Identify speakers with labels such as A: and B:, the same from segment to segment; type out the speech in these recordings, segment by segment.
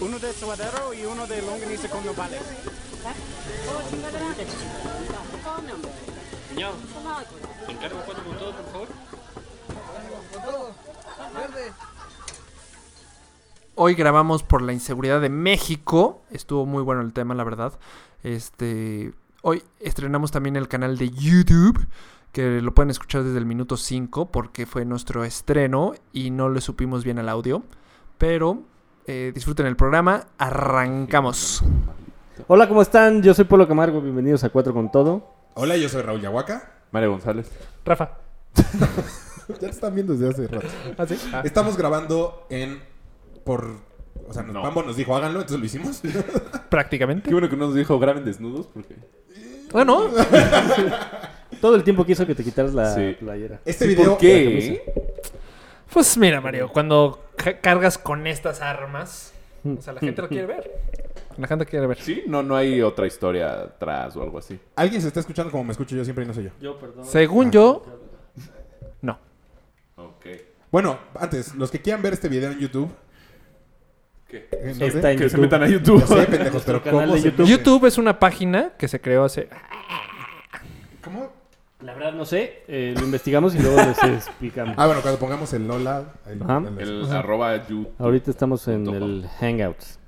A: uno de suadero y uno de longaniza con nopales.
B: Niño, te encargo cuatro con todo, por favor.
C: Hoy grabamos por la inseguridad de México. Estuvo muy bueno el tema, la verdad. Este. Hoy estrenamos también el canal de YouTube. Que lo pueden escuchar desde el minuto 5. Porque fue nuestro estreno. Y no le supimos bien al audio. Pero eh, disfruten el programa. Arrancamos.
D: Hola, ¿cómo están? Yo soy Polo Camargo, bienvenidos a Cuatro con Todo.
E: Hola, yo soy Raúl Yahuaca.
F: María González.
G: Rafa.
E: Ya te están viendo desde hace rato.
G: ¿Ah, sí? Ah,
E: Estamos grabando en. Por. O sea, nos-
F: No.
E: Pambo nos dijo háganlo, entonces lo hicimos.
F: Qué
G: prácticamente.
F: bueno que no nos dijo graben desnudos porque
C: Bueno,
D: Todo el tiempo quiso que te quitaras la
F: Sí.
D: playera.
E: Este
F: Sí,
E: video.
F: ¿Por qué?
G: Pues mira, Mario, cuando ca- cargas con estas armas, o sea, la gente lo quiere ver. La gente quiere ver.
F: Sí, no no hay otra historia atrás o algo así.
E: Alguien se está escuchando como me escucho yo siempre y no soy yo.
B: Yo, perdón.
C: según yo. No.
F: Ok.
E: Bueno, antes, los que quieran ver este video en YouTube.
F: ¿Qué?
E: eh, no
D: Está
E: sé.
D: en
F: Que se
D: YouTube.
F: metan a
E: Ya sé,
F: YouTube.
E: pendejos, pero
D: Nuestro canal
E: ¿cómo
D: de
E: se-
D: YouTube.
C: YouTube es una página que se creó hace.
E: ¿Cómo?
D: La verdad no sé, eh, lo investigamos y luego les explicamos.
E: Ah, bueno, cuando pongamos el Lola. el-
D: Ajá.
E: el-
F: El arroba YouTube.
D: Ahorita estamos en
F: Punto com.
D: el Hangouts.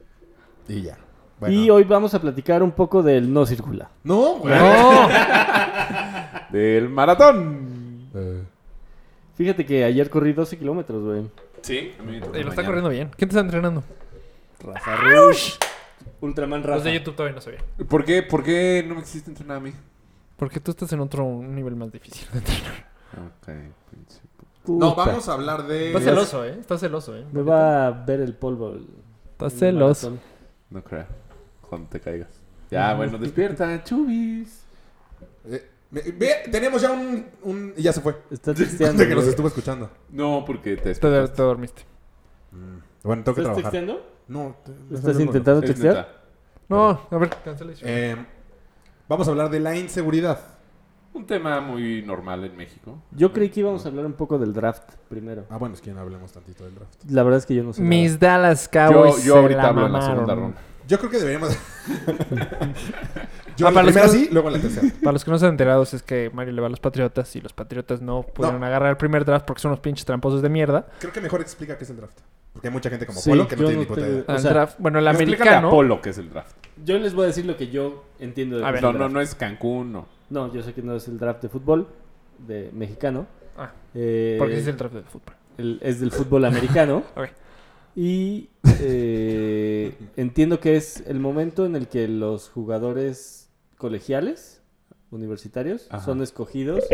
E: Y ya. Bueno.
D: Y hoy vamos a platicar un poco del no circula.
E: No, güey.
C: ¡No!
G: Oh.
F: Del maratón.
E: Eh,
D: Fíjate que ayer corrí 12 kilómetros, güey.
F: Sí.
G: Y Eh, lo está corriendo bien. ¿Quién te está entrenando?
D: Rafa Rush. Ultraman
G: Los
D: Rafa.
G: de YouTube todavía no se ve.
F: ¿Por qué? ¿Por qué no me existe entrenar a mí?
G: Porque tú estás en otro nivel más difícil de entrenar.
F: Ok. pinche puto.
E: No,
D: Puta,
E: vamos a hablar de.
G: Estás celoso, ¿eh? Estás celoso, ¿eh?
D: Me va a ver el polvo. el-
G: Estás
D: el
G: celoso.
D: maratón.
F: No creo. Cuando te caigas. Ya, bueno, despierta, chubis.
E: Eh, ve- ve, tenemos ya un, un- Ya se fue.
D: Está texteando.
E: De que nos
D: güey.
E: estuvo escuchando.
F: No, porque te
G: Te,
F: despiertas.
G: te dormiste.
E: Bueno, tengo que
D: ¿Estás
E: trabajar.
D: texteando?
E: No, te-
D: ¿Estás intentando
F: Es
D: textear?
F: neta.
G: No, a ver, cancela eso.
E: Eh, vamos a hablar de la inseguridad.
F: Un tema muy normal en México.
D: Yo creí que íbamos a hablar un poco del draft primero.
E: Ah, bueno, es que no hablemos tantito del draft.
D: La verdad es que yo no sé. nada.
G: Mis Dallas
F: Yo,
G: Cowboys.
F: yo
G: se
F: ahorita
G: la
F: hablo en la
G: mamaron.
F: segunda ronda.
E: Yo creo que deberíamos. Yo
G: Ah, para
E: en la
G: los
E: primera
G: que-
E: sí, luego en la tercera.
G: Para los que no se han enterado, es que Mario le va a los Patriotas y los Patriotas no pudieron agarrar el primer draft porque son unos pinches tramposos de mierda.
E: Creo que mejor explica qué es el draft. Porque hay mucha gente como
D: Sí,
E: Polo que no
D: yo
E: tiene
D: no
E: ni puta
D: tengo-
E: idea.
D: O
G: El
D: sea,
G: draft- bueno, el
F: Explícale a
G: americano.
F: Polo que es el draft.
D: Yo les voy a decir lo que yo entiendo de
G: A ver.
F: No, no, no es Cancún, no.
D: No, yo sé que no es el draft de fútbol de mexicano.
G: Ah,
D: Eh,
G: porque es el draft de fútbol.
D: el- es del fútbol americano.
G: Ok.
D: Y eh, entiendo que es el momento en el que los jugadores colegiales, universitarios,
F: Ajá.
D: son escogidos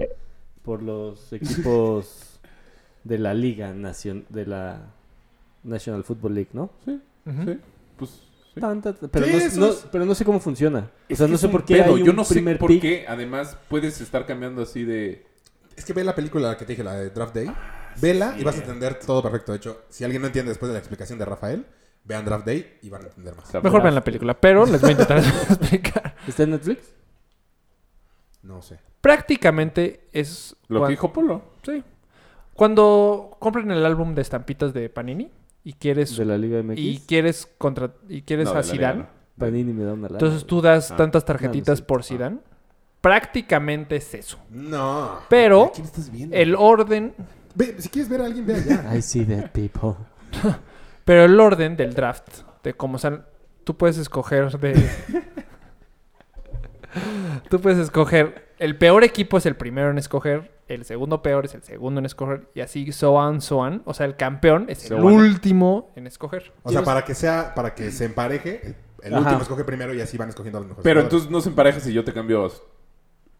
D: por los equipos de la liga nacion- de la National Football League, ¿no?
G: Ujú.
F: Sí, pues. sí.
D: Tan, tan, tan, pero,
E: Sí,
D: no,
E: eso
D: no-
E: es-
D: pero no sé cómo funciona. O
F: Es
D: sea,
F: que
D: no
F: es
D: sé
F: un
D: por qué
F: pedo,
D: hay un
F: Yo no sé
D: primer
F: por
D: pick.
F: qué, además, puedes estar cambiando así de.
E: Es que ve la película que te dije, la de Draft Day. Vela y vas a entender todo perfecto. De hecho, si alguien no entiende después de la explicación de Rafael, vean Draft Day y van a entender más.
G: Mejor vean la película, pero les voy a intentar explicar.
D: ¿Está en Netflix?
E: No sé.
G: Prácticamente es.
F: Lo
G: cuan-
F: que dijo Polo.
G: Sí. Cuando compran el álbum de estampitas de Panini y quieres.
D: De la Liga MX.
G: Y quieres contra y quieres
F: No,
G: a
F: de la liga,
G: Zidane.
D: Panini me da una lana.
G: Entonces tú das
F: Ah.
G: tantas
D: No, no
G: tarjetitas
D: sé.
G: por Zidane. Prácticamente es eso.
E: No.
G: Pero
F: ¿Quién estás viendo?
G: el orden,
E: Ve, si quieres ver a alguien, ve allá.
D: I see dead people.
G: pero el orden del draft, de cómo sal, tú puedes escoger de Tú puedes escoger el peor equipo es el primero en escoger, el segundo peor es el segundo en escoger y así so on so on, o sea, el campeón es
F: So
G: el
F: on.
G: último en escoger.
E: O sea, para que sea, para que se empareje, el
D: Ajá.
E: último escoge primero y así van escogiendo a los mejores.
F: Pero
E: jugadores.
F: entonces no se empareja si yo te cambio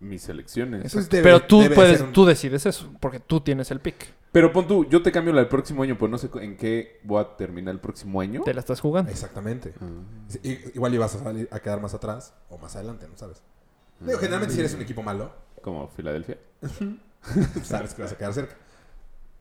F: mis selecciones.
E: Entonces debe-
G: pero tú
E: debe de
G: puedes
E: ser un-
G: tú decides eso, porque tú tienes el pick.
F: Pero pon tú, yo te cambio la del próximo año, pues no sé cu- en qué voy a terminar el próximo año.
G: Te la estás jugando.
E: Exactamente.
F: Ah.
E: Sí, i- Igual ibas a salir a quedar más atrás o más adelante, no sabes. Digo,
F: Ah.
E: generalmente si eres un equipo malo, pues,
F: Como Filadelfia.
E: sabes que vas a quedar cerca.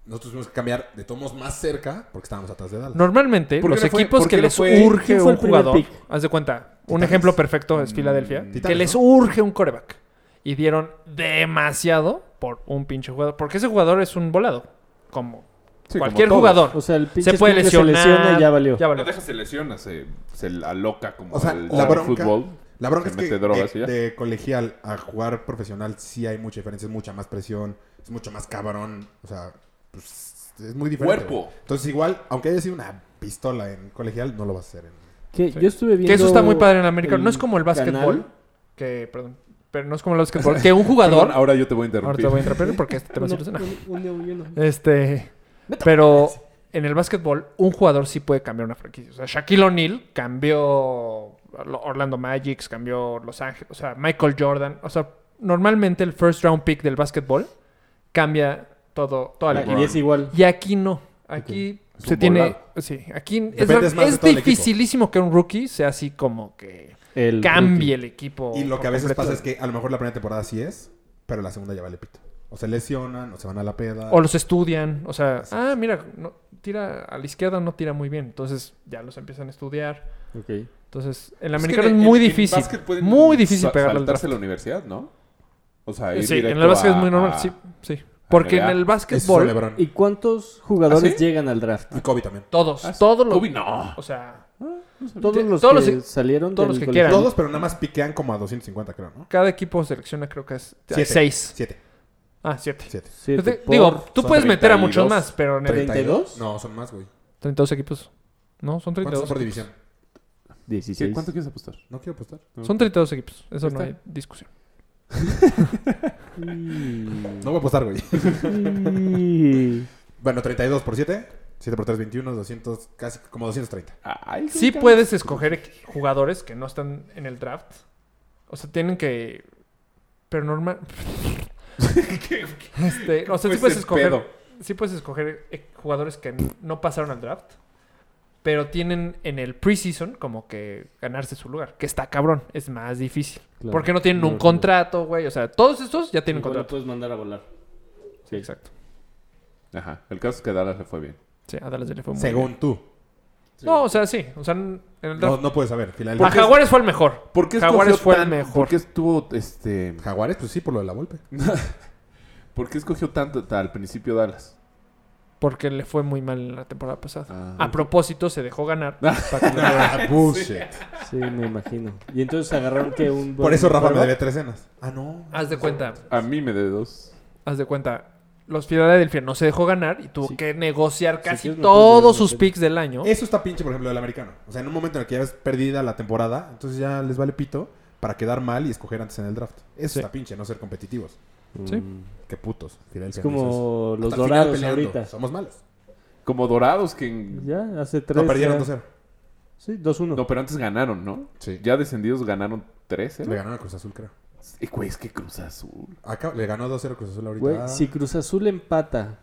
E: Nosotros tuvimos que cambiar de tomos más cerca porque estábamos atrás de Dallas.
G: Normalmente,
F: ¿Por qué
G: los
F: no fue-
G: equipos
F: por qué
G: que
F: no
G: les
F: fue-
G: urge
D: quién fue
G: un
D: el primer
G: jugador,
D: pick?
G: haz de cuenta, un
E: Titanes.
G: ejemplo perfecto es Filadelfia, que
E: Titanes,
G: les
E: ¿no?
G: urge un coreback. Y dieron demasiado por un pinche jugador. Porque ese jugador es un volado, como
F: Sí,
G: Cualquier
F: como todos.
G: jugador.
D: O sea, el pinche
G: se puede
D: escuincle
G: lesionar.
D: se lesiona y ya valió.
G: Ya
F: No
G: valió.
F: deja, se lesiona, se, se aloca como
E: O sea,
F: al
E: la
F: al
E: bronca-
F: fútbol.
E: La bronca
F: Se
E: es
F: mete
E: que
F: drogas y
E: de,
F: ya.
E: de colegial a jugar profesional sí hay mucha diferencia, es mucha más presión, es mucho más cabrón, o sea, pues, es muy diferente.
F: Cuerpo.
E: güey. Entonces igual, aunque haya sido una pistola en colegial, no lo vas a hacer. En...
D: Que yo estuve viendo...
G: Que eso está muy padre en América.
D: el
G: No es como el básquetbol.
D: canal.
G: Que, perdón. Pero no es como el básquetbol. Que un jugador.
F: Perdón, ahora yo te voy a
G: Ahora
F: interrumpir.
G: te voy a interrumpir porque este tema sí lo
D: No,
G: suena.
D: un- un- un- un-
G: Este. Pero en el básquetbol, un jugador sí puede cambiar una franquicia. O sea, Shaquille O'Neal cambió Orla- Orlando Magic, cambió Los Ángeles. O sea, Michael Jordan. O sea, normalmente el first round pick del básquetbol cambia todo, toda la
D: Y es igual.
G: Y aquí no. Aquí
F: Es
G: se
F: un
G: tiene.
F: volado.
G: Sí, aquí es,
E: Dependes más de
G: es
E: todo el equipo.
G: dificilísimo que un rookie sea así como que
D: El
G: cambie el equipo.
E: Y lo que a veces
G: completo.
E: pasa es que a lo mejor la primera temporada sí es, pero la segunda ya vale pito. O se lesionan, o se van a la peda.
G: O los estudian. O sea, ah, mira, no, tira a la izquierda no tira muy bien. Entonces ya los empiezan a estudiar.
D: rookie. Ok.
G: Entonces, el
F: Es que
G: americano es,
F: en-
G: muy
F: en- en
G: difícil.
F: básquet pueden
G: muy difícil
F: sa-
G: pegarle al draft.
F: saltarse la universidad, ¿no? O sea, ir
G: Sí,
F: directo
G: en el básquet
F: a-
G: es muy normal.
F: a-
G: Sí, sí. Porque en
F: NBA.
G: el
E: Eso hizo
G: básquetbol,
E: LeBron.
D: ¿Y cuántos jugadores
F: ¿Ah, sí?
D: llegan al draft?
E: Y Kobe también.
G: todos,
F: Ah, sí.
G: todos los.
F: Kobe, no.
G: O sea,
D: Todos los
G: todos
D: que
G: los-
D: salieron
G: todos los
D: del
G: que
D: colegio.
G: quieran.
E: Todos, pero nada más piquean como a 250, creo, ¿no?
G: cada equipo selecciona, creo que es
E: Siete.
G: seis.
E: Siete.
G: Ah, siete.
E: Siete.
D: Siete
G: Te-
D: por-
G: Digo, tú
E: son
G: puedes meter a
F: 32,
G: muchos más, pero en el
D: treinta. ¿32?
E: No, son más, güey.
G: 32 equipos. No, son
E: ¿Cuántos
G: 32.
E: son por división?
F: ¿Qué-
D: 16.
F: ¿Cuánto quieres apostar?
E: No quiero apostar.
G: Son 32 equipos. Eso
F: Ahí
G: no
F: está.
G: hay discusión.
E: No voy a apostar, güey.
D: Y-
E: bueno, 32 por 7. 7 por 3, 21. 200, casi como 230.
F: Ay,
G: Sí
F: güey,
G: puedes escoger equ- jugadores que no están en el draft. O sea, tienen que. Pero normal. Este, o sea, sí
F: Pues
G: puedes
F: el
G: escoger.
F: pedo.
G: Sí puedes escoger eh, jugadores que n- no pasaron al draft. Pero tienen en el preseason como que ganarse su lugar. Que está cabrón. Es más difícil.
D: Claro.
G: Porque no tienen
D: Claro,
G: un
D: claro.
G: contrato, güey. O sea, todos estos ya tienen
D: Igual lo
G: contrato.
D: puedes mandar a volar.
G: Sí,
D: pues,
G: exacto.
F: Ajá. El caso es que Dallas le fue bien.
G: Sí, a Dallas ya le fue muy bien.
E: Según tú.
G: No, o sea, sí. O sea, en el
E: No,
G: draft.
E: no puedes saber.
G: a
E: Filadelfia.
G: Jaguares fue el mejor.
F: ¿Por qué
G: Jaguares
F: escogió
G: fue el
F: tan-
G: mejor.
F: ¿Por qué estuvo, este...
E: Jaguares, pues sí, por lo de la golpe.
F: ¿Por qué escogió tanto ta- al principio Dallas?
G: Porque le fue muy mal en la temporada pasada.
F: Ah.
G: a propósito, se dejó ganar.
E: Ah, bullshit.
D: Sí, me imagino. Y entonces agarraron que un...
E: Por eso Rafa me
D: quarterback-
E: debe tres cenas. Ah, no.
G: haz de cuenta,
F: A mí me de dos.
G: haz de cuenta. Los Filadelfia no se dejó ganar y tuvo
D: Sí.
G: que negociar casi
D: quieres, me
G: todos
D: puedes
G: sus
D: decir.
G: picks del año.
E: Eso está pinche, por ejemplo, del americano. O sea, en un momento en el que ya ves perdida la temporada, entonces ya les vale pito para quedar mal y escoger antes en el draft. Eso
G: Sí.
E: está pinche, no ser competitivos.
G: Sí.
E: Qué putos. Filadelfia.
D: Mm, Es como
E: dices,
D: los
E: "Hasta el final
D: dorados
E: peleando,
D: ahorita.
E: Somos malos.
F: Como Dorados que... en-
D: Ya, hace tres.
E: No, perdieron
D: ya-
E: 2-0.
D: Sí, 2-1.
F: No, pero antes ganaron, ¿no?
E: Sí.
F: Ya descendidos ganaron 13.
E: Le ganaron a Cruz Azul, creo.
F: Y güey, es que Cruz Azul.
E: Acá, le ganó 2-0 Cruz Azul ahorita.
D: Güey, si Cruz Azul empata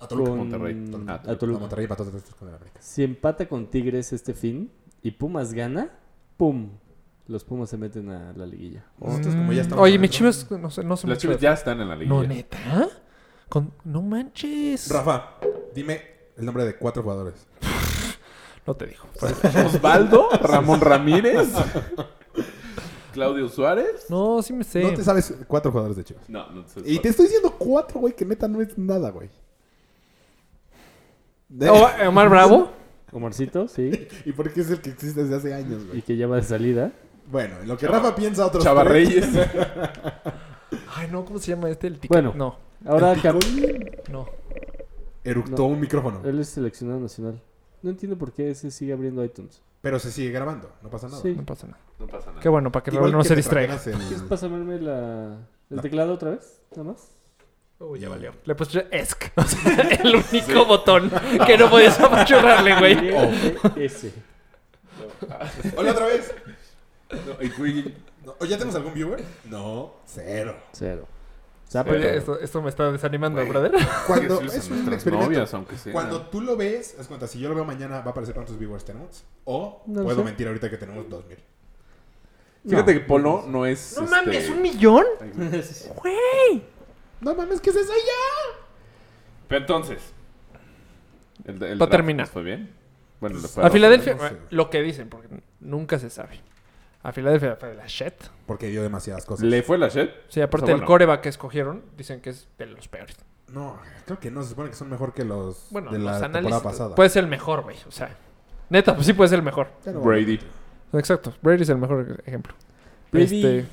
E: A Toluca.
D: con...
F: Monterrey.
D: a
F: Ah, Toluca.
E: A
D: Toluca.
E: Monterrey empató 3-3 con el América.
D: Si empata con Tigres este fin y Pumas gana, ¡pum! Los Pumas se meten a la liguilla.
E: Nosotros como ya estamos
G: Mm. Oye, mis
E: adentro-
G: chivas, no sé, no sé
F: Las
G: mucho
F: chivas
G: de-
F: ya están en la liga.
G: No, neta. Con- No manches.
E: Rafa, dime el nombre de cuatro jugadores.
G: No te digo.
F: Osvaldo, Ramón Ramírez, Claudio Suárez.
G: No, sí me sé.
E: No te sabes cuatro jugadores de Chivas.
F: No, no sé.
E: Y te estoy diciendo cuatro, güey, que neta no es nada, güey. De-
G: O- Oh, ¿eh, Omar Bravo.
D: Omarcito, sí.
E: ¿Y por qué es el que existe desde hace años,
D: Y
E: güey?
D: que ya va de salida.
E: Bueno, en lo que Rafa piensa otros
F: Chava
E: tres.
F: Reyes.
G: Ay, no, ¿cómo se llama este? El tic-
D: Bueno.
G: No,
D: Ahora
E: El
D: cap-
E: Picolín
G: no.
E: Eructó un micrófono.
D: él es seleccionado nacional. No entiendo por qué ese sigue abriendo iTunes.
E: Pero se sigue grabando, no pasa nada.
D: Sí.
G: No pasa nada.
F: No pasa nada.
G: Qué bueno, para que
E: Igual
G: Raúl no
E: que
G: se
E: te
G: distraiga.
E: trajeras el-
D: ¿Quieres pasarme la... el
E: No.
D: teclado otra vez? Nada más.
G: Uy, ya valió. Le puse ESC. O sea, el único botón que no podías apachurrarle, güey.
D: Ese.
E: Hola otra vez.
F: No, y, güey,
E: No, ¿o ¿Ya tenemos algún viewer? No, cero.
D: Cero. Zapa,
G: Oye,
D: cabrón.
G: Ah, pues, esto, esto me está desanimando,
E: Güey.
G: brother.
E: Cuando
F: sí, sí,
E: es
F: son
E: un
F: nuestras
E: experimento.
F: novias, aunque sea.
E: Cuando tú lo ves, haz cuenta, si yo lo veo mañana, va a aparecer cuántos viewers tenemos. O
D: No lo
E: puedo
D: sé.
E: mentir ahorita que tenemos 2000.
F: Fíjate que Polo no es.
G: No
F: este,
G: mames, ¿un millón?
E: No mames, ¿qué es eso ya?
F: Pero entonces. El, el
G: Pa'
F: draft
G: terminar.
F: nos fue bien. Bueno, le fue
G: A Filadelfia,
E: no sé.
G: lo que dicen, porque nunca se sabe. A Filadelfia fue la shit.
E: Porque dio demasiadas cosas.
F: Le fue la shit.
G: Sí, aparte
F: O sea,
G: el
F: bueno.
G: coreba que escogieron, dicen que es de los peores.
E: No, creo que no. Se supone que son mejor que los
G: Bueno,
E: de la
G: los
E: temporada
G: análisis.
E: pasada.
G: Puede ser el mejor, güey. O sea, neta, pues sí puede ser el mejor.
E: Pero bueno.
F: Brady.
G: Exacto. Brady es el mejor ejemplo.
D: Brady
G: Este,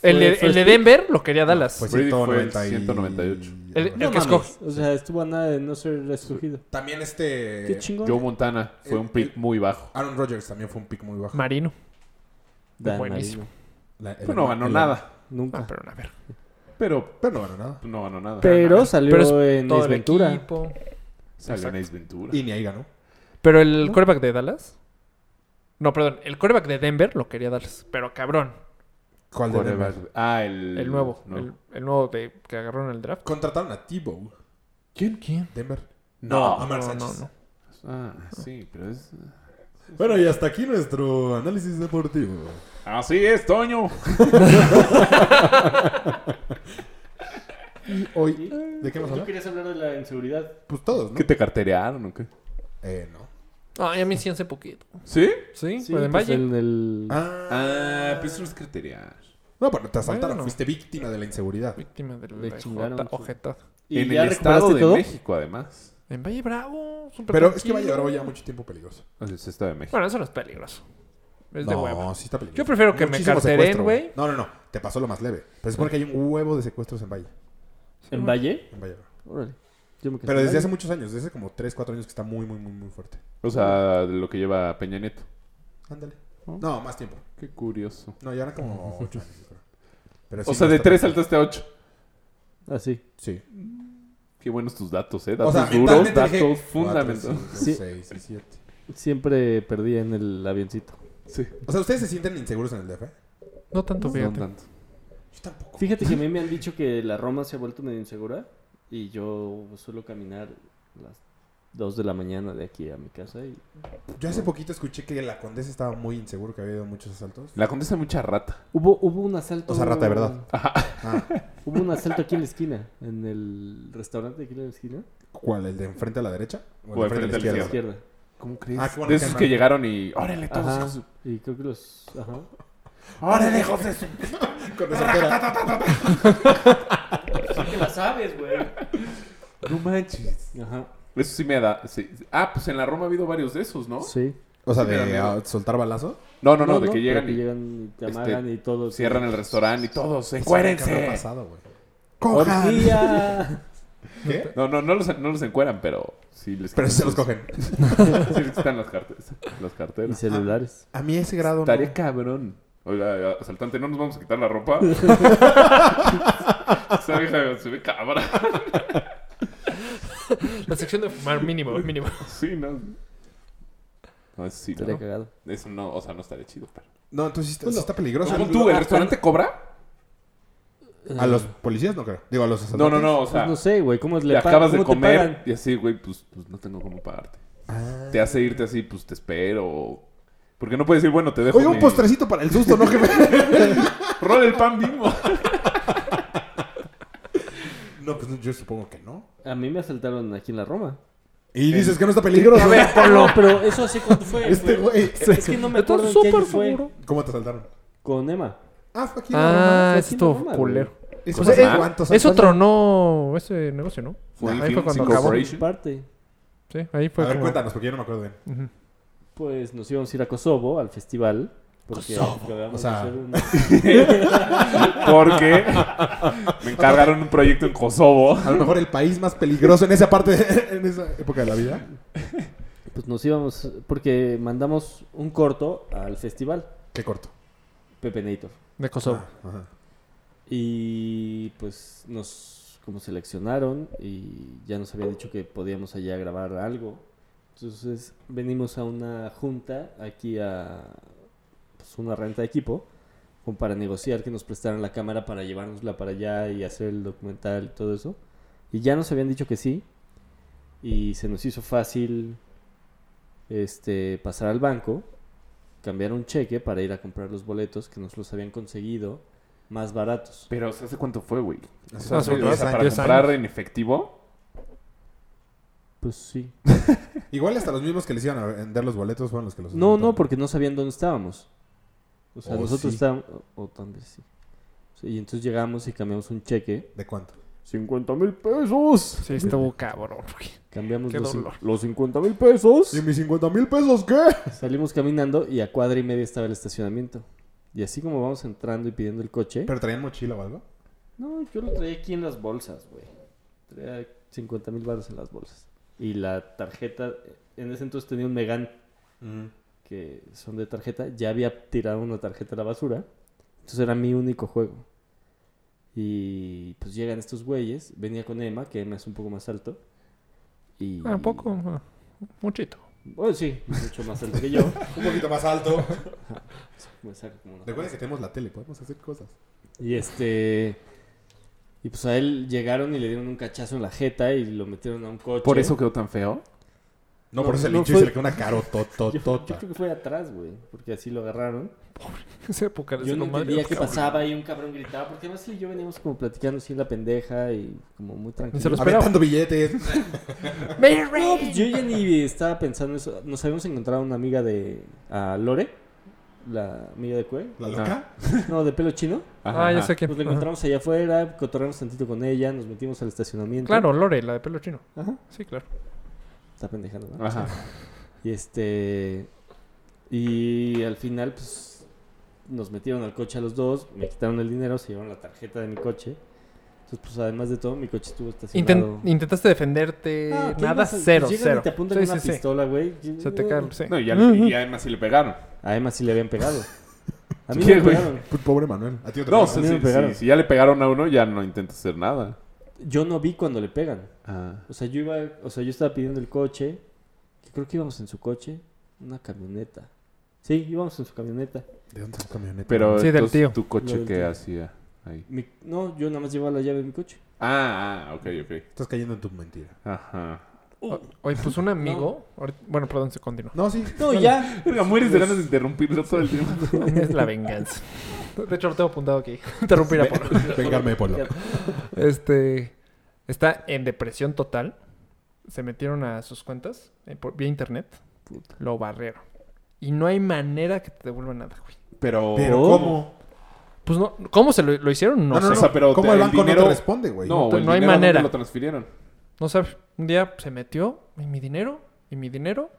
D: fue
G: el, de,
D: first
G: el de
D: pick.
G: Denver lo quería Dallas.
E: Pues
F: Brady fue
E: 190 y-
F: 198.
G: El-
E: No,
G: el que escoge.
D: O sea, estuvo a nada de no ser escogido.
E: También este...
D: Qué chingón.
F: Joe Montana fue un pick muy bajo.
E: Aaron Rodgers también fue un pick muy bajo.
G: Marino.
D: Dan
G: buenísimo.
D: Marino.
E: La- el-
F: Pero Pues no ganó
E: el-
F: nada.
D: Nunca.
G: Ah, pero a ver.
F: Pero
E: Pero no ganó nada.
F: Pues no ganó nada.
D: Pero salió
G: Pero es
D: en
G: todo el
D: Desventura.
G: equipo.
F: Salió en Ace Ventura.
E: Y ni ahí ganó.
G: Pero el quarterback de Dallas. No, perdón. El quarterback de Denver lo quería Dallas. Pero cabrón.
E: ¿Cuál de Denver?
F: Ah, el...
G: El nuevo.
F: no.
G: El, el nuevo de- que agarró en el draft.
E: Contrataron a Tebow.
G: ¿Quién? ¿Quién?
E: Denver.
F: No.
E: Amar
G: No, no,
E: Sánchez.
G: no.
F: Ah, sí, pero es...
E: Bueno, y hasta aquí nuestro análisis deportivo.
F: Así Ah, es, Toño.
E: Y hoy, ¿de qué vamos a hablar?
D: querías hablar de la inseguridad?
E: Pues todos, ¿no?
F: ¿Qué te carterearon o qué?
E: Eh, no.
G: Ay, a mí sí hace poquito.
F: ¿Sí?
G: Sí,
D: Sí,
G: pues en
D: pues
G: Valle.
D: el del...
E: Ah,
F: Ah, pues los carterear.
E: no, pero te asaltaron.
G: Bueno.
E: Fuiste víctima de la inseguridad.
G: Víctima del
D: Le
G: de
D: chingaron
G: Jota-
D: su-
G: ojetado.
D: ¿Y
F: en
D: ya
F: el estado
D: recuperaste
F: de
D: todo?
F: México, además.
G: En Valle Bravo. súper
E: Pero es que va a
G: tranquilo.
E: llevar ya mucho tiempo peligroso.
F: En el estado de México.
G: Bueno, eso no es peligroso. Es de
E: no,
G: huevo.
E: sí está peligroso.
G: Yo prefiero que me
E: Muchísimo
G: carteren,
E: secuestro,
G: güey.
E: No, no, no. Te pasó lo más leve. Pero se supone que hay un huevo de secuestros en Valle.
D: ¿En Valle?
E: En Valle.
D: Órale. Yo me quedé
E: Pero
D: en
E: desde
D: Valle.
E: hace muchos años. Desde hace como 3, 4 años que está muy, muy, muy, muy fuerte.
F: O sea, de lo que lleva Peña Nieto.
E: Ándale. No, más tiempo.
F: Qué curioso.
E: No, ya eran como 8 años. yo creo. Pero sí,
F: O sea,
E: no
F: de
E: está
F: 3
E: tan-
F: saltaste a 8.
D: Ah, sí.
E: Sí.
F: Qué buenos tus datos, ¿eh?
E: O
F: Datos
E: sea,
F: duros,
E: mentalmente dije,
F: datos
E: cuatro,
F: fundamentales.
E: cinco,
D: Sí.
E: seis, sí, siete.
D: Siempre perdía en el avioncito.
F: Sí,
E: O sea, ¿ustedes se sienten inseguros en el DF?
G: No tanto,
F: no
G: fíjate.
F: tanto.
E: Yo tampoco.
D: Fíjate que a mí me han dicho que la Roma se ha vuelto medio insegura y yo suelo caminar a las 2 de la mañana de aquí a mi casa y
E: Yo hace poquito escuché que la condesa estaba muy inseguro, que había habido muchos asaltos.
F: La condesa mucha rata.
D: hubo hubo un asalto
E: O sea, rata de verdad. Ah,
D: Hubo un asalto aquí en la esquina, en el restaurante aquí en la esquina,
E: ¿Cuál? ¿El de enfrente a la derecha?
F: O enfrente
D: a la
F: a la Izquierda.
D: izquierda.
F: ¿Cómo crees?
E: Ah, qué bueno
F: de
E: que
F: esos
E: no.
F: que llegaron y... órale todos.
D: Ajá.
F: hijos de-
D: Y creo que los ajá.
F: ¡Órale, hijos de su...
E: Con esa cara.
D: ¿Qué la sabes, güey?
F: No manches.
D: Ajá.
F: Eso sí me da... sí. Ah, pues en la Roma ha habido varios de esos, ¿no?
D: Sí.
E: O sea,
F: Sí, me da
E: de
F: miedo.
E: ah, soltar balazo.
F: No, no, no, de que
D: pero
F: llegan
D: que
F: y este,
D: llegan y te amagan y todo.
F: cierran el restaurante y todos.
E: Eso nunca me ha
F: ¡Encuérense!
E: pasado, güey. ¡Cojan!
D: ¡Orgía!
E: ¿Qué?
F: No, no, no los, no los encueran, pero sí les
E: Pero sí se
F: quitan
E: los
F: sus-
E: cogen.
F: Sí les quitan las carteras. Las
D: y
F: carteras.
D: celulares.
E: A mí ese grado
F: Estaría
E: no.
F: cabrón. Oiga, eh, asaltante, ¿no nos vamos a quitar la ropa? Esa vieja se ve cabra.
G: La sección de fumar mínimo, mínimo.
F: Sí, no. No, eso sí,
D: Estaría
F: no.
D: cagado.
F: Eso no, o sea, no estaría chido. Pero...
E: No, entonces sí está, sí está peligroso.
F: Según
D: ah,
F: tú, ¿el restaurante cobra?
E: A los policías no creo. Digo, a los
F: No,
E: asaltantes.
F: no, no, o
D: Pues
F: sea,
D: no sé, güey, ¿cómo
F: te
D: le
F: acabas de
D: ¿cómo te
F: comer
D: pagan?
F: y así, güey, pues, pues no tengo cómo pagarte.
E: Ah.
F: Te hace irte así, pues te espero. Porque no puedes decir, bueno, te dejo.
E: Oye, un
F: mi-
E: postrecito para el susto, ¿no? Que me-
F: Rola el pan bimbo.
E: No, pues yo supongo que no.
D: A mí me asaltaron aquí en la Roma.
E: Y dices que no está peligroso.
D: Polo, pero eso hace cuánto fue.
E: Este güey.
D: Es que no me acuerdo en qué año fue.
E: ¿Cómo te asaltaron?
D: Con Emma.
E: Ah, fue aquí. en la Roma.
G: Ah,
D: Roma,
G: eso
D: sí,
G: estuvo
D: Roma, güey.
G: culero.
E: Es
F: o sea,
E: fue-
F: ah,
E: ¿cuántos
G: Eso
E: asaltaron?
G: tronó ese negocio, ¿no?
F: Fue en
G: Ahí fue
F: Films
G: cuando acabó.
F: Incorporation.
D: Parte.
G: Sí, ahí
E: A
G: fue.
E: ver,
G: como-
E: cuéntanos, porque yo no me acuerdo bien.
D: Pues nos íbamos a ir a Kosovo al festival. Porque acabamos
E: o sea-
D: de hacer un.
F: Porque me encargaron un proyecto en Kosovo.
E: A lo mejor el país más peligroso en esa parte, de- en esa época de la vida.
D: Pues nos íbamos. Porque mandamos un corto al festival.
E: Qué corto.
D: Pepe Nator.
G: De Kosovo.
E: Ajá.
D: Y pues nos como seleccionaron y ya nos habían dicho que podíamos allá grabar algo. Entonces venimos a una junta aquí a pues, una renta de equipo como para negociar que nos prestaran la cámara para llevárnosla para allá y hacer el documental y todo eso. Y ya nos habían dicho que sí. Y se nos hizo fácil este pasar al banco, cambiar un cheque para ir a comprar los boletos que nos los habían conseguido más baratos.
F: Pero, ¿sabes cuánto fue, güey?
E: Hace
G: hace
E: diez
G: rato,
E: años.
F: para
G: diez
F: comprar
G: años.
F: en efectivo.
D: Pues sí.
E: Igual hasta los mismos que les iban a vender los boletos fueron los que los
D: No, no,
E: asaltaron.
D: porque no sabían dónde estábamos. O sea,
E: Pues, Oh,
D: nosotros
E: sí.
D: estábamos... O, o tal vez sí. Sí, Y entonces llegamos y cambiamos un cheque
E: ¿De cuánto?
F: 50 mil pesos.
G: Sí, estuvo cabrón, güey.
D: Cambiamos
G: Qué
D: los cin-
G: dolor.
F: Los 50 mil pesos.
E: ¿Y mis 50 mil pesos qué?
D: Salimos caminando y a cuadra y media estaba el estacionamiento. Y así como vamos entrando y pidiendo el coche.
E: ¿Pero traían mochila o algo?
D: No, yo lo traía aquí en las bolsas, güey. Traía 50 mil baros en las bolsas. Y la tarjeta, en ese entonces tenía un Megan,
E: Mm.
D: que son de tarjeta. Ya había tirado una tarjeta a la basura. Entonces era mi único juego. Y pues llegan estos güeyes. Venía con Emma, que Emma es un poco más alto. Y...
G: Ah, poco. ah, Muchito.
D: Bueno, sí, mucho más alto que yo.
E: Un poquito más alto.
D: Me saca como una-
E: Recuerden que tenemos la tele, podemos hacer cosas.
D: Y este. Y pues a él llegaron y le dieron un cachazo en la jeta y lo metieron a un coche.
F: Por eso quedó tan feo.
E: No,
D: No,
E: por eso el
D: no
E: hincho
D: fue-
E: y se le quedó una
D: Yo, yo
E: carotototota.
D: creo que fue atrás, güey. Porque así lo agarraron.
G: Esa época de
D: Yo
G: esa
D: no
G: comadre,
D: entendía qué
G: cabrón.
D: pasaba y un cabrón gritaba. Porque además él y yo veníamos como platicando así en la pendeja y como muy
G: Ni se
D: tranquilo.
G: lo esperaba.
E: Aventando billetes.
D: No, pues yo ya ni estaba pensando eso. Nos habíamos encontrado una amiga de. a Lore. La amiga de Cue.
E: ¿La loca?
D: No, de pelo chino.
F: Ajá,
G: Ah, ya
F: ajá.
G: sé quién.
D: Nos la
G: Ajá.
D: encontramos allá afuera, cotorreamos tantito con ella, nos metimos al estacionamiento.
G: Claro, Lore, la de pelo chino.
D: Ajá.
G: Sí, claro.
D: Está pendejando, ¿no?
F: Ajá.
D: Y este. Y al final, pues. Nos metieron al coche a los dos, me quitaron el dinero, se llevaron la tarjeta de mi coche. Entonces, pues además de todo, mi coche estuvo estacionado.
G: Inten- intentaste defenderte.
D: Ah, ¿qué
G: eh, nada,
D: ibas a-
G: cero,
D: llegan
G: cero.
D: Y te apuntan
G: Sí,
D: una
G: sí, sí.
D: pistola, güey.
G: Se te cae, sí.
F: No, y, ya-
G: Ujú.
F: y además sí le pegaron.
D: Además, sí le habían pegado. A mí
F: Sí,
D: me
F: güey.
D: pegaron.
E: Pues Pobre Manuel. A ti otra
F: No, o
E: vez.
F: sea,
D: mí me
F: si,
D: pegaron.
F: si- si ya le pegaron a uno, ya no intenta hacer nada.
D: Yo no vi cuando le pegan. O sea, yo iba, o sea, yo estaba pidiendo el coche. que creo que íbamos en su coche. Una camioneta. Sí, íbamos en su camioneta.
E: ¿De dónde sacó camioneta?
F: Pero
G: Sí, del
F: entonces,
G: tío.
F: tu
D: Lo
F: coche
D: del
F: qué
D: tío.
F: hacía ahí.
D: Mi- no, yo nada más llevaba la llave de mi coche.
F: Ah, ah, ok, ok.
E: Estás cayendo en tu mentira.
F: Ajá.
G: O- Oye, pues un amigo. ahorita- Bueno, perdón, se continúa.
E: No, sí.
D: No, ya.
F: Verga, mueres de ganas de interrumpirlo todo el tiempo.
G: es la venganza. De hecho, lo tengo apuntado aquí. Interrumpir a Polo.
E: Vengarme de Polo.
G: Este. Está en depresión total. Se metieron a sus cuentas eh, por- vía internet. Lo barrieron. Y no hay manera que te devuelvan nada, güey.
F: Pero.
E: Pero ¿cómo?
G: Pues no, ¿cómo se lo, lo hicieron? No,
E: No, no,
G: sé.
F: Oh, o sea, pero
E: ¿Cómo
F: te-
E: el
F: el
E: banco no
F: dinero-
E: te responde, güey?
F: No,
G: te-
F: el
G: no hay
F: dinero, ¿dónde
G: manera.
F: lo transfirieron?
G: No sabes. Un día se metió y mi dinero y mi dinero.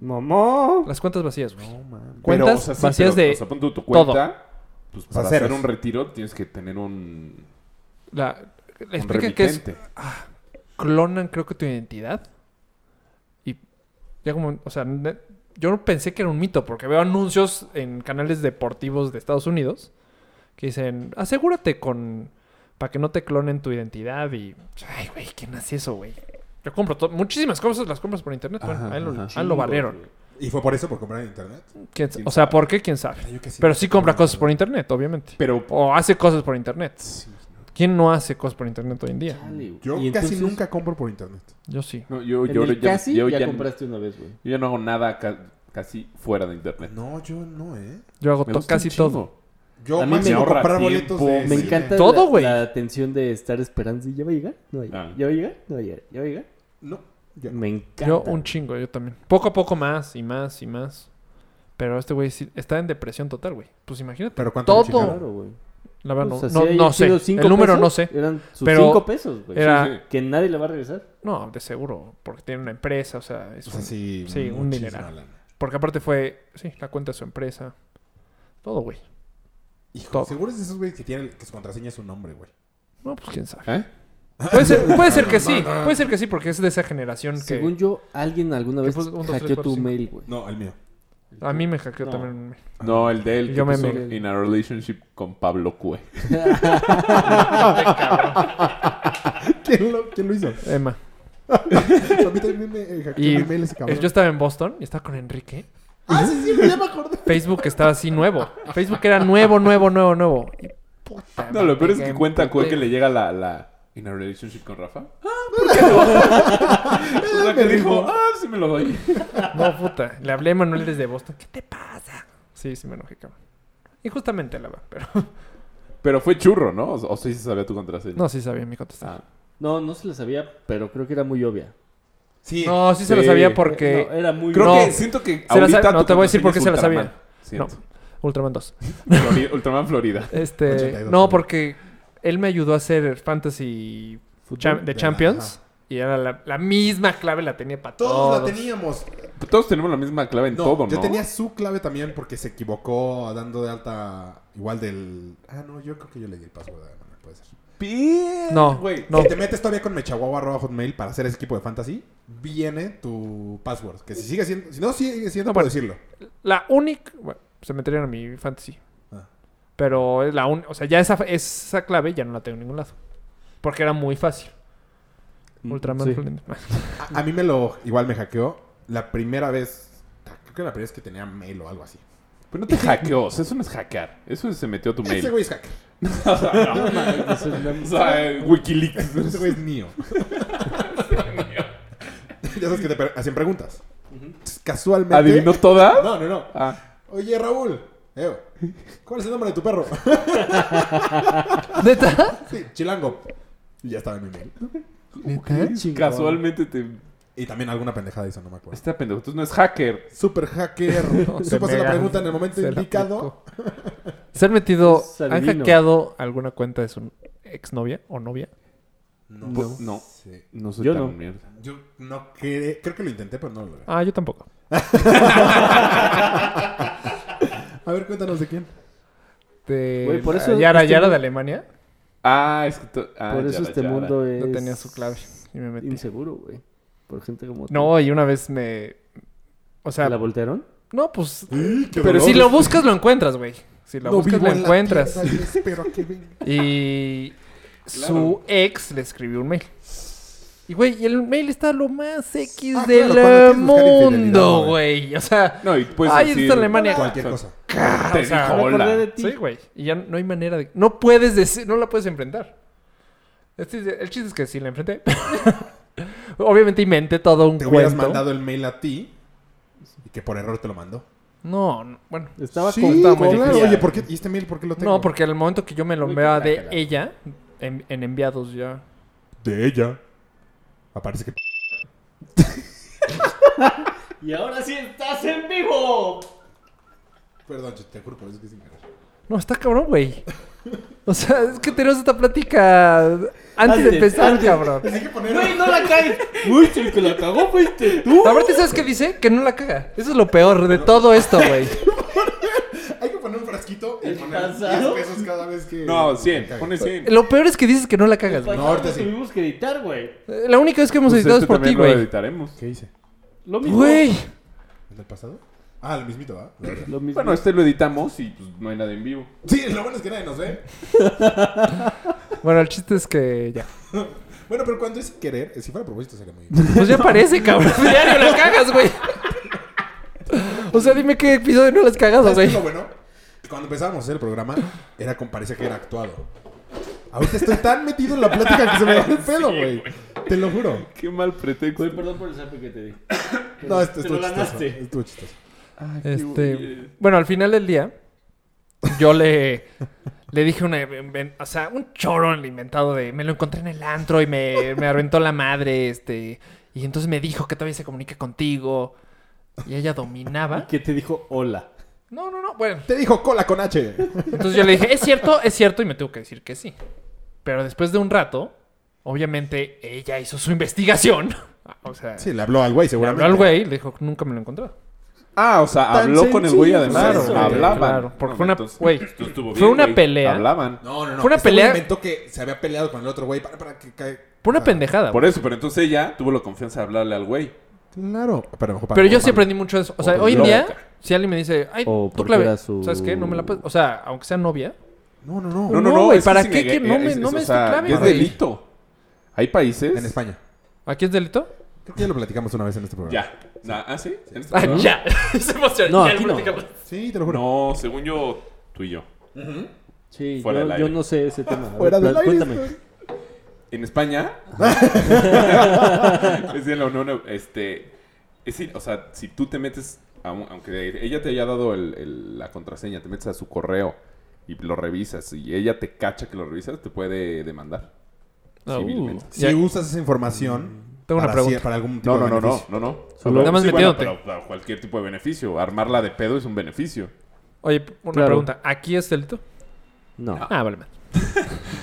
D: Mamá.
G: Las cuentas vacías, güey.
F: Pero,
G: Cuentas
F: o sea, sí,
G: vacías
F: pero,
G: de
F: O sea, pon tú tu
G: todo.
F: cuenta. Pues
E: sea,
F: para hacer
E: ceros.
F: un retiro tienes que tener un.
G: la. le
F: un
G: Explica que es.
F: remitente.
G: Clonan, creo que tu identidad. Y ya como. O sea, ne- yo no pensé que era un mito, porque veo anuncios en canales deportivos de Estados Unidos que dicen: asegúrate con. para que no te clonen tu identidad. Y. Ay, güey, ¿quién hace eso, güey? Yo compro to- muchísimas cosas, las compras por internet. Bueno,
F: Ajá,
G: Ah, ahí lo,
F: ajá.
G: ahí lo barrieron.
E: ¿Y fue por eso, por comprar en internet?
G: ¿Quién sa- o sea, ¿por qué? ¿Quién sabe?
E: Yo qué sé.
G: Pero sí compra cosas por internet, obviamente.
F: Pero.
G: O hace cosas por internet.
E: Sí.
G: ¿Quién no hace cosas por internet hoy en día?
E: Yo
D: Y
E: casi
D: entonces,
E: nunca compro por internet.
G: Yo sí.
F: No, yo,
D: en
F: yo,
D: el
F: yo-
D: casi
F: yo
D: ya,
F: ya,
D: compraste una vez, güey.
F: yo ya no hago nada ca- casi fuera de internet.
E: No, yo no, ¿eh?
G: Yo hago
F: Me
G: to-
F: gusta un
G: casi
F: chingo.
G: todo.
E: Yo
D: A mí me
E: máximo
F: ahorra
E: comprar
F: tiempo,
E: boletos de
D: Me
E: cine.
D: encanta
G: Todo,
D: la,
G: güey.
D: la tensión de estar esperando. si ¿Ya va a llegar? No va a llegar.
F: Ah.
D: ¿Ya va a llegar? No va a llegar. ¿Ya va a llegar?
E: No, yo no.
D: Me encanta.
G: Yo un chingo, yo también. Poco a poco más y más y más. Pero este güey sí- está en deprchión total, güey. Pues imagínate.
E: Pero ¿cuánto
G: Todo.
E: le chingaron?
D: Claro, güey.
G: La verdad,
D: O sea,
G: no,
D: si
G: no,
D: haya
G: no sé.
D: sido
G: El
D: cinco
G: número
D: pesos,
G: no sé.
D: Eran sus
G: Pero
D: 5 pesos, güey.
G: Era,
F: Sí, sí.
D: Que nadie le va a regresar.
G: no, de seguro, porque tiene una empresa, o sea, es
E: O sea,
G: un-
E: sí,
G: Sí, un
E: muchísima
G: dineral.
E: lana.
G: Porque aparte fue, sí, la cuenta de su empresa. Todo, güey.
E: Hijo,
G: Todo.
E: seguro es de esos güeyes que tienen que su contraseña es su nombre, güey.
G: No, pues quién sabe.
F: ¿Eh?
G: Puede ser, puede ser que sí, puede ser que sí, porque es de esa generación que
D: Según yo, alguien alguna
G: que
D: vez
G: puso un, dos, tres,
D: hackeó
G: cuatro,
D: tu
G: cinco.
D: mail, güey.
E: No, el mío.
G: a mí me hackeó
D: No.
G: también. un-
F: No, el de él.
G: Yo
F: Yo
G: me
F: me
G: me-
F: In a relationship con Pablo Cue.
E: ¿Quién lo, quién lo hizo?
G: Emma.
E: A mí también me eh, hackeó
G: Eh. Y
E: mi mail ese cabrón.
G: Yo estaba en Boston y estaba con Enrique.
E: Ah, sí, sí, ya me acordé.
G: Facebook estaba así nuevo. Facebook era nuevo, nuevo, nuevo, nuevo. Y puta
F: No, lo peor es
G: madre,
F: que cuenta Cue
G: empecé-
F: que le llega la, la In a relationship con Rafa. Ah, ¿por qué no? o sea, que dijo, ah, sí me lo doy.
G: No, puta. Le hablé a Manuel desde Boston. ¿Qué te pasa? Sí, sí me enojé, cabrón. Y justamente la verdad, pero...
F: Pero fue churro, ¿no? O o sí se sabía tu contraseña.
G: No, sí sabía mi contestación.
F: Ah.
D: No, no se la sabía, pero creo que era muy obvia. Eh,
E: Sí,
G: No, sí se lo
F: Sí.
G: sabía porque...
D: No, era muy
F: Creo
G: No.
F: que siento que
G: la
F: ahorita
G: sabe- no,
F: tu
G: te voy a decir por qué se la
F: contraseña es
G: sabía.
F: Ultraman. Siento.
G: Ultraman 2.
F: Flori- Ultraman Florida.
G: Este...
E: 82,
G: No,
E: ¿no?
G: porque él me ayudó a hacer Fantasy Cham- de
E: Ajá.
G: Champions. Y era la, la misma clave, la tenía para todos.
E: Todos, la teníamos.
F: Todos tenemos la misma clave en
E: No,
F: todo, ¿no?
E: yo tenía su clave también porque se equivocó dando de alta igual del... Ah, no, yo creo que yo le di el password a Emanuel, puede ser.
F: Bien,
G: No,
F: güey.
G: no.
E: Si te metes todavía con mechaguagua.hotmail para hacer ese equipo de fantasy, viene tu password. Que si sigue siendo... Si no sigue siendo,
G: No,
E: puedo
G: bueno.
E: decirlo.
G: La única. Bueno, se meterían a mi fantasy.
E: Ah.
G: Pero es la un- O sea, ya esa, esa clave ya no la tengo en ningún lado. Porque era muy fácil. Ultraman.
D: Mm, sí.
G: Flame.
E: A, a mí me lo... Igual me hackeó la primera vez... Creo que la primera vez que tenía mail o algo así.
F: Pero no te hackeó, o sea, eso no es hackear. Eso es- se metió a tu
E: Ese
F: mail.
E: güey es hacker.
F: O sea, no, o sea, eh, Wikileaks.
E: Ese güey es mío. ya sabes que te pre- hacían preguntas. Entonces, Casualmente...
F: ¿Adivinó toda?
E: No, no, no.
F: Ah,
E: Oye, Raúl. Eo, ¿Cuál es el nombre de tu perro?
G: ¿Neta?
E: Sí, Chilango. Y ya estaba en mi mail.
F: casualmente te...
E: Y también alguna pendejada hizo, no me acuerdo.
F: Está pendejo, entonces no es hacker.
E: Super hacker. Supo hacer la
G: mega-
E: pregunta en el momento
G: se la
E: indicado.
G: ¿Se han metido.
D: Es
G: ¿Han
D: adivino.
G: hackeado alguna cuenta de su exnovia o novia?
E: No.
F: No.
E: sé.
F: No soy
D: Yo
F: tan
D: no.
F: mierda.
E: Yo no cre- creo que lo intenté, pero no lo logré.
G: Ah, yo tampoco.
E: A ver, cuéntanos de quién.
G: De
D: Güey, por
G: la
D: eso
G: Yara
D: este
G: Yara
D: mu-
G: de Alemania.
F: Ah, es que... to- ah,
D: Por eso
F: ya,
D: este
F: ya.
D: mundo es...
G: No tenía su clave. Y me metí.
D: Inseguro, güey. Por gente como tú.
G: No, y una vez me. O
D: ¿Te
G: sea,
D: ¿La voltearon?
G: no, pues.
E: dolor.
G: Pero si lo buscas, lo encuentras, güey. Si lo
E: No
G: buscas,
E: vivo
G: lo
E: en la
G: encuentras.
E: tierra y espero a que venga.
G: Y su ex le escribió un mail. Y, güey, y el mail está lo más X
E: Ah,
G: del
E: claro, cuando quieres buscar
G: mundo,
E: infidelidad,
G: güey. O sea,
F: No, y puedes
G: ahí
F: decir... "Ah,
G: está Alemania.
E: Cualquier cosa.
F: Te
G: Ah, o sea,
F: dijo
D: Me acordé
F: hola.
D: de ti.
G: Sí, güey. Y ya no hay manera de... No puedes decir... No la puedes enfrentar. Este es- el chiste es que sí la enfrenté. Obviamente inventé todo un
E: Te hubieras
G: cuento.
E: mandado el mail a ti y que por error te lo mandó.
G: No, no, bueno.
D: Estaba
E: sí,
D: con...
G: estaba muy
E: claro.
G: difícil.
E: Oye, ¿por qué? ¿y este mail por qué lo tengo?
G: No, porque al momento que yo me lo
F: Uy,
G: vea
F: qué
G: de
F: cagado.
G: ella, en, en enviados ya...
E: De ella. Aparece que...
D: Y ahora sí estás en vivo.
E: Perdón, yo te juro, pero es que sin querer.
G: No, está cabrón, güey. O sea, es que tenemos esta plática antes, de
D: Antes,
G: empezar,
D: antes.
G: cabrón.
E: Pues Hay que poner...
D: Güey, no la caes. Uy, el que la cagó fuiste tú.
G: Aparte, ¿sabes qué dice? Que no la caga. Eso es lo peor de todo esto, güey.
E: Hay que poner un frasquito y
D: ¿El
E: poner 10
D: pasado?
E: pesos cada vez que.
F: No, 100. Pone 100.
G: Lo peor es que dices que no la cagas, güey.
E: No, ahorita sí.
D: Pues, Tuvimos que editar, güey.
G: Eh, La única vez que hemos
F: Pues
G: editado
F: este
G: es por ti,
F: también Lo
G: güey.
F: editaremos.
E: ¿Qué hice?
D: Lo mismo.
G: Güey.
E: ¿En el pasado? Ah, el mismito, ¿ah?
D: Lo mismo.
F: Bueno, este lo editamos y pues no hay nada en vivo.
E: Sí, lo bueno es que nadie nos ve.
G: Bueno, el chiste es que ya.
E: Bueno, pero cuando es sin querer, si fuera a propósito sería muy.
G: Pues ya parece, cabrón. Diario la cagas, güey. O sea, dime qué episodio no las cagas,
E: ¿Sabes qué es
G: güey.
E: lo bueno? Cuando empezábamos a hacer el programa, era con parecía que era actuado. Ahorita estoy tan metido en la plática que se me va el pelo, güey. Te lo juro.
F: Qué mal pretexto.
D: Güey, perdón por el zape que te di.
E: No, esto
D: Te lo
E: estuvo chistoso.
D: ganaste.
E: Estuvo chistoso.
G: Este, bueno, al final del día, yo le, le dije una, ven- ven- o sea, un choro inventado de, me lo encontré en el antro y me, me aventó la madre, este, y entonces me dijo que todavía se comunica contigo y ella dominaba.
D: Que te dijo hola.
G: No, no, no, bueno,
E: Te dijo cola con H.
G: entonces yo le dije, es cierto, es cierto y me tuvo que decir que sí. Pero después de un rato, obviamente ella hizo su investigación, o sea,
E: Sí, le habló al güey,
G: le
E: seguramente.
G: habló al güey y le dijo, nunca me lo he encontrado.
F: Ah, o sea,
D: Tan
F: habló con el güey
D: sencillo,
F: además.
D: claro, güey,
F: Hablaban.
G: claro, porque fue una-
F: entonces,
G: güey,
F: esto estuvo
G: fue una
F: güey.
G: pelea.
F: Hablaban.
E: No, no, no.
G: Fue una
E: Este güey
G: pelea-
E: inventó que se había peleado con el otro güey para, para que cae.
G: Por una
E: Ah,
G: pendejada.
F: Por eso, pero entonces ella tuvo la confianza de hablarle al güey.
E: Claro. Pero, mejor para-
G: Pero yo
E: para-
G: sí aprendí mucho de eso. O sea,
F: Por
G: hoy en
F: loca.
G: día, si alguien me dice, ay,
D: O
G: tu
D: porque
G: clave,
D: era su-
G: ¿sabes qué? No me la puedes. O sea, aunque sea novia.
E: No, no, no.
F: No, no,
G: No,
F: no.
G: güey,
F: es que
G: ¿para
F: es
G: qué?
F: ilega-
G: ¿Qué? No me-
F: es-
G: no me
F: o sea,
G: clave,
F: ya es
G: güey.
F: delito. Hay países.
E: En España.
G: ¿Aquí es delito?
E: Creo que ya lo platicamos una vez en este programa.
F: Ya. Na- ¿Ah, sí? ¿En este
G: Ah,
F: programa?
G: ya. es emocionante.
D: No,
G: Ya
D: aquí
G: lo
D: no.
G: platicamos.
E: Sí, te lo juro.
F: No, según yo, tú y yo.
D: Sí,
F: Fuera del
D: yo,
F: aire.
D: yo no sé ese tema. A ver,
E: Fuera del
D: pla-
E: aire.
D: Cuéntame.
E: esto.
F: En España. es en la Unión Eu- Este. Es decir, o sea, si tú te metes. a un- aunque ella te haya dado el- el- la contraseña, te metes a su correo y lo revisas y ella te cacha que lo revisas, te puede demandar.
G: Ah, uh.
F: Civilmente.
E: Si
G: Ya.
E: usas esa información
G: Mm. Tengo una
E: para,
G: pregunta.
E: cier- para algún tipo
F: No,
E: de
F: no, no, no, no,
E: beneficio.
F: no.
D: Solo-
G: Nada más
F: bueno,
G: metiéndote.
F: pero- pero cualquier tipo de beneficio. Armarla de pedo es un beneficio.
G: Oye, una
D: Claro.
G: pregunta. ¿Aquí es delito?
D: No.
G: Ah, vale, man.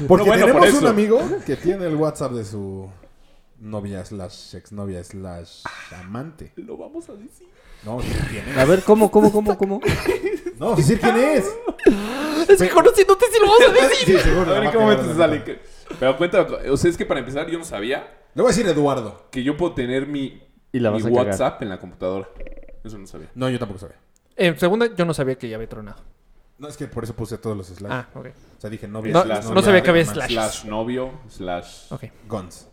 E: Porque
F: No, bueno,
E: tenemos
F: por eso.
E: un amigo que tiene el WhatsApp de su novia slash exnovia slash amante.
F: Lo vamos a decir.
E: No vamos a decir quién es.
D: A ver, ¿cómo, cómo, cómo, cómo?
E: No vamos a decir quién es.
C: Es que conociéndote si lo vamos a decir.
E: Sí, seguro.
F: A ver en
E: va
F: qué
E: a
F: momento
E: quedar
F: se
E: la
F: sale.
E: neta.
F: que- Pero cuéntame, o sea, es que para empezar yo no sabía
E: Le voy a decir Eduardo.
F: que yo puedo tener mi,
D: Y la
F: mi
D: vas a cagar.
F: WhatsApp en la computadora. Eso no sabía.
E: No, yo tampoco sabía.
G: En segunda, yo no sabía que ya había tronado.
E: No, es que por eso puse todos los slash.
G: Ah, ok.
E: O sea, dije novia
G: No,
E: slash.
F: no
E: novia,
F: sabía que
G: había
E: amante,
G: slash.
F: Slash novio, slash...
G: Ok,
E: Guns.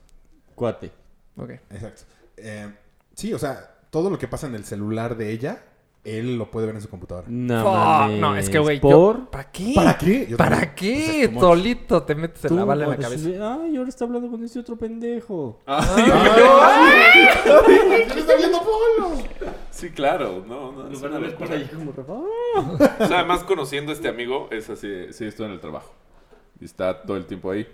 D: Cuate.
G: ok.
E: Exacto. Eh, sí, o sea, todo lo que pasa en el celular de ella, él lo puede ver en su computadora.
D: No,
G: Fuck,
D: mames.
G: no, es que, güey. yo-
D: Por.
G: ¿Para qué?
E: ¿Para qué? Yo
G: ¿Para
E: también.
G: qué?
E: Pues es too much.
G: Solito te metes
D: Tú,
G: la bala en la
D: pues,
G: cabeza.
D: sí, Ay, ahora está hablando con ese otro pendejo.
F: Ay,
G: Ah.
E: ¡Él está viendo Polo!
F: sí, claro. No, no, es una locura. O sea, además conociendo a este amigo, es así, de, sí, estoy en el trabajo. Y está todo el tiempo ahí.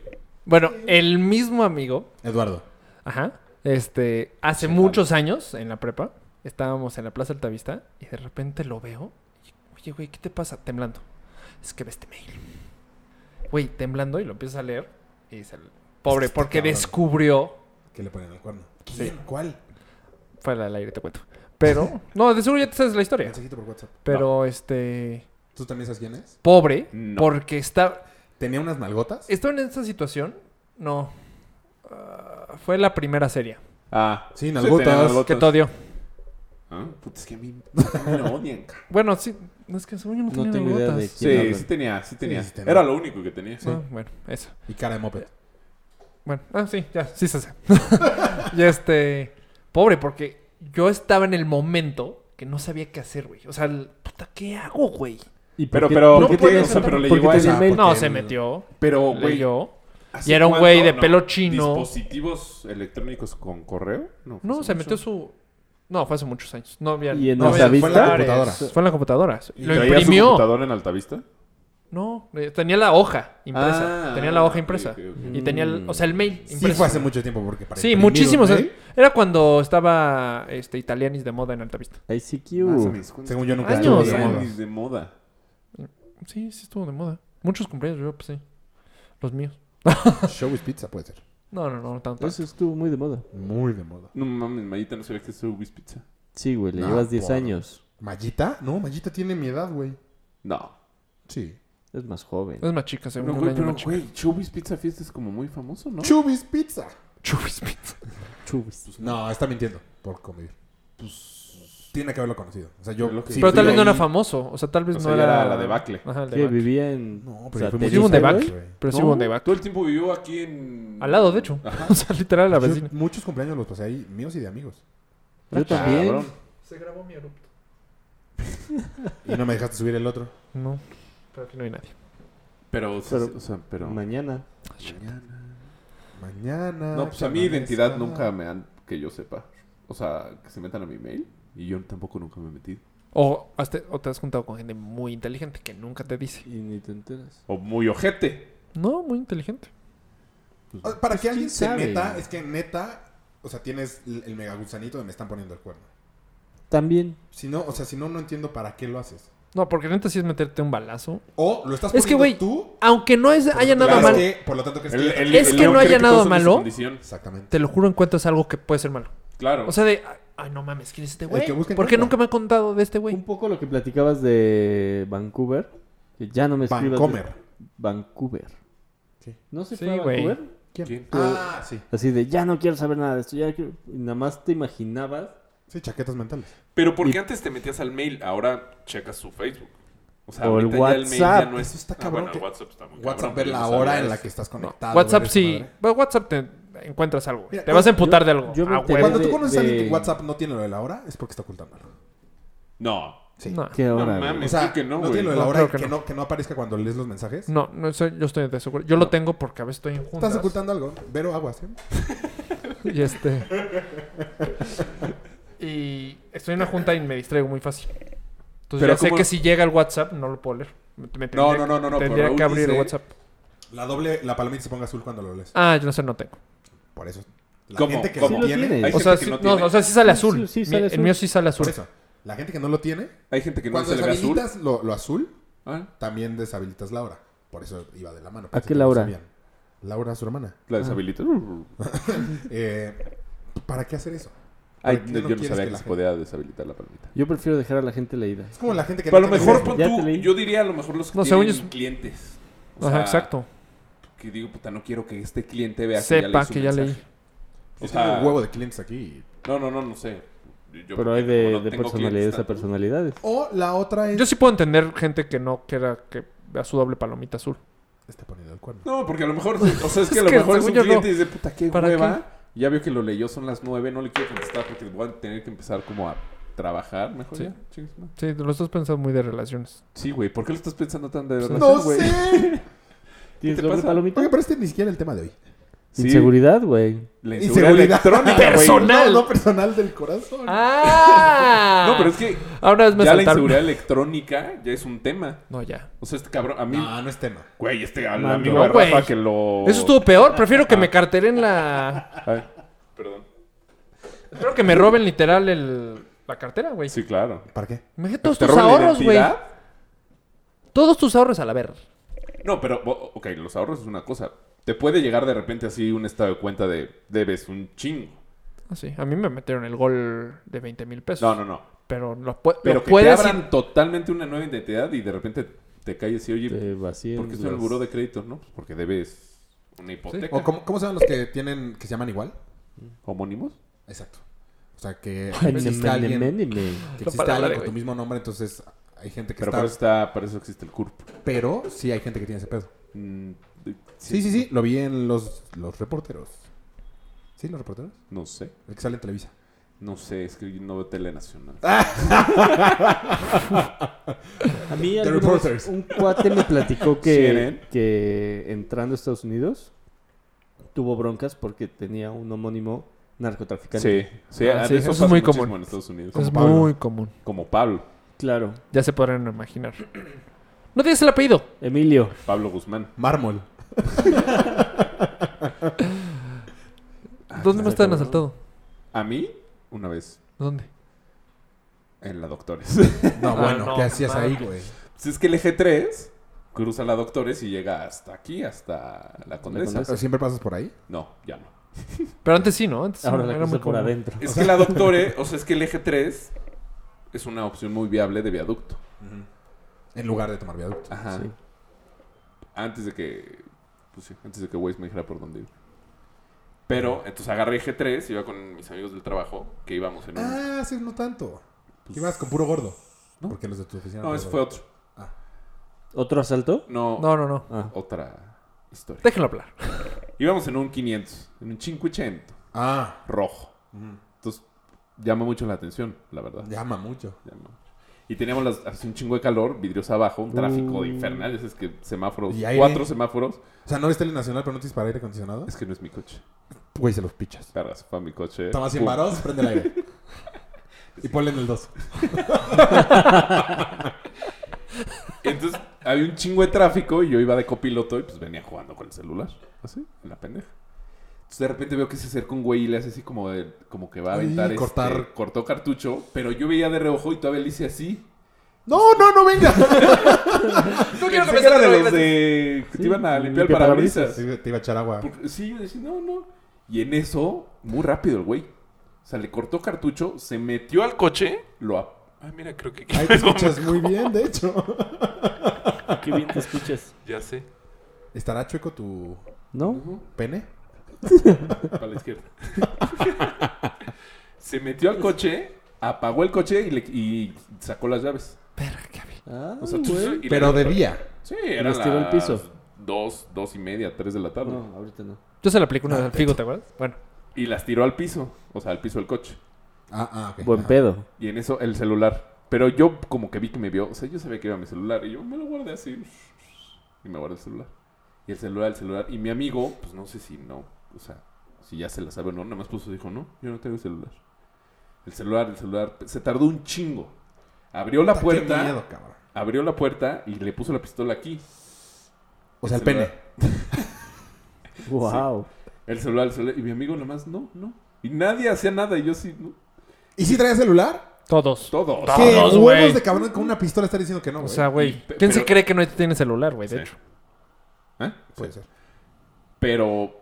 G: Bueno, el mismo amigo,
E: Eduardo.
G: ajá, este, hace muchos años en la prepa, estábamos en la Plaza Altavista y de repente lo veo. y, Oye, güey, ¿qué te pasa? Temblando. Es que ve este mail. Güey, temblando y lo empieza a leer y dice, el- pobre,
E: Este
G: porque
E: cabrón.
G: descubrió
E: Que le ponen el cuerno. ¿Quién? ¿Cuál?
G: Fuera del aire te cuento. Pero, no, de seguro ya te sabes la historia.
E: Mensajito por WhatsApp.
G: Pero, este,
E: ¿Tú también sabes quién es?
G: pobre,
F: No.
G: porque está,
E: ¿Tenía unas nalgotas?
G: estaba en esta situación, no, Ah, fue la primera serie
F: Ah.
E: Sí, nalgotas.
F: tenía
G: que te odió.
F: Ah, puta, es que a mí a mí me odian, cabrón.
G: Bueno, sí, no, es que según yo no,
D: No
G: tenía
D: tengo idea
G: nalgotas.
D: de quién
F: Sí,
D: habla.
F: sí tenía, sí tenía.
E: sí tenía.
F: Era lo único que tenía.
G: Ah, bueno, eso.
E: Y cara de moped.
G: Bueno, ah, sí, ya, sí se hace. y este, pobre, porque yo estaba en el momento que no sabía qué hacer, güey. O sea, el- puta, ¿qué hago, güey?
D: ¿Y por
F: Pero,
D: qué-
F: pero,
D: por qué
F: ¿qué tiene?
D: tenía
F: O sea,
D: tanta-
F: pero le
D: por qué
F: llegó a
D: tenía
E: esa-
D: mail?
E: porque
G: No, se
E: el-
G: metió,
F: Pero, güey.
G: leyó.
F: ¿hace
G: Y era un
F: cuánto?
G: güey de
F: No.
G: pelo chino.
F: ¿Dispositivos electrónicos con correo? No,
G: No,
F: hace
G: se
F: mucho.
G: metió su... No, fue hace muchos años. No había...
D: Y en
G: no había-
E: Altavista. Fue en la
G: celulares.
E: computadora.
G: Fue en la computadora.
F: ¿Y
G: Lo
F: traía su
G: imprimió.
F: computadora en altavista?
G: No, eh, tenía la hoja impresa.
F: Ah,
G: tenía la hoja
F: ok,
G: impresa.
F: ok, ok.
G: Y tenía, el, o sea, el mail
E: Sí,
G: impreso.
E: fue hace mucho tiempo porque para
G: Sí,
E: imprimir
G: muchísimo. o
E: un
G: sea,
E: mail,
G: era cuando estaba este, Italianis de moda en Altavista.
D: ICQ.
E: Según yo nunca
G: Años.
E: estuve
F: Eran
E: de
F: mis de moda.
G: Sí, sí estuvo de moda. Muchos cumpleaños, yo pues sí. Los míos.
E: moda. Show with pizza puede ser.
G: No, no, no, no tanto.
F: Pues,
D: Eso estuvo muy de moda.
E: Muy de moda.
F: No mames, Mayita no sabía que es Subway's Pizza.
D: Sí, güey, le
E: No,
D: llevas 10
E: por-
D: años.
E: ¿Mallita? No, Mallita tiene mi edad, güey.
F: No.
E: Sí.
D: Es más joven.
G: Es más chica, según
F: Pero,
G: un
F: güey,
G: año
F: pero,
G: más chica.
F: güey, Chubby's Pizza Fiesta es como muy famoso, ¿no?
E: Chubis Pizza.
G: Chubis Pizza.
D: Chubis.
E: No, está mintiendo por convivir. Pues tiene que haberlo conocido. O sea, yo
F: Lo que-
E: sí
G: Pero
E: fui
G: tal vez no
E: ahí.
G: era famoso. O sea, tal vez
F: O
G: no
F: sea, ya
G: era...
F: era la debacle.
G: Ajá, el
D: Que
G: debacle.
D: vivía en.
E: No, pero fue
D: satélite,
E: mucho
G: Sí hubo un
E: tiempo,
G: debacle.
E: güey.
G: Pero sí
D: No.
G: hubo un debacle.
F: Todo el tiempo vivió aquí en...
G: Al lado, de hecho. O sea, literal, la
E: Yo
G: vecina.
E: muchos cumpleaños los pasé ahí, míos y de amigos.
D: Yo también.
F: Cabrón.
G: Se grabó mi erupto.
E: Y no me dejaste subir el otro.
G: No, pero aquí no hay nadie.
F: Pero, o sea,
D: Pero-
F: o sea, pero...
D: Mañana.
E: Mañana.
F: No, pues
E: que
F: a mi identidad
E: amanezca.
F: nunca me han... Que yo sepa. O sea, que se metan a mi mail. Y yo tampoco nunca me he metido.
G: O, has te- o te has juntado con gente muy inteligente que nunca te dice.
D: Y ni te enteras.
F: O muy ojete.
G: No, muy inteligente.
E: O sea, Para que alguien se
D: sabe?
E: meta, es que neta, o sea, tienes el, el mega gusanito de me están poniendo el cuerno.
D: También.
E: Si no, o sea, si no, no entiendo para qué lo haces.
G: No, porque neta sí es meterte un balazo.
E: O lo estás
G: Es que,
E: poniendo
G: güey,
E: tú.
G: aunque no es- haya nada
E: por lo tanto,
G: mal,
E: crees que- por lo tanto, crees que.
F: El- el-
G: Es
F: el
G: que
F: león
G: no
F: cree
G: haya
F: que
G: nada
F: todos son de su
G: malo.
F: condición.
E: Exactamente.
G: te lo juro, encuentras algo que puede ser malo.
F: Claro.
G: O sea, de, ay, ay, no mames, ¿quién es este güey?
E: que busca
G: ¿Por qué nunca
E: encuentra.
G: me ha contado de este güey?
D: Un poco lo que platicabas de Vancouver. Que ya no me escribas.
E: Vancomer.
D: Vancouver.
E: Sí.
D: ¿No se
G: Sí,
D: fue a
G: güey.
D: Vancouver?
F: ¿Quién?
E: Ah, sí.
D: Así de, ya no quiero saber nada de esto. Ya quiero- y nada más te imaginabas.
E: Sí, chaquetas mentales.
F: Pero porque antes te metías al mail, ahora checas su Facebook. O sea,
D: O el
F: ahorita ya el mail ya
D: WhatsApp.
F: no es...
E: Eso está
F: Ah,
E: cabrón
F: bueno,
E: que-
F: WhatsApp está muy
E: WhatsApp,
F: cabrón,
E: ver
F: pero
E: la
F: yo no
E: hora
F: sabía
E: en la
F: eso.
E: que estás conectado.
G: WhatsApp
E: eres
G: sí.
E: madre.
G: Pero WhatsApp te encuentras algo. güey.
E: Mira,
G: te
E: yo-
G: vas a emputar de algo.
D: yo me
G: Ah,
D: enteré-
G: güé-
E: Cuando tú
D: de-
E: conoces a alguien
D: de-
E: que WhatsApp no tiene lo de la hora, es porque está ocultándolo.
F: No.
E: Sí.
G: No,
D: ¿Qué
F: No
D: hora? güey?
F: mames,
E: O sea,
F: creo que no,
E: no
F: güey.
E: tiene lo de la
G: No,
E: hora
G: creo
E: y
G: que
E: que
G: no.
E: no, que no aparezca cuando lees los mensajes.
G: no, no, soy- yo estoy de seguro. Yo lo tengo porque a veces estoy en juntas.
E: Estás ocultando algo. Vero aguas, ¿eh?
G: Y este. y estoy en una junta y me distraigo muy fácil. Entonces
F: Pero
G: ya sé
F: ¿cómo-
G: que si llega el WhatsApp no lo puedo leer. Me- me tendría-
F: no, no, no, no, pero
G: Tendría
F: Raúl
G: que abrir el
F: dice-
G: WhatsApp.
E: La doble, la palomita se ponga azul cuando lo lees.
G: Ah, yo no sé, no tengo.
E: Por eso. La
F: ¿Cómo?
E: gente que
F: ¿Cómo?
E: lo
D: Sí lo
E: tiene.
D: tienes.
F: Hay
G: O
F: gente
G: sea,
F: que
G: sí,
F: no
G: no,
F: tiene.
G: o sea, sí sale azul.
D: Sí, sí
G: Mi-
D: sale
G: el
D: azul.
G: mío sí sale azul.
E: Por eso. La gente que no lo tiene,
F: Hay gente que no
E: cuando
F: se le ve azul.
E: deshabilitas lo, lo azul,
F: Ah,
E: también deshabilitas la hora. Por eso iba de la mano.
D: ¿A
E: pensé
D: qué
E: que
D: la
E: lo
D: hora?
E: sabían. Laura, su hermana.
F: La deshabilita.
E: Eh, ¿Para qué hacer eso?
F: Ay,
E: ¿Para qué
F: no, yo no
E: quieres
F: sabía
E: que
F: que
E: la
F: se
E: gente-
F: podía deshabilitar la palomita.
D: Yo prefiero dejar a la gente leída.
E: Es como la gente que
F: A lo
E: no tiene
F: mejor,
E: dinero.
F: pon
D: Ya te
F: tú,
D: leí.
F: yo diría a lo mejor los que
G: No, según
F: tienen
G: yo es-
F: clientes. O
G: Ajá,
F: sea,
G: exacto.
F: Que digo, puta, no quiero que este cliente vea
G: Sepa
F: su
G: que ya
F: mensaje.
G: leí.
F: pues, O
E: Yo tengo
F: sea,
E: un huevo de clientes aquí.
F: no, no, no, no sé. Yo- yo-
D: Pero hay
F: como
D: de,
F: no
D: de
F: tengo
D: personalidades
F: clientes
D: a
F: tan-
D: personalidades.
E: O la otra es...
G: Yo sí puedo entender gente que no quiera que vea su doble palomita azul.
E: Está poniendo el cuerno.
F: No, porque a lo mejor, o sea, es que a
G: Es
F: lo
G: que
F: mejor es un
G: según yo no.
F: cliente y dice, puta, qué
G: ¿Para
F: hueva. Ya vio que lo leyó, son las nueve, no le quiero contestar porque voy a tener que empezar como a trabajar mejor.
G: Sí.
F: ya, chingues, ¿no?
G: Sí, lo estás pensando muy de relaciones.
F: Sí, güey, ¿por qué lo estás pensando tan de verdad?
E: No sé.
D: ¿Tienes
F: te
D: doble
F: pasa?
D: palomita?
E: Oye, pero este ni siquiera es el tema de hoy.
F: Sí,
D: Inseguridad, güey.
F: La inseguridad, electrónica, güey.
E: Personal. No, no personal del corazón.
G: ¡Ah!
F: No, pero es que
G: Ahora es me
F: ya la
G: saltaron.
F: inseguridad electrónica ya es un tema.
G: No, ya.
F: O sea, este cabrón, a mí,
D: Ah,
E: No, no es tema.
F: güey, este al
D: Mando.
F: amigo de
G: No, güey.
F: Rafa que lo...
G: Eso estuvo peor. Prefiero que me carteren la...
F: Ay, perdón.
G: Prefiero que me roben literal el... la cartera, güey.
F: Sí, claro.
E: ¿Para qué?
G: Me dejé todos
F: ¿Te
G: tus
F: roban la
G: ahorros, güey.
F: identidad?
G: Todos tus ahorros a la ver.
F: No, pero, o- ok, los ahorros es una cosa. Te puede llegar de repente así un estado de cuenta de debes un chingo.
G: Ah, sí. A mí me metieron el gol de 20 mil pesos.
F: No, no, no.
G: Pero lo, pue- lo
F: Pero que te
G: puedes...
F: abran totalmente una nueva identidad y de repente te cae así, oye,
D: Te vacían
F: ¿por qué estoy en el
D: las-
F: buró de crédito? No, pues porque debes una hipoteca.
E: ¿O cómo, cómo se llaman los que tienen, que se llaman igual?
F: ¿Homónimos?
E: Exacto. O sea, que
D: Ay,
E: existe
D: nene, nene,
E: alguien,
D: nene.
E: que
G: La
E: existe
G: palabra,
E: alguien con
G: güey.
E: tu mismo nombre, entonces hay gente que
F: Pero
E: está...
F: para eso, está, para eso existe el CURP.
E: Pero sí hay gente que tiene ese pedo.
F: Mm, de-
E: Sí, sí, sí. Lo vi en los, los reporteros. ¿Sí, los reporteros?
F: No sé.
E: El que sale en Televisa.
F: No sé, es que yo no veo tele nacional.
D: A mí
E: The
D: alguna vez
E: Reporters.
D: un cuate me platicó
F: CNN.
D: que, que entrando a Estados Unidos tuvo broncas porque tenía un homónimo narcotraficante.
F: Sí, sí,
G: Ah, sí,
F: eso,
G: eso es
F: pasa
G: muy
F: muchísimo
G: común.
F: en Estados Unidos.
G: Es
F: Como,
G: muy común.
F: como Pablo,
D: Claro.
G: Ya se podrán imaginar. No tienes el apellido.
D: Emilio.
F: Pablo Guzmán.
E: Mármol.
F: Ah,
G: ¿Dónde me están asaltado?
F: A mí, una vez,
G: ¿Dónde?
F: en la Doctores.
E: No,
G: Ah,
E: bueno,
G: no,
E: ¿qué hacías ahí,
G: mames.
E: güey?
F: Pues es que el eje 3 cruza la Doctores y llega hasta aquí, hasta la Condesa.
D: Condesa.
E: ¿Siempre pasas por ahí?
F: No, ya no.
G: Pero antes sí, ¿no? Antes sí,
D: Ahora
G: no,
D: la
G: era muy
D: cosa por
G: común.
D: adentro.
F: Es que la Doctores, o sea, es que el eje 3 es una opción muy viable de viaducto.
E: En lugar de tomar viaducto.
F: Ajá.
D: Sí.
F: Antes de que. Pues sí, antes de que Waze me dijera por dónde ir. Pero, entonces agarré eje 3, iba con mis amigos del trabajo, que íbamos en un.
E: Ah, sí, no tanto. Que Ibas con puro gordo. Porque los de tu oficina...
F: pues no, ese fue otro.
D: ¿Otro asalto?
F: No,
G: No, no, no.
D: Ah.
F: otra historia.
G: Déjenlo hablar.
F: Íbamos en un 500, en un 580,
E: Ah,
F: rojo. Entonces, llama mucho la atención, la verdad.
E: llama mucho.
F: Llama. Y teníamos las, así un chingo de calor, vidrios abajo, un tráfico infernal. Es que semáforos,
E: ¿Y aire?
F: cuatro semáforos.
E: O sea, ¿no ves tele nacional pero no tienes para aire acondicionado?
F: Es que no es mi coche.
E: Güey, se los pichas.
F: Claro, se fue a mi coche.
E: Toma 100
F: Pum.
E: varos, prende el aire. y ponle en el 2.
F: Entonces, había un chingo de tráfico y yo iba de copiloto y pues venía jugando con el celular. Así, en la pendeja. Entonces, de repente veo que se acerca un güey y le hace así como, de- como que va a
E: Ay,
F: aventar. este,
E: cortar.
F: cortó cartucho, pero yo veía de reojo y todavía le hice así.
E: No, no, no venga.
F: No quiero que era de los de. que te iban a
D: Sí,
F: limpiar el
D: limpia
F: parabrisas.
E: Sí, Te iba a echar agua.
F: Porque- Sí, yo decía, no, no. Y en eso, muy rápido el güey. O sea, le cortó cartucho, se metió al coche, lo... ap- Ah, mira, creo que...
E: Ahí te escuchas muy bien, de hecho.
D: Qué bien te escuchas.
F: Ya sé.
E: ¿Estará chueco tu
D: ¿No?
E: pene?
F: Para la izquierda. se metió al coche, apagó el coche y, le- y sacó las llaves.
D: Ah,
F: O sea,
D: güey.
F: tú- y
E: Pero
F: le-
E: de día.
F: Sí, era
D: Las tiró al
F: las
D: piso.
F: Dos, dos y media, tres de la tarde.
D: No, ahorita no.
G: Yo se la apliqué una
D: Ah,
G: vez al Figo, ¿te acuerdas? Bueno.
F: Y las tiró al piso, o sea, al piso del coche.
E: Ah, ah, ok.
D: Buen
E: Ajá.
D: pedo.
F: Y en eso, el celular. Pero yo como que vi que me vio. O sea, yo sabía que iba mi celular. Y yo me lo guardé así. Y me guardé el celular. Y el celular, el celular. Y mi amigo, pues no sé si no. O sea, si ya se la sabe o no. Nada más puso, dijo, no, yo no tengo celular. El celular, el celular. Se tardó un chingo. Abrió la
E: Puta, Ah, qué
F: puerta.
E: miedo, cabrón.
F: abrió la puerta y le puso la pistola aquí.
E: O sea, el
F: celular.
E: pene.
D: Wow.
F: El celular, el celular. Y mi amigo nada más, no, no. Y nadie hacía nada. Y yo sí, no.
E: ¿Y si traía celular?
G: Todos.
F: Todo.
E: ¿Qué huevos
G: güey.
E: de cabrón con una pistola estar diciendo que no,
G: O
E: güey?
G: sea, güey.
F: Y- pe-
G: ¿Quién se
F: pero-
G: cree que no tiene celular, güey? De
F: Sí.
G: hecho.
F: ¿Eh?
E: Puede ser.
F: Pero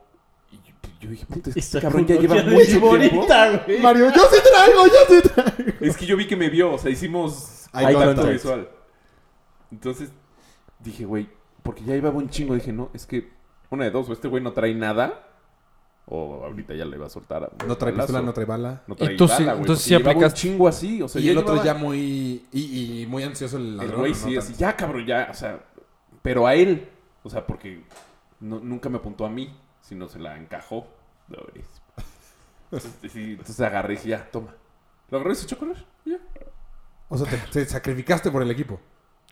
F: y- yo dije, puta, es que
D: Esta
F: cabrón ya lleva
D: cronología de
F: mucho tiempo.
D: Bonita, güey.
E: Mario, yo sí traigo, yo sí traigo.
F: Es que yo vi que me vio, o sea, hicimos
E: Eye
F: contacto
E: contact.
F: visual. Entonces dije, güey, porque ya iba buen chingo. Dije, no, es que una de dos, o este güey no trae nada, o ahorita ya le va a soltar. a-
E: No trae
F: balazo.
E: pistola, no trae bala.
F: No trae
G: Y tú sí-
F: bala, güey, porque
G: entonces sí
F: llevaba
G: aplicaste-
F: un chingo así, o sea,
E: y el otro
F: llevaba-
E: ya muy. Y, y muy ansioso el
F: El
E: ladrón.
F: güey
E: ¿no?
F: sí,
E: Tan-
F: así, ya cabrón, ya, o sea, pero a él, o sea, porque no- nunca me apuntó a mí, sino se la encajó. No, es- Entonces, sí, entonces agarré y dije, ya, toma. Lo agarré y se echó a correr, y ya.
E: O sea, te, te sacrificaste por el equipo.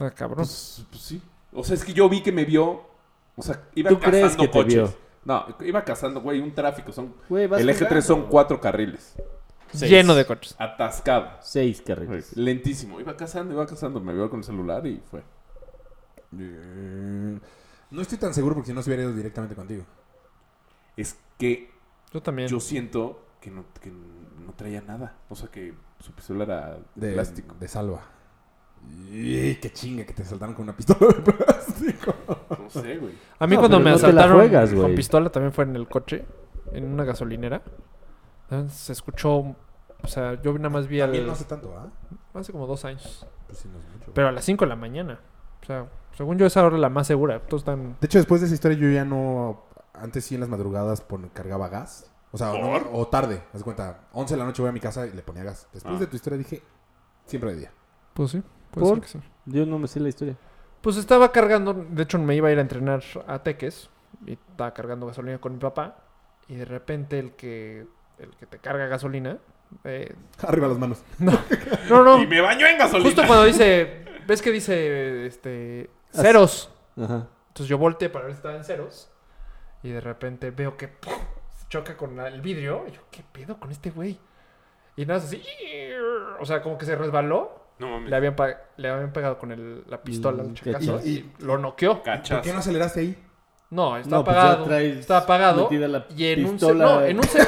G: Ah, cabrón.
F: Pues, pues sí. O sea, es que yo vi que me vio, o sea, iba
D: ¿Tú
F: cazando
D: crees que te
F: coches.
D: vio?
F: No, iba cazando, güey, un tráfico. Son,
D: Güey, vas
F: el eje 3 son
D: jugando.
F: cuatro carriles,
D: Seis.
G: Lleno de coches.
F: atascado,
D: Seis carriles.
F: lentísimo. Iba cazando, iba cazando, me vio con el celular y fue.
E: No estoy tan seguro porque si no se hubiera ido directamente contigo.
F: Es que
G: Yo también.
F: Yo siento que no, que no traía nada. O sea, que su pistola era de
E: De
F: plástico.
E: De salva. Y qué chinga que te saltaron con una pistola de plástico.
F: No sé, güey.
G: A mí
D: No,
G: cuando
D: pero
G: me
D: no te la
G: asaltaron
D: juegas,
G: con
D: güey.
G: pistola también fue en el coche, en una gasolinera. Entonces, Se escuchó, o sea, yo nada más vi al...
E: También no hace tanto, ¿ah?
G: Hace como dos años.
E: Pues sí, no es mucho.
G: Pero a las 5 de la mañana. O sea, según yo esa hora la más segura. Todos están...
E: De hecho, después de esa historia yo ya no... Antes sí en las madrugadas pon- cargaba gas. O sea, o, no- o tarde. Haz de cuenta, 11 de la noche voy a mi casa y le ponía gas. Después
F: Ah.
E: de tu historia dije, siempre de día.
G: Pues sí,
D: puede ser que Yo no me sé la historia.
G: Pues estaba cargando, de hecho me iba a ir a entrenar a Teques y estaba cargando gasolina con mi papá y de repente el que el que te carga gasolina eh,
E: Arriba las manos.
G: no no
F: Y me baño en gasolina.
G: justo cuando dice ves que dice este ceros
D: Ajá.
G: entonces yo volteé para ver si estaba en ceros y de repente veo que ¡pum! se choca con la- el vidrio y yo qué pedo con este güey y nada más así o sea como que se resbaló
F: No
G: le
F: mames.
G: habían, pa- le habían pegado con el- la pistola al
D: Mm,
G: chacazo
E: y-
G: y lo noqueó
E: ¿Por qué no
F: Cachazo.
E: aceleraste ahí?
G: No, está
D: No, pues ya
G: apagado.
D: traes
G: está apagado.
D: metida la
G: Y en un, se-
D: pistola.
G: no, en un se-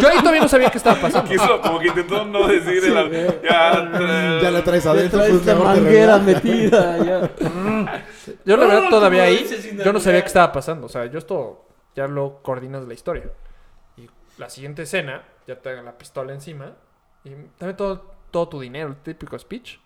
G: Yo ahí todavía no sabía qué estaba pasando.
F: Quiso, como que intentó no decir el- Ya, tra-
E: Ya la traes
D: Ya
E: adentro.
D: traes
E: pues,
D: la
E: mejor te
D: manguera
E: regresas.
D: metida. Ya.
G: Yo la verdad
D: No,
G: todavía
D: como
G: ahí
D: dices, sin
G: yo no sabía
D: arreglar.
G: qué estaba pasando. O sea, yo esto ya lo coordinas la historia. Y la siguiente escena, ya te hagan la pistola encima y dame todo, todo tu dinero, el típico speech.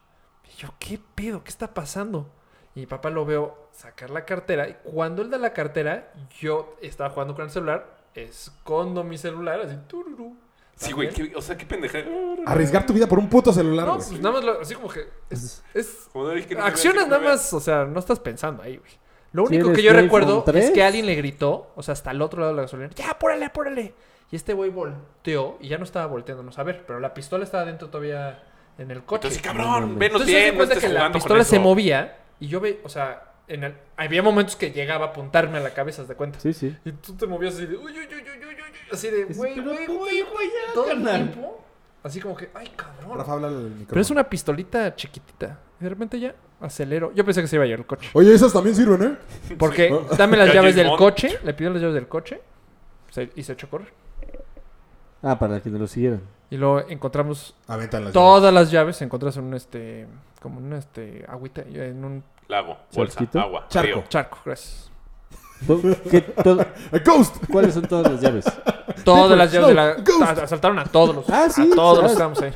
G: Y yo, ¿qué pedo? ¿Qué está pasando? Y mi papá lo veo sacar la cartera y cuando él da la cartera, yo estaba jugando con el celular, escondo mi celular, así, tururú.
F: Sí, güey.
G: También.
F: qué- O sea, qué pendeja.
E: Arriesgar tu vida por un puto celular,
G: No,
E: güey.
G: pues nada más, lo- así como que es- es
F: Como no dije que no me
G: Acciones
F: veas, que no
G: nada
F: me
G: más, o sea, no estás pensando ahí, güey. Lo
D: Si
G: único
D: eres
G: que yo
D: iPhone
G: recuerdo es
D: 3.
G: que alguien le gritó, o sea, hasta el otro lado de la gasolina, ya, apúrale, apúrale. Y este güey volteó y ya no estaba volteándonos a ver, pero la pistola estaba dentro todavía en el coche.
F: Entonces, cabrón,
D: mames.
F: venos
G: Entonces, se
F: bien. No
G: cuenta
F: estés
G: que la
F: jugando con
G: pistola se
F: eso.
G: movía y yo ve, o sea, en el- había momentos que llegaba a apuntarme a la cabeza, haz de cuenta.
D: Sí, sí.
G: Y tú te movías así de, uy, uy, uy, uy, uy, uy, uy, así de,
D: Dices,
G: güey,
D: "Pero
G: güey,
D: apúntale,
G: güey, güey,
D: ya,
G: todo el
D: carnal".
G: tiempo. Así como que, ay, cabrón.
E: Rafa, háblale al micrófono.
G: Pero es una pistolita chiquitita. Y de repente ya acelero. Yo pensé que se iba a llevar el coche.
E: Oye, esas también sirven, ¿eh?
G: Porque dame las
F: Ya
G: llaves
F: James
G: del
F: Bond.
G: coche, le pidió las llaves del coche se- y se echó a correr.
D: Ah, para que no lo siguieran.
G: Y luego encontramos
E: Aventan las
G: todas las llaves, encontramos en un este como en un este agüita en un
F: Lago, bolsa,
D: Charquito.
F: agua,
E: Charco.
F: río.
G: charco, gracias.
D: ¿Qué- todo-
E: llaves. ¡A Ghost!
D: ¿Cuáles son todas las llaves?
G: Todas las llaves de la
E: Ghost.
G: a- asaltaron a todos los
D: Ah, sí,
G: a todos
D: claro.
G: los que estábamos ahí.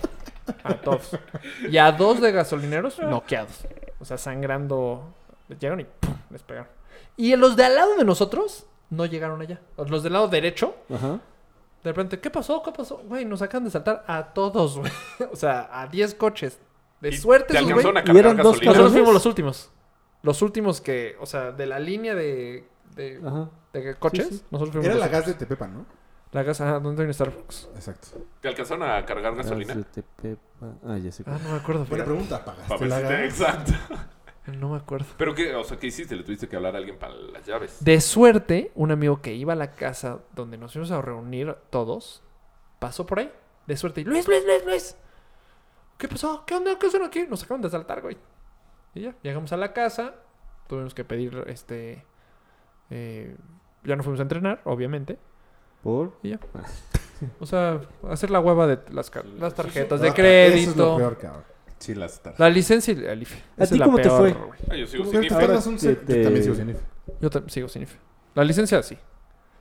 G: A todos. Y a dos de gasolineros noqueados. O sea, sangrando llegaron y ¡pum! les pegaron. Y los de al lado de nosotros no llegaron allá. Los del lado derecho
D: Ajá.
G: De repente, ¿qué pasó? ¿Qué pasó? Güey, nos acaban de saltar a todos, güey. O sea, a 10 coches. De
F: Y te
G: suerte, esos,
F: alcanzaron
G: güey.
F: a cargar
D: eran dos
F: gasolina.
G: Nosotros
D: cabrones.
G: fuimos los últimos. Los últimos que, o sea, de la línea de, de,
D: Ajá.
G: de coches,
D: Ah. Sí, sí.
G: nosotros fuimos
E: Era
G: los
E: la
G: últimos.
E: gas de Tepepan, ¿no?
G: La gas, ajá, ¿dónde viene Starbucks?
E: Exacto.
F: ¿Te alcanzaron a cargar gasolina?
D: Aztepepa- Ah, ya sé.
G: Ah,
D: cuál.
G: no me acuerdo.
E: Buena
G: fíjate. Eh,
E: pregunta,
F: Pa'
E: ¿pagaste
F: ver
E: la
F: si te-
E: gas?
F: Exacto.
G: No me acuerdo.
F: Pero qué, o sea, ¿qué hiciste? Le tuviste que hablar a alguien para las llaves.
G: De suerte, un amigo que iba a la casa donde nos íbamos a reunir todos, pasó por ahí. De suerte, y Luis, Luis, Luis, Luis. ¿Qué pasó? ¿Qué onda? ¿Qué hacen aquí? Nos acaban de asaltar, güey. Y ya, llegamos a la casa. Tuvimos que pedir, este... eh, ya no fuimos a entrenar, obviamente.
D: ¿Por?
G: Y ya. O sea, hacer la hueva de las, car- las tarjetas de
E: Ah, Eso es lo
G: crédito.
E: peor, cabrón.
F: Sí, las tarjetas.
G: La licencia y el IFE.
D: ¿A
G: Esa
D: ti
G: es la
D: cómo te
G: peor,
D: fue?
G: güey.
F: Ah, yo sigo
E: ¿Cómo
F: sin
E: que
F: IFE.
E: tardas un
D: te-
E: sec- Yo también sigo sin IF.
G: Yo tam- sigo sin IFE. La licencia sí.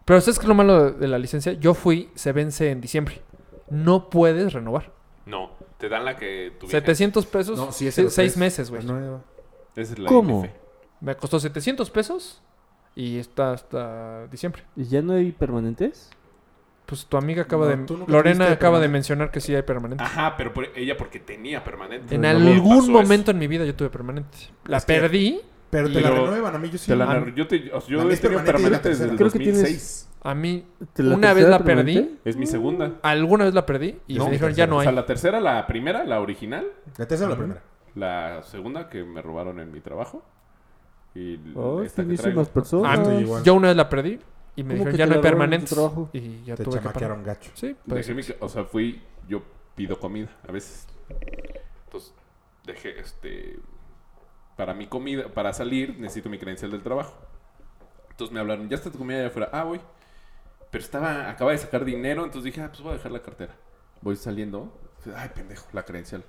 G: Pero ¿sabes qué es lo malo de- de la licencia? Yo fui, se vence en diciembre. No puedes renovar.
F: No, te dan la que tuviste.
G: 700 pesos,
E: No, sí, es
G: se-
E: el Ah,
G: seis
E: tres.
G: meses, güey.
E: Nueva.
F: Esa es la
D: ¿Cómo?
F: NF.
G: Me costó 700 pesos y está hasta diciembre.
D: ¿Y ya no hay permanentes?
G: Pues tu amiga acaba
E: No,
G: de...
E: tú nunca
G: Lorena
E: tuviste
G: acaba de
E: permanente.
G: mencionar que sí hay permanente.
E: Ah,
F: Ajá, pero por- ella porque tenía permanente.
G: en
F: También pasó
G: algún
F: eso.
G: momento en mi vida yo tuve permanente. La
E: Es que-
G: perdí.
E: Pero te
F: Y
E: la
F: lo-
E: renuevan, a mí yo sí.
F: Te la
E: Ah,
F: narro- yo te, o sea,
E: La
F: yo
E: mía
F: he
E: es
F: tenido
E: permanente y
F: permanente
E: la
F: desde el
D: tercera. Creo que
F: 2006.
D: tienes-
G: A mí
D: ¿Te- la
G: Una vez
D: tercera
G: la perdí.
D: permanente?
F: Es mi segunda.
G: alguna vez la perdí y
E: No,
G: me
E: mi
G: dijeron
E: tercera.
G: ya no
F: O sea,
G: hay.
F: la tercera, la primera, la original.
E: La tercera o la primera.
F: La segunda que me robaron en mi trabajo. Y l-
E: Oh,
D: Ay,
F: esta que
D: tienes
F: traigo.
D: unas personas.
G: Ah,
E: Estoy igual.
G: Yo una vez la perdí y
D: ¿Cómo
G: me dijeron
D: que
G: ya
D: te
G: no
D: la
G: hay
D: robaron en tu
G: permanentes.
D: trabajo?
G: Y ya
E: Te
G: tuve que parar.
E: chamaquearon gacho.
G: Sí, pues,
F: Dejé mi ca- o sea, fui. Yo pido comida a veces. Entonces, dejé este. Para mi comida, para salir, necesito mi credencial del trabajo. Entonces me hablaron, ya está tu comida allá afuera. Ah, voy. Pero estaba, acaba de sacar dinero, entonces dije, ah, pues voy a dejar la cartera. Voy saliendo. Ay, pendejo, la credencial.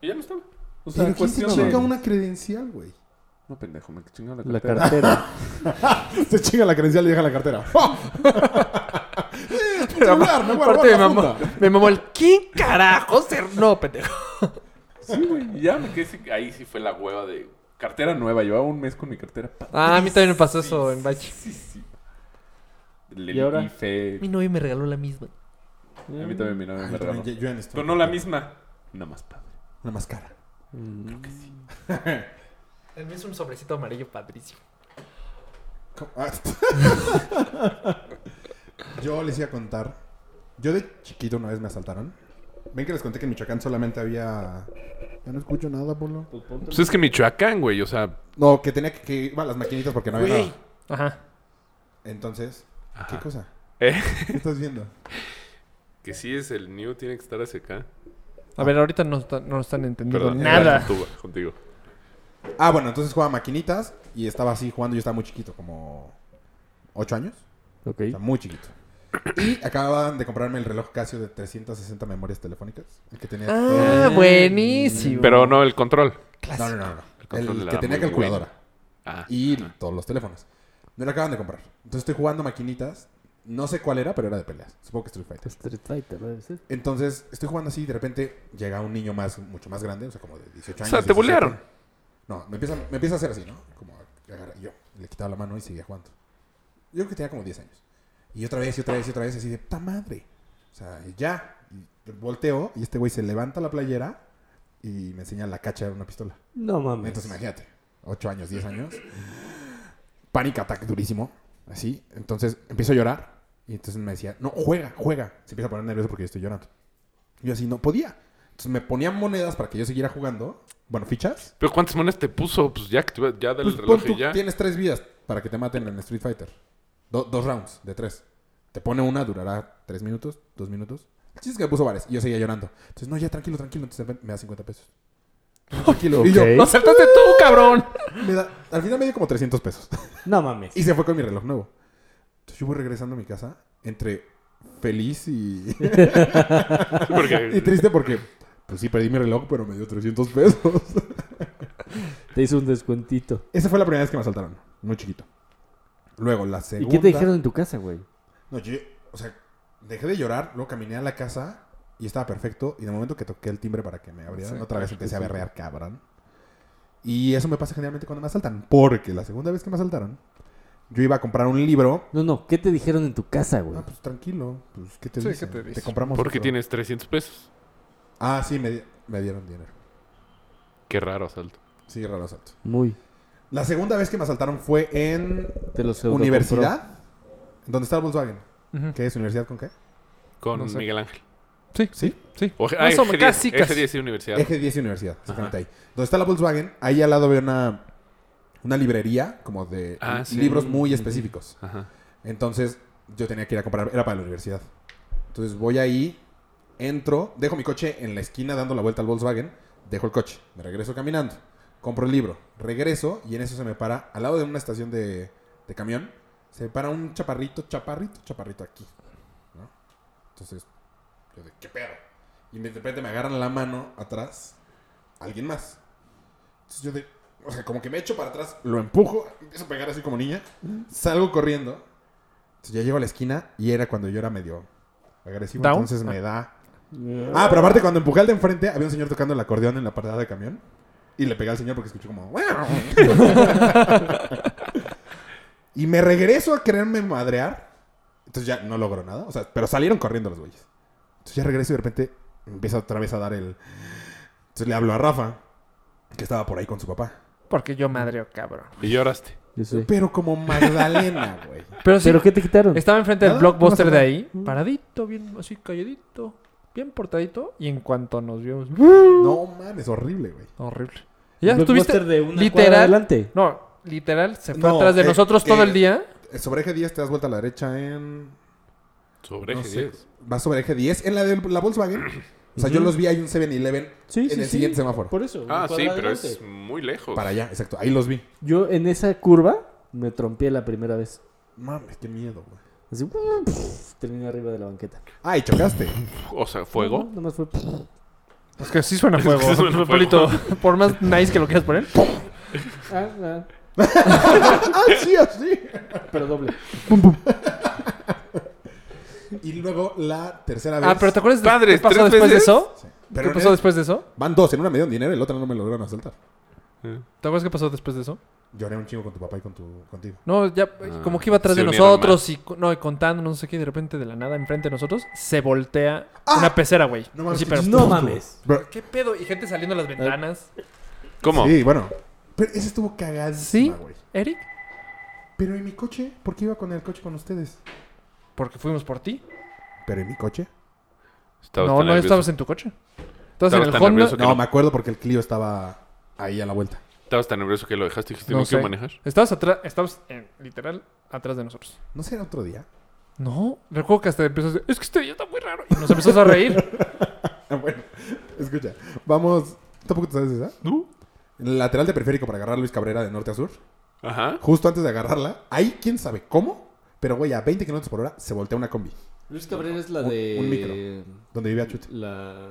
F: Y ya no estaba. O sea,
E: Pero ¿quién se
F: cuestión de-
E: chinga una credencial, güey?
F: No, pendejo, me chingó la
D: La
F: cartera.
D: cartera.
E: Se chinga la credencial y deja la cartera. Eh,
G: Pero
E: celular,
G: apa-
E: me guardo
G: aparte
E: la
G: me mamó,
F: Ah,
G: me mamó el ¿Quién carajo se- No, pendejo.
F: Sí, güey. Y ya me quedé sin- Ahí sí fue la hueva de cartera nueva. Llevaba un mes con mi cartera. Pa-
G: Ah, a mí también me pasó eso en Bachi.
F: Sí, sí. Le
D: ¿Y ahora?
F: di fe.
G: Mi novio me regaló la misma.
F: A mí también mi novia me regaló.
E: Yo en esto.
F: Pero no la misma. Nada más padre.
E: Una máscara.
D: Mm,
G: El mío es un sobrecito amarillo padrísimo.
E: ah. Yo les iba a contar. Yo de chiquito una vez me asaltaron. Ven que les conté que en Michoacán solamente había. Ya no escucho nada, Polo.
F: Pues es que Michoacán, güey. O sea,
E: No, que tenía que, que iba a las maquinitas porque no había
G: Güey.
E: nada.
G: Ajá.
E: Entonces,
F: Ajá.
E: ¿qué cosa?
F: ¿eh?
E: ¿Qué estás viendo?
F: que sí es el niño, tiene que estar hacia acá.
G: A ver, ahorita no, está- no están entendiendo
F: Perdón,
G: nada.
F: era tú, contigo.
E: Ah, bueno, entonces jugaba maquinitas y estaba así jugando. Yo estaba muy chiquito, como. ¿Ocho años?
D: Ok.
E: O sea, muy chiquito. Y acababan de comprarme el reloj Casio de 360 memorias telefónicas. El que tenía. todo-
G: Ah, buenísimo.
F: Pero no el control.
E: No, no, no. no.
F: El
E: El,
F: control
E: que
F: era
E: tenía
F: muy
E: calculadora.
F: Ah.
E: Y todos los teléfonos. Me lo acaban de comprar. Entonces estoy jugando maquinitas. No sé cuál era, pero era de peleas. Supongo que Street Fighter.
F: Este
D: Street Fighter, debe ser.
E: Entonces estoy jugando así y de repente llega un niño más, mucho más grande, o sea, como de 18 años.
F: O sea, te
E: 17.
F: bulearon.
E: No, me empieza, me empieza a hacer así, ¿no? Como agarra- yo le quitaba la mano y seguía jugando. Yo creo que tenía como 10 años. Y otra vez, y otra vez, y otra vez, así de puta madre. O sea, y ya. Y volteo y este güey se levanta la playera y me enseña la cacha de una pistola.
D: No mames.
E: Entonces imagínate, 8 años, 10 años. Panic attack durísimo. Así. Entonces empiezo a llorar. Y entonces me decía, no, juega, juega. Se empieza a poner nervioso porque yo estoy llorando. Yo así no podía. Entonces me ponían monedas para que yo siguiera jugando. Bueno, fichas.
F: Pero ¿cuántas monedas te puso? Pues ya, que te- ya dale
E: Pues,
F: el
E: pon
F: reloj
E: tú,
F: y ya.
E: tienes tres vidas para que te maten en Street Fighter. Do- dos rounds de tres. Te pone una, durará tres minutos, dos minutos. El chiste es que me puso varias y yo seguía llorando. Entonces, no, ya tranquilo, tranquilo. Entonces de repente me da 50 pesos. Tranquilo. Y yo,
G: ¡Lo saltaste tú, cabrón!
E: me da- al final me dio como 300 pesos.
D: No mames.
E: Y se fue con mi reloj nuevo. Entonces yo voy regresando a mi casa entre feliz y, y
F: Porque
E: triste porque, pues sí, perdí mi reloj, pero me dio 300 pesos.
D: Te hizo un descuentito.
E: Esa fue la primera vez que me asaltaron, muy chiquito. Luego, la
D: ¿Y
E: segunda...
D: qué te dijeron en tu casa, güey?
E: No, yo, o sea, dejé de llorar, luego caminé a la casa y estaba perfecto. Y de momento que toqué el timbre para que me abrieran, otra vez empecé a berrear, cabrón. Y eso me pasa generalmente cuando me asaltan, porque la segunda vez que me asaltaron, yo iba a comprar un libro.
D: No, no, ¿qué te dijeron en tu casa, güey?
E: Ah, pues tranquilo, pues, ¿qué te
G: Sí,
E: dicen?
G: ¿qué te
E: te,
G: dicen?
E: compramos
F: porque
E: otro.
F: tienes 300 pesos.
E: Ah, sí, me, di- me dieron dinero.
F: Qué raro asalto.
E: Sí, raro asalto.
D: Muy.
E: La segunda vez que me asaltaron fue en
D: Te lo pseudo
E: universidad, donde está el Volkswagen.
G: Ujú.
E: ¿Qué es universidad con qué?
F: Con
G: No sé.
F: Miguel Ángel.
E: Sí,
G: Sí.
F: O,
G: Más o menos, casi,
F: Eje
G: casi.
F: 10 y universidad.
E: eje 10 y universidad, exactamente ahí. Donde está la Volkswagen, ahí al lado veo una, una librería como de
F: Ah,
E: li-
F: sí.
E: libros muy específicos.
F: Ajá.
E: Entonces yo tenía que ir a comprar, era para la universidad. Entonces voy ahí, entro, dejo mi coche en la esquina dando la vuelta al Volkswagen, dejo el coche, me regreso caminando, compro el libro, regreso y en eso se me para, al lado de una estación de, de camión, se me para un chaparrito, chaparrito, chaparrito aquí. ¿no? Entonces, yo de, ¿qué pedo? Y de repente me agarran la mano atrás, alguien más. Entonces yo de, o sea, como que me echo para atrás, lo empujo, empiezo a pegar así como niña, salgo corriendo Entonces ya llego a la esquina y era cuando yo era medio agresivo.
G: ¿Down?
E: Entonces me da. Ah, pero aparte, cuando empujé al de enfrente, había un señor tocando el acordeón en la parada de camión. Y le pegué al señor porque escuché como. y me regreso a quererme madrear. Entonces ya no logro nada. O sea, pero salieron corriendo los güeyes. Entonces ya regreso y de repente empieza otra vez a dar el. Entonces le hablo a Rafa, que estaba por ahí con su papá.
G: Porque yo madreo, cabrón.
H: Y lloraste.
D: Yo sé.
E: Pero como Magdalena, güey.
G: Pero sí,
D: ¿Pero qué te quitaron?
G: estaba enfrente del
E: Nada,
G: blockbuster
E: no se
G: de
E: ve.
G: ahí, paradito, bien así calladito, bien portadito. Y en cuanto nos vimos,
E: No mames, horrible, güey.
G: horrible. Y Ya
D: Un
G: estuviste.
D: blockbuster de una cuadra
G: literal.
D: adelante.
G: No, literal, se fue
E: No,
G: atrás de
E: eh,
G: nosotros
E: eh,
G: todo el día.
E: Sobre eje 10 te das vuelta a la derecha en.
H: Sobre
E: no
H: eje
E: sé,
H: 10.
E: Vas sobre eje 10 en la de la Volkswagen. O sea, yo los vi, hay un 7-Eleven en el siguiente semáforo.
D: Por eso. una
H: Ah,
D: cuadra
H: sí, pero
D: adelante.
H: es muy lejos.
E: Para allá, exacto. Ahí los vi.
D: Yo en esa curva me trompié la primera vez.
E: Mames, qué miedo, güey.
D: Así, uh, pff, terminé arriba de la banqueta.
E: Ah, y chocaste.
H: O sea,
D: No,
H: fuego.
D: Nada más fue. pff.
G: Es que sí suena fuego.
H: sí suena fuego.
G: Polito, por más nice que lo quieras poner.
D: Ah, ah,
E: ah, sí, así.
D: pero doble.
E: Y luego la tercera vez.
G: Ah, pero ¿te acuerdas de
H: Padre,
G: qué pasó
H: ¿tres
G: después de
H: veces?
G: eso?
E: Sí.
G: ¿Qué
E: Pero en
G: pasó
E: el-
G: después de eso?
E: Van dos, en una me dieron dinero y la otra no me lograron asaltar.
G: ¿Te acuerdas qué pasó después de eso?
E: Lloré un chingo con tu papá y con tu, contigo.
G: No, ya eh, como que iba atrás
H: se
G: de
H: unieron
G: nosotros y co- no, y contando, no sé qué, y de repente de la nada enfrente de nosotros se voltea una pecera, güey.
E: No mames,
G: Así,
E: qué
G: pero,
E: chistoso.
D: No mames.
E: Bro,
G: ¿Qué pedo? Y gente saliendo a las ventanas.
H: ¿Cómo?
E: Sí, bueno. Pero ese estuvo cagadísima,
G: ¿Sí?
E: güey.
G: ¿Eric?
E: Pero en mi coche, ¿por qué iba con el coche con ustedes?
G: Porque fuimos por ti.
E: ¿Pero en mi coche?
H: Estabas
G: no,
H: tan
G: no
H: nervioso.
G: estabas en tu coche. Estabas en
H: Estabas
G: el
H: tan
G: Honda.
H: nervioso que
E: No,
H: no.
E: me acuerdo porque el Clio estaba ahí a la vuelta.
H: Estabas tan nervioso que lo dejaste y dijiste,
G: No
H: no,
G: sé.
H: quiero manejar.
G: Estabas atrás, estabas eh, literal atrás de nosotros.
E: ¿No será otro día?
G: No, recuerdo que hasta empezó a decir, es que este video está muy raro. Y nos empezamos a reír.
E: Ah, bueno, escucha. Vamos. ¿Tampoco te sabes esa?
H: ¿No?
E: En el lateral de periférico para agarrar Luis Cabrera de norte a sur.
H: Ajá.
E: Justo antes de agarrarla, ahí quién sabe cómo, pero güey, a 20 kilómetros por hora se voltea una combi.
D: Luis Cabrera es la
E: Un-
D: de.
E: un micro. Donde vivía Chute.
H: Ah,
D: La.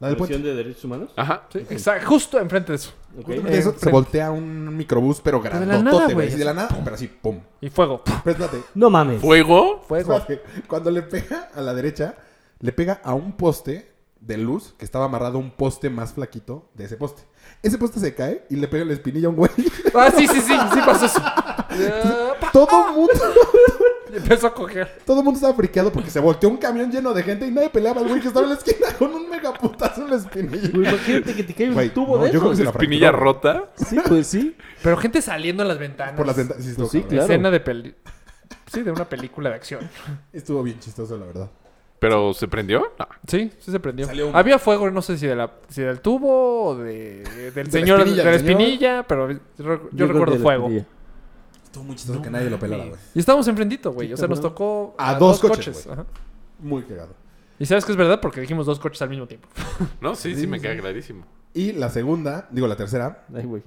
E: La del puente.
D: Comisión de Derechos Humanos.
H: Ajá.
G: Sí, exacto, justo enfrente de eso.
D: Ok.
E: Justo de eso, Eh, se
G: Enfrente.
E: voltea un microbús, pero
G: la
E: grandotote,
G: nada,
E: güey.
G: güey.
E: Así de la nada, pero así, pum.
G: Y fuego.
E: Pero espérate,
D: No mames.
H: ¿Fuego?
G: Fuego.
E: Espérate, Cuando le pega a la derecha, le pega a un poste de luz que estaba amarrado a un poste más flaquito de ese poste. Ese poste se cae y le pega la espinilla a un güey.
G: Ah, sí, sí, sí, sí pasó eso. Ya, pa,
E: Todo mundo,
G: y empezó a coger.
E: todo mundo estaba friqueado porque se volteó un camión lleno de gente y nadie peleaba al güey que estaba en la esquina con un megaputazo en la espinilla.
D: Güey, imagínate que te cae un
E: Güey,
D: tubo
E: no,
D: de
E: yo creo que
D: esos.
E: se la
H: ¿Espinilla
E: fracturó
H: rota?
D: Sí, pues sí.
G: Pero gente saliendo a las ventanas.
E: Por las ventanas. Pues Sí, estuvo
D: sí,
E: cabrón.
D: claro.
G: Escena de peli. Sí, de una película de acción.
E: Estuvo bien chistoso, la verdad.
H: ¿Pero se prendió? No.
G: Sí, sí se prendió.
E: Salió humo.
G: Había fuego, no sé si, de la, si del tubo o de, del
E: la
G: señor
E: espinilla,
G: de la
E: del señor.
G: espinilla, pero re- yo,
D: creo
G: recuerdo
D: que
G: el
D: la
G: fuego.
D: espinilla.
E: Estuvo muy chistoso que nadie lo pelara, güey.
G: Y estábamos enfrentito, güey. O sea, nos
D: cabrón.
G: tocó
E: A dos coches, güey.
G: Ajá.
E: Muy cagado.
G: Y sabes que es verdad porque dijimos dos coches al mismo tiempo.
H: No, sí, sí,
E: Sí,
H: me
E: sí.
H: queda clarísimo.
E: Y la segunda, digo la tercera,
D: Ay, güey.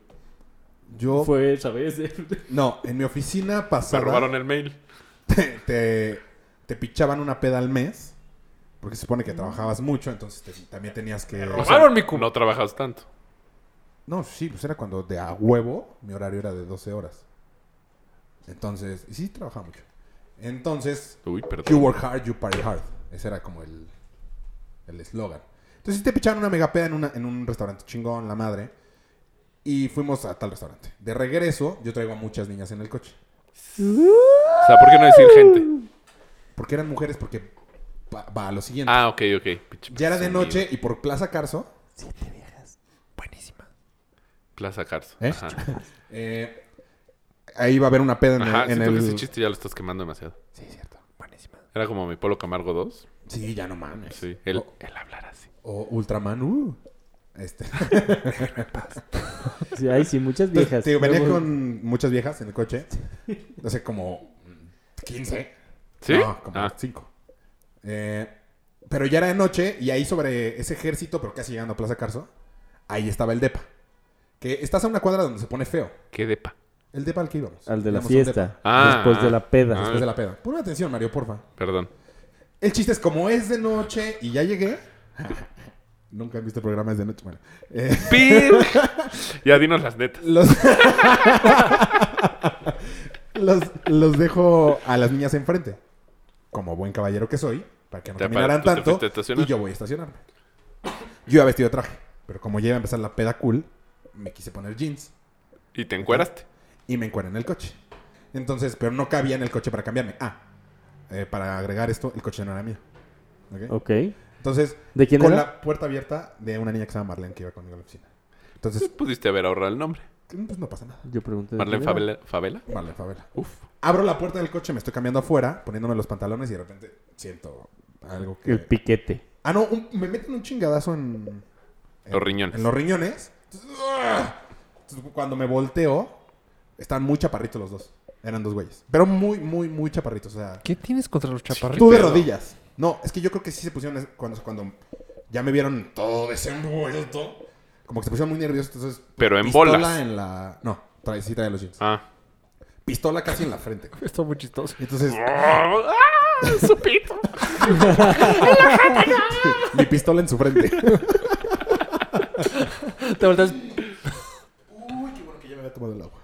E: yo...
D: Fue esa vez. eh.
E: No, en mi oficina
H: Me
E: pasada...
H: robaron el mail.
E: te, te, te pichaban una peda al mes. Porque se supone que trabajabas mucho, entonces te- también tenías que...
H: O
G: robaron mi cubo.
H: No trabajas tanto.
E: No, sí, pues era cuando de a huevo mi horario era de 12 horas. Entonces, y sí, trabajaba mucho. Entonces,
H: Uy, perdón.
E: you work hard, you party hard. Ese era como el el eslogan. Entonces, sí te picharon una mega peda en, una- en un restaurante chingón, la madre. Y fuimos a tal restaurante. De regreso, yo traigo a muchas niñas en el coche.
H: O sea, ¿por qué no decir gente?
E: Porque eran mujeres, porque va, va a lo siguiente.
H: Ah, ok, ok. Pinche
E: Ya era de
H: presumido.
E: noche y por Plaza Carso
G: Buenísima.
H: Plaza Carso.
E: ¿Eh?
H: Ajá.
E: eh, ahí va a haber una peda en, el-
H: Ajá,
E: en
H: siento
E: el.
H: que ese chiste ya lo estás quemando demasiado.
E: Sí, cierto.
G: Buenísima.
H: Era como mi Polo Camargo 2.
E: Sí, ya no mames.
H: Sí. El,
E: O,
H: el hablar así.
E: o Ultraman, uh. Este.
D: Sí, ay, sí, muchas viejas.
E: Entonces, digo, venía
D: Luego-
E: con muchas viejas en el coche. No sé, como 15.
H: ¿Sí?
E: No, como
H: Ah,
E: 5. pero ya era de noche y ahí sobre ese ejército, pero casi llegando a Plaza Carso, ahí estaba el DEPA. Que estás a una cuadra donde se pone feo.
H: qué depa.
E: El DEPA al que íbamos.
D: Al de la
E: Íbamos a un
D: fiesta.
H: Ah,
D: después de
H: ah.
D: la peda.
E: depa, Después de la peda. Ponme atención, Mario, porfa.
H: Perdón.
E: El chiste es como es de noche y ya llegué. Nunca han visto programas de noche. Bueno, eh,
H: ya dinos las netas.
E: los... los, los dejo a las niñas enfrente. Como buen caballero que soy, para que no
H: Te
E: caminaran
H: apar- tú te
E: tanto.
H: fuiste a estacionar.
E: Y yo voy a estacionarme. Yo iba vestido de traje, pero como ya iba a empezar la peda cool, me quise poner jeans
H: Y te encueraste.
E: y me encueré en el coche. Entonces, pero no cabía en el coche para cambiarme. Ah, eh, para agregar esto, el coche no era mío. ¿Ok?
D: Ok.
E: Entonces,
D: ¿De quién
E: con
D: era?
E: la puerta abierta de una niña que se llama Marlene que iba conmigo a la oficina. Entonces,
H: Pudiste haber ahorrado el nombre.
E: pues no pasa nada.
D: Yo pregunté. de
H: Marlene
D: quién era.
H: Favela. Favela.
E: Marlene Favela.
H: Uf.
E: Abro la puerta del coche, me estoy cambiando afuera, poniéndome los pantalones y de repente siento algo que...
D: El piquete.
E: Ah, no, un- me meten un chingadazo en... en-
H: Los riñones.
E: En los riñones. Entonces, ¡ah! Entonces, cuando me volteo, están muy chaparritos los dos. Eran dos güeyes. Pero muy, muy, muy chaparritos. O sea,
G: ¿Qué tienes contra los chaparritos?
E: tú de
H: pedo?
E: rodillas. No, es que yo creo que sí se pusieron es- cuando, cuando ya me vieron todo desenvuelto. Como que se pusieron muy nerviosos, entonces...
H: Pero en
E: pistola
H: bolas.
E: en la... No, trae, sí trae los jeans.
H: Ah.
E: Pistola casi en la frente. güey.
G: Está muy chistoso.
E: Entonces...
H: ¡Su pito!
E: Mi pistola en su frente.
G: Te volteas.
E: Uy, qué bueno que ya me había tomado el agua.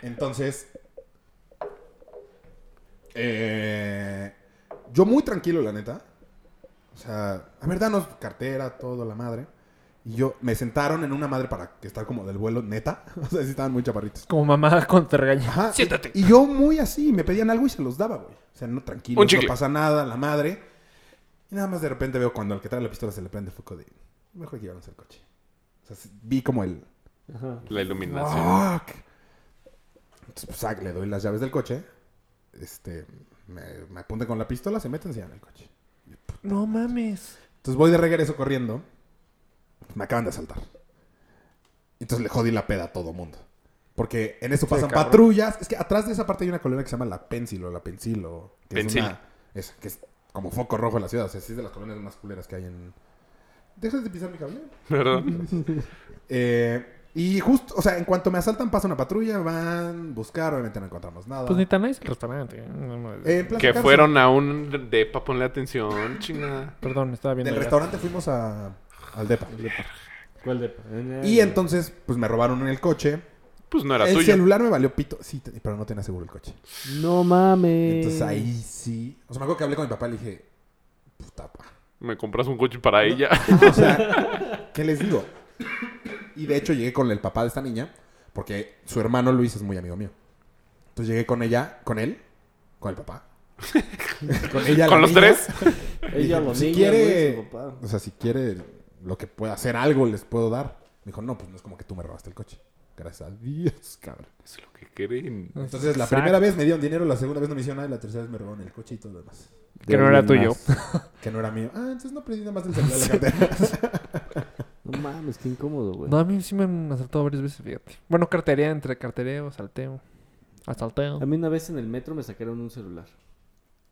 E: Entonces. eh, yo muy tranquilo, la neta. O sea, a ver, danos cartera, todo, la madre. Y yo, me sentaron en una madre para que estar como del vuelo, neta. O sea, sí estaban muy chaparritos.
G: Como mamá cuando te regaña.
E: Ajá.
G: Siéntate.
E: Y, y yo muy así, me pedían algo y se los daba, güey. O sea, no tranquilo,
H: Un
E: no
H: chicle.
E: pasa nada, la madre. Y nada más de repente veo cuando el que trae la pistola se le prende foco de. Mejor que llevarnos el coche. O sea, sí, vi como el.
D: Ajá.
H: La iluminación.
E: ¡Fuck! Entonces, pues, ah, le doy las llaves del coche. Este. Me, me apuntan con la pistola, se meten ya en el coche.
G: No mames.
E: Entonces voy de regreso corriendo. Pues, Me acaban de asaltar. Entonces le jodí la peda a todo mundo. Porque en eso pasan
G: cabrón.
E: patrullas. Es que atrás de esa parte hay una colonia que se llama La Pensil o La Pensil o... Que
H: Pensil.
E: Es una- es- que es como foco rojo en la ciudad. O sea, sí es de las colonias más culeras que hay en... ¿Dejas de pisar mi cable?
H: Perdón.
E: Eh, y justo, o sea, en cuanto me asaltan pasa una patrulla, van, buscar, obviamente no encontramos nada.
G: Pues ni tan nice el restaurante. No, no,
E: Eh, en Plaza
H: Que
E: Cárcel,
H: fueron a un depa, ponle atención, chingada.
G: Perdón, estaba viendo.
E: Del
G: el
E: restaurante fuimos a, al depa.
D: ¿Cuál de? Eh,
E: Y entonces, pues me robaron en el coche.
H: Pues no era
E: el
H: tuyo.
E: celular me valió pito. Sí, te- pero no tenía seguro el coche.
D: No mames.
G: Eh.
E: Entonces ahí sí. O sea, me acuerdo que hablé con mi papá y le dije, puta, pa.
H: Me compras un coche para ella.
E: O sea, ¿qué les digo? Y de hecho llegué con el papá de esta niña, porque su hermano Luis es muy amigo mío. Entonces llegué con ella, con él, con el papá. con ella. la
H: Con los
E: niña.
H: tres.
E: Y dije,
D: Ella lo
E: si
D: niña,
E: quiere,
D: güey, su papá.
E: o sea, si quiere lo que pueda hacer algo, les puedo dar. Me dijo, no, pues no es como que tú me robaste el coche. Gracias a Dios, cabrón.
H: Es lo que quieren.
E: Entonces, la
G: Exacto.
E: primera vez me dieron dinero, la segunda vez no me hicieron nada y la tercera vez me robaron el coche y todo lo demás.
G: Que no era
D: alguien
G: tuyo.
D: más.
E: Que no era mío. Ah, entonces no perdí nada más el celular de la cartera.
D: No mames, qué incómodo, güey.
G: No, a mí sí me han asaltado varias veces, fíjate. Bueno, cartería entre cartereo, salteo. Asalteo.
D: A mí una vez en el metro me sacaron un celular.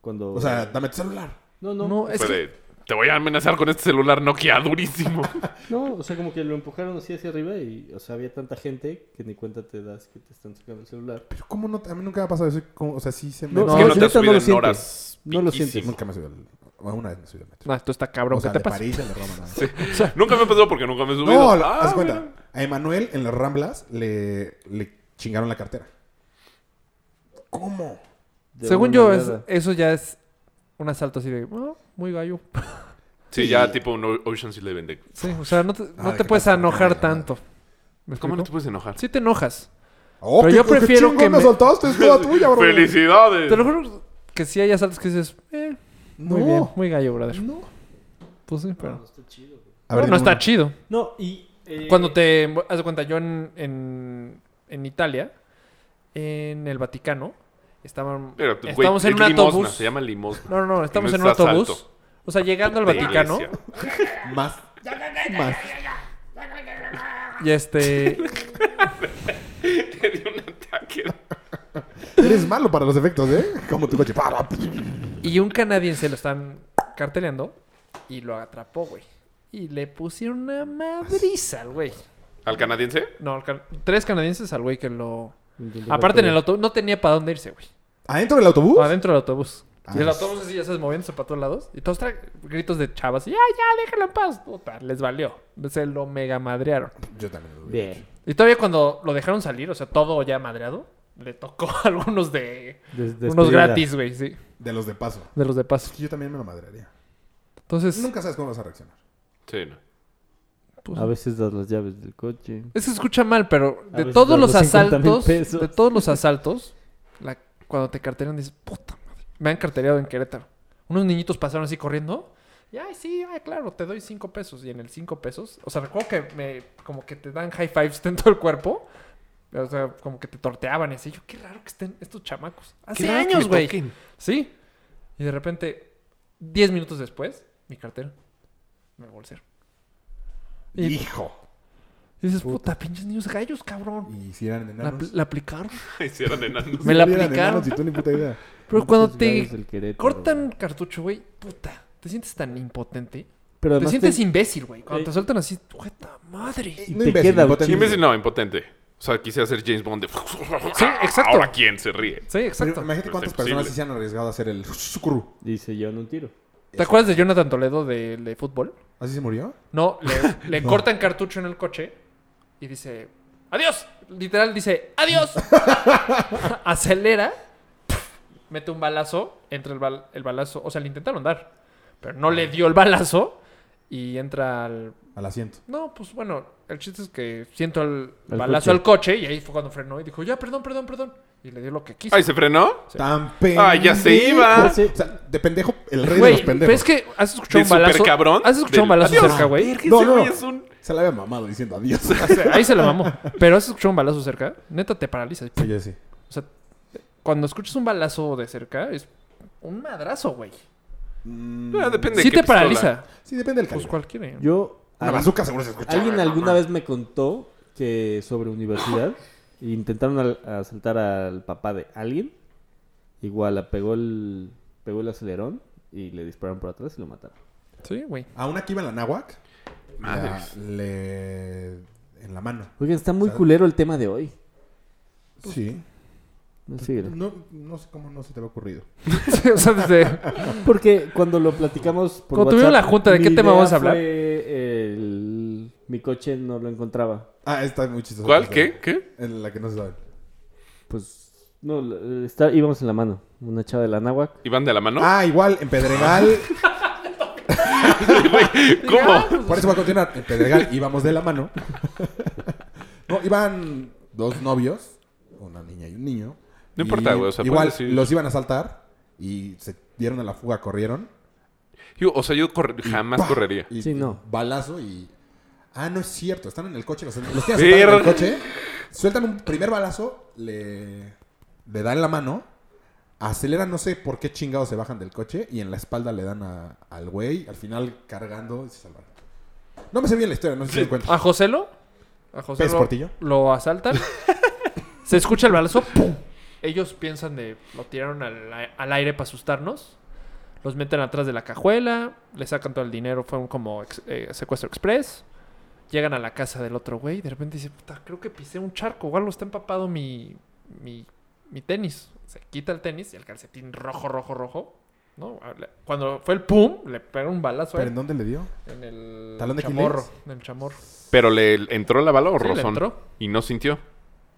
D: Cuando...
E: o sea, dame tu celular.
D: No, no.
G: No, eh. es
H: Fue
G: que
H: de, Te voy a amenazar con este celular Nokia durísimo.
D: No, o sea, como que lo empujaron así hacia arriba y, o sea, había tanta gente que ni cuenta te das que te están sacando el celular.
E: Pero ¿cómo no? A mí nunca me ha pasado eso. ¿Cómo? O sea, sí se me...
D: No,
H: es que no
D: ahorita
H: te has
D: no
H: subido
D: lo
H: en
D: sientes.
H: horas.
D: No lo
H: piquísimas.
D: sientes.
E: Nunca me he subido al... bueno, Una vez me subí al metro.
G: No, esto está cabrón.
E: o sea,
G: ¿Qué te
E: de
G: pasa?
E: París, el de Roma. No,
H: Sí. Nunca me ha pasado porque nunca me he subido.
E: no
H: Ah,
E: haz
H: mira.
E: cuenta. A Emanuel en las Ramblas le, le chingaron la cartera. ¿Cómo?
D: De
G: Según
D: una
G: yo, es-
D: nalgada.
G: eso ya es un asalto así de. "Ah, muy gallo.
H: Sí, ya tipo un O- Ocean's Eleven. De,
G: Sí, o sea, no te, no
E: de
G: te
E: que
G: puedes
E: pasa, no, no,
G: enojar
E: no.
G: tanto. ¿Me
H: ¿Cómo no te
G: explico?
H: puedes enojar?
G: Sí te enojas.
E: Oh,
G: Pero
E: qué-
G: yo
E: qué
G: prefiero
E: chingón
G: que
E: me
G: me-
E: soltaste, es toda tuya, bro.
H: ¡Felicidades!
G: Te lo juro que sí hay asaltos que dices, eh, muy
E: No.
G: bien, muy gallo, brother. No. Pues sí,
D: No, no
G: pero.
D: está chido, güey.
E: A ver,
G: no
E: dime
G: está
E: una.
G: chido.
D: No, y... eh,
G: Cuando te. Haz de cuenta, yo en, en, en Italia, en el Vaticano, estaban,
H: Mira, pues, güey,
G: estábamos en
H: es
G: un
H: limosna,
G: autobús.
H: Se llama limosna.
G: No, no, no, estamos
H: No
G: en un
H: es asalto.
G: autobús. O sea, llegando al
H: De
G: Vaticano,
H: iglesia.
E: Más. Más.
G: y este.
H: Te dio un ataque.
E: Eres malo para los efectos, ¿eh? Como tu coche. Pa, pa,
G: Y un canadiense lo están carteleando y lo atrapó, güey. Y le pusieron una madriza al güey.
H: ¿Al canadiense?
G: No, al can- tres canadienses al güey que lo.
D: intentó
G: Aparte, en el
D: capturar.
G: autobús no tenía para dónde irse, güey.
E: ¿Adentro del autobús?
G: Adentro del autobús.
E: Ah,
G: y el
E: es-
G: autobús así, ya sabes, moviéndose para todos lados. Y todos traen gritos de chavas. Y, ya, ya, déjalo en paz. Puta, les valió. Se lo mega madrearon.
E: Yo también. lo vi.
D: Bien.
G: Y todavía cuando lo dejaron salir, o sea, todo ya madreado, le tocó algunos de...
D: Des-
G: Unos
D: despedida.
G: gratis, güey, sí.
E: De los de paso.
G: De los de paso.
E: Yo también me lo madrearía.
G: Entonces,
E: Nunca sabes cómo vas a reaccionar.
H: Sí, no.
G: pues,
D: A veces das las llaves del coche.
G: es que se escucha mal, pero
D: A
G: de
D: veces
G: todos
D: dan
G: los
D: los 50,000
G: asaltos,
D: pesos.
G: de todos los asaltos, la- cuando te carteran dices, puta madre, me han cartereado en Querétaro. Unos niñitos pasaron así corriendo. Y, ay, sí, ay, claro, te doy cinco pesos. Y en el cinco pesos, o sea, recuerdo que me, como que te dan high fives en todo el cuerpo. O sea, como que te torteaban y así. Yo, qué raro que estén estos chamacos. Hace
H: raro que
G: años,
H: me
G: güey.
H: toquen.
G: Sí. Y de repente, 10 minutos después, mi cartera. Me bolsero. Y
E: Hijo.
G: dices, puta, pinches niños gallos, cabrón.
E: Y si eran
G: La,
E: enanos.
G: apl- la aplicaron.
H: Hicieron enanos.
G: Me la
E: Si eran
G: aplicaron.
E: enanos y tú ni puta idea.
G: Pero cuando
D: Pinches gallos
G: te
D: del Querétaro,
G: cortan
D: güey.
G: cartucho, güey, puta, te sientes tan impotente.
D: Pero
G: Te
D: además
G: sientes
D: te-
G: imbécil, güey. Cuando
D: Ey.
G: te sueltan así, puta madre.
E: Y
D: te queda,
H: Sí,
E: impotente.
H: imbécil no, impotente. O sea, quise hacer James Bond de... Sí,
G: exacto.
H: Ahora quién se ríe.
G: Sí,
E: Pero
G: exacto.
E: Imagínate
H: Pero
E: cuántas
H: está
E: personas
H: imposible.
E: sí se han arriesgado a hacer el sucurru.
D: y se llevan un tiro.
G: ¿Te acuerdas de Jonathan Toledo de, de fútbol?
E: ¿Así se murió?
G: No, le, le cortan cartucho en el coche y dice, adiós. Literal dice, adiós. Acelera, mete un balazo, entra el, bal- el balazo, o sea, le intentaron dar, pero no le dio el balazo y entra al...
E: Al asiento.
G: No, pues bueno, el chiste es que siento el,
D: Al
G: balazo
D: coche.
G: al coche y ahí fue cuando frenó y dijo, ya, perdón, perdón, perdón. Y le dio lo que quiso.
H: Ay, ¿se frenó?
E: Tan pendejo.
H: Ay, Ah, ya se iba.
D: Pero sí,
E: O sea, de pendejo, el rey de
G: Güey,
E: los
G: pero
E: pendejos.
G: es que has escuchado
H: ¿De
G: un balazo.
H: supercabrón?
G: ¿Has escuchado un
H: Del-
G: balazo
H: Adiós.
G: cerca, güey?
E: No,
H: Ese
E: no,
H: güey
E: no.
H: es un-
E: Se la había mamado diciendo adiós.
G: Ahí se la mamó. Pero has escuchado un balazo cerca. Neta, te paralizas.
E: Sí, yo sí.
G: O sea, cuando escuchas un balazo de cerca, es un madrazo, güey.
E: Mm,
H: Ah, depende
G: Sí
H: de qué
G: te
H: pistola.
G: paraliza.
E: sí, depende del
G: Pues
E: calibre.
G: cualquiera.
D: Yo.
E: La bazooka seguro se escucha.
D: Alguien alguna vez me contó que sobre universidad intentaron al- asaltar al papá de alguien. Igual pegó el, pegó el acelerón y le dispararon por atrás y lo mataron.
G: Sí, güey.
E: A una que iba en la náhuac,
H: Ah,
E: la-
H: Madres.
E: le... en la mano.
D: Oigan, está muy culero el tema de hoy.
E: Sí.
D: No, síguele.
E: No, no sé cómo no se te había ocurrido.
G: Sí, o sea, desde...
D: Porque cuando lo platicamos por
G: Cuando tuvieron
D: WhatsApp,
G: la junta, ¿de
D: mi
G: qué tema
D: idea
G: vamos a hablar?
D: fue el- Mi coche no lo encontraba.
E: Ah, está muy chistoso.
H: ¿Cuál? ¿Qué? ¿Qué?
E: En la que no se sabe.
D: Pues no, l- está- íbamos en la mano. Una chava de la náhuac.
H: ¿Iban de la mano?
E: Ah, igual, en Pedregal.
H: ¿Cómo?
E: Por eso voy a continuar. En Pedregal íbamos de la mano. no, iban dos novios, una niña y un niño.
H: No
E: Y
H: importa, güey, o sea,
E: igual
H: puedes decir-
E: los iban a saltar y se dieron a la fuga, corrieron.
H: Yo, o sea, yo corre- jamás
E: ¡pah!
H: correría.
E: Y
D: Sí, no.
E: Balazo y. Ah, no es cierto. Están en el coche. Los, los tienen sentados en el
H: Verga.
E: coche. Sueltan un primer balazo. Le, le dan la mano. Aceleran, no sé por qué chingados se bajan del coche. Y en la espalda le dan a- al güey. Al final cargando y se salvaron. No me sé bien la historia, no sé si me
H: Ah,
E: cuento.
G: A Joselo. A Joselo.
E: ¿Pez Portillo?
G: Lo asaltan. se escucha el balazo. ¡pum! Ellos piensan de. Lo tiraron al, ai- al aire para asustarnos. Los meten atrás de la cajuela. Le sacan todo el dinero. Fue un como ex- eh, secuestro express. Llegan a la casa del otro güey. De repente dice: Puta, creo que pisé un charco. O algo está empapado mi, mi, mi tenis. Se quita el tenis y el calcetín rojo, rojo, rojo. ¿no? Cuando fue el pum, le pegó un balazo a
E: ¿Pero
G: él
E: en dónde le dio?
G: en el
E: ¿Talón de
G: chamorro.
E: Aquiles?
G: En el chamorro.
H: ¿Pero le entró la bala o
G: Sí, le
H: rozón?
G: entró.
H: Y no sintió.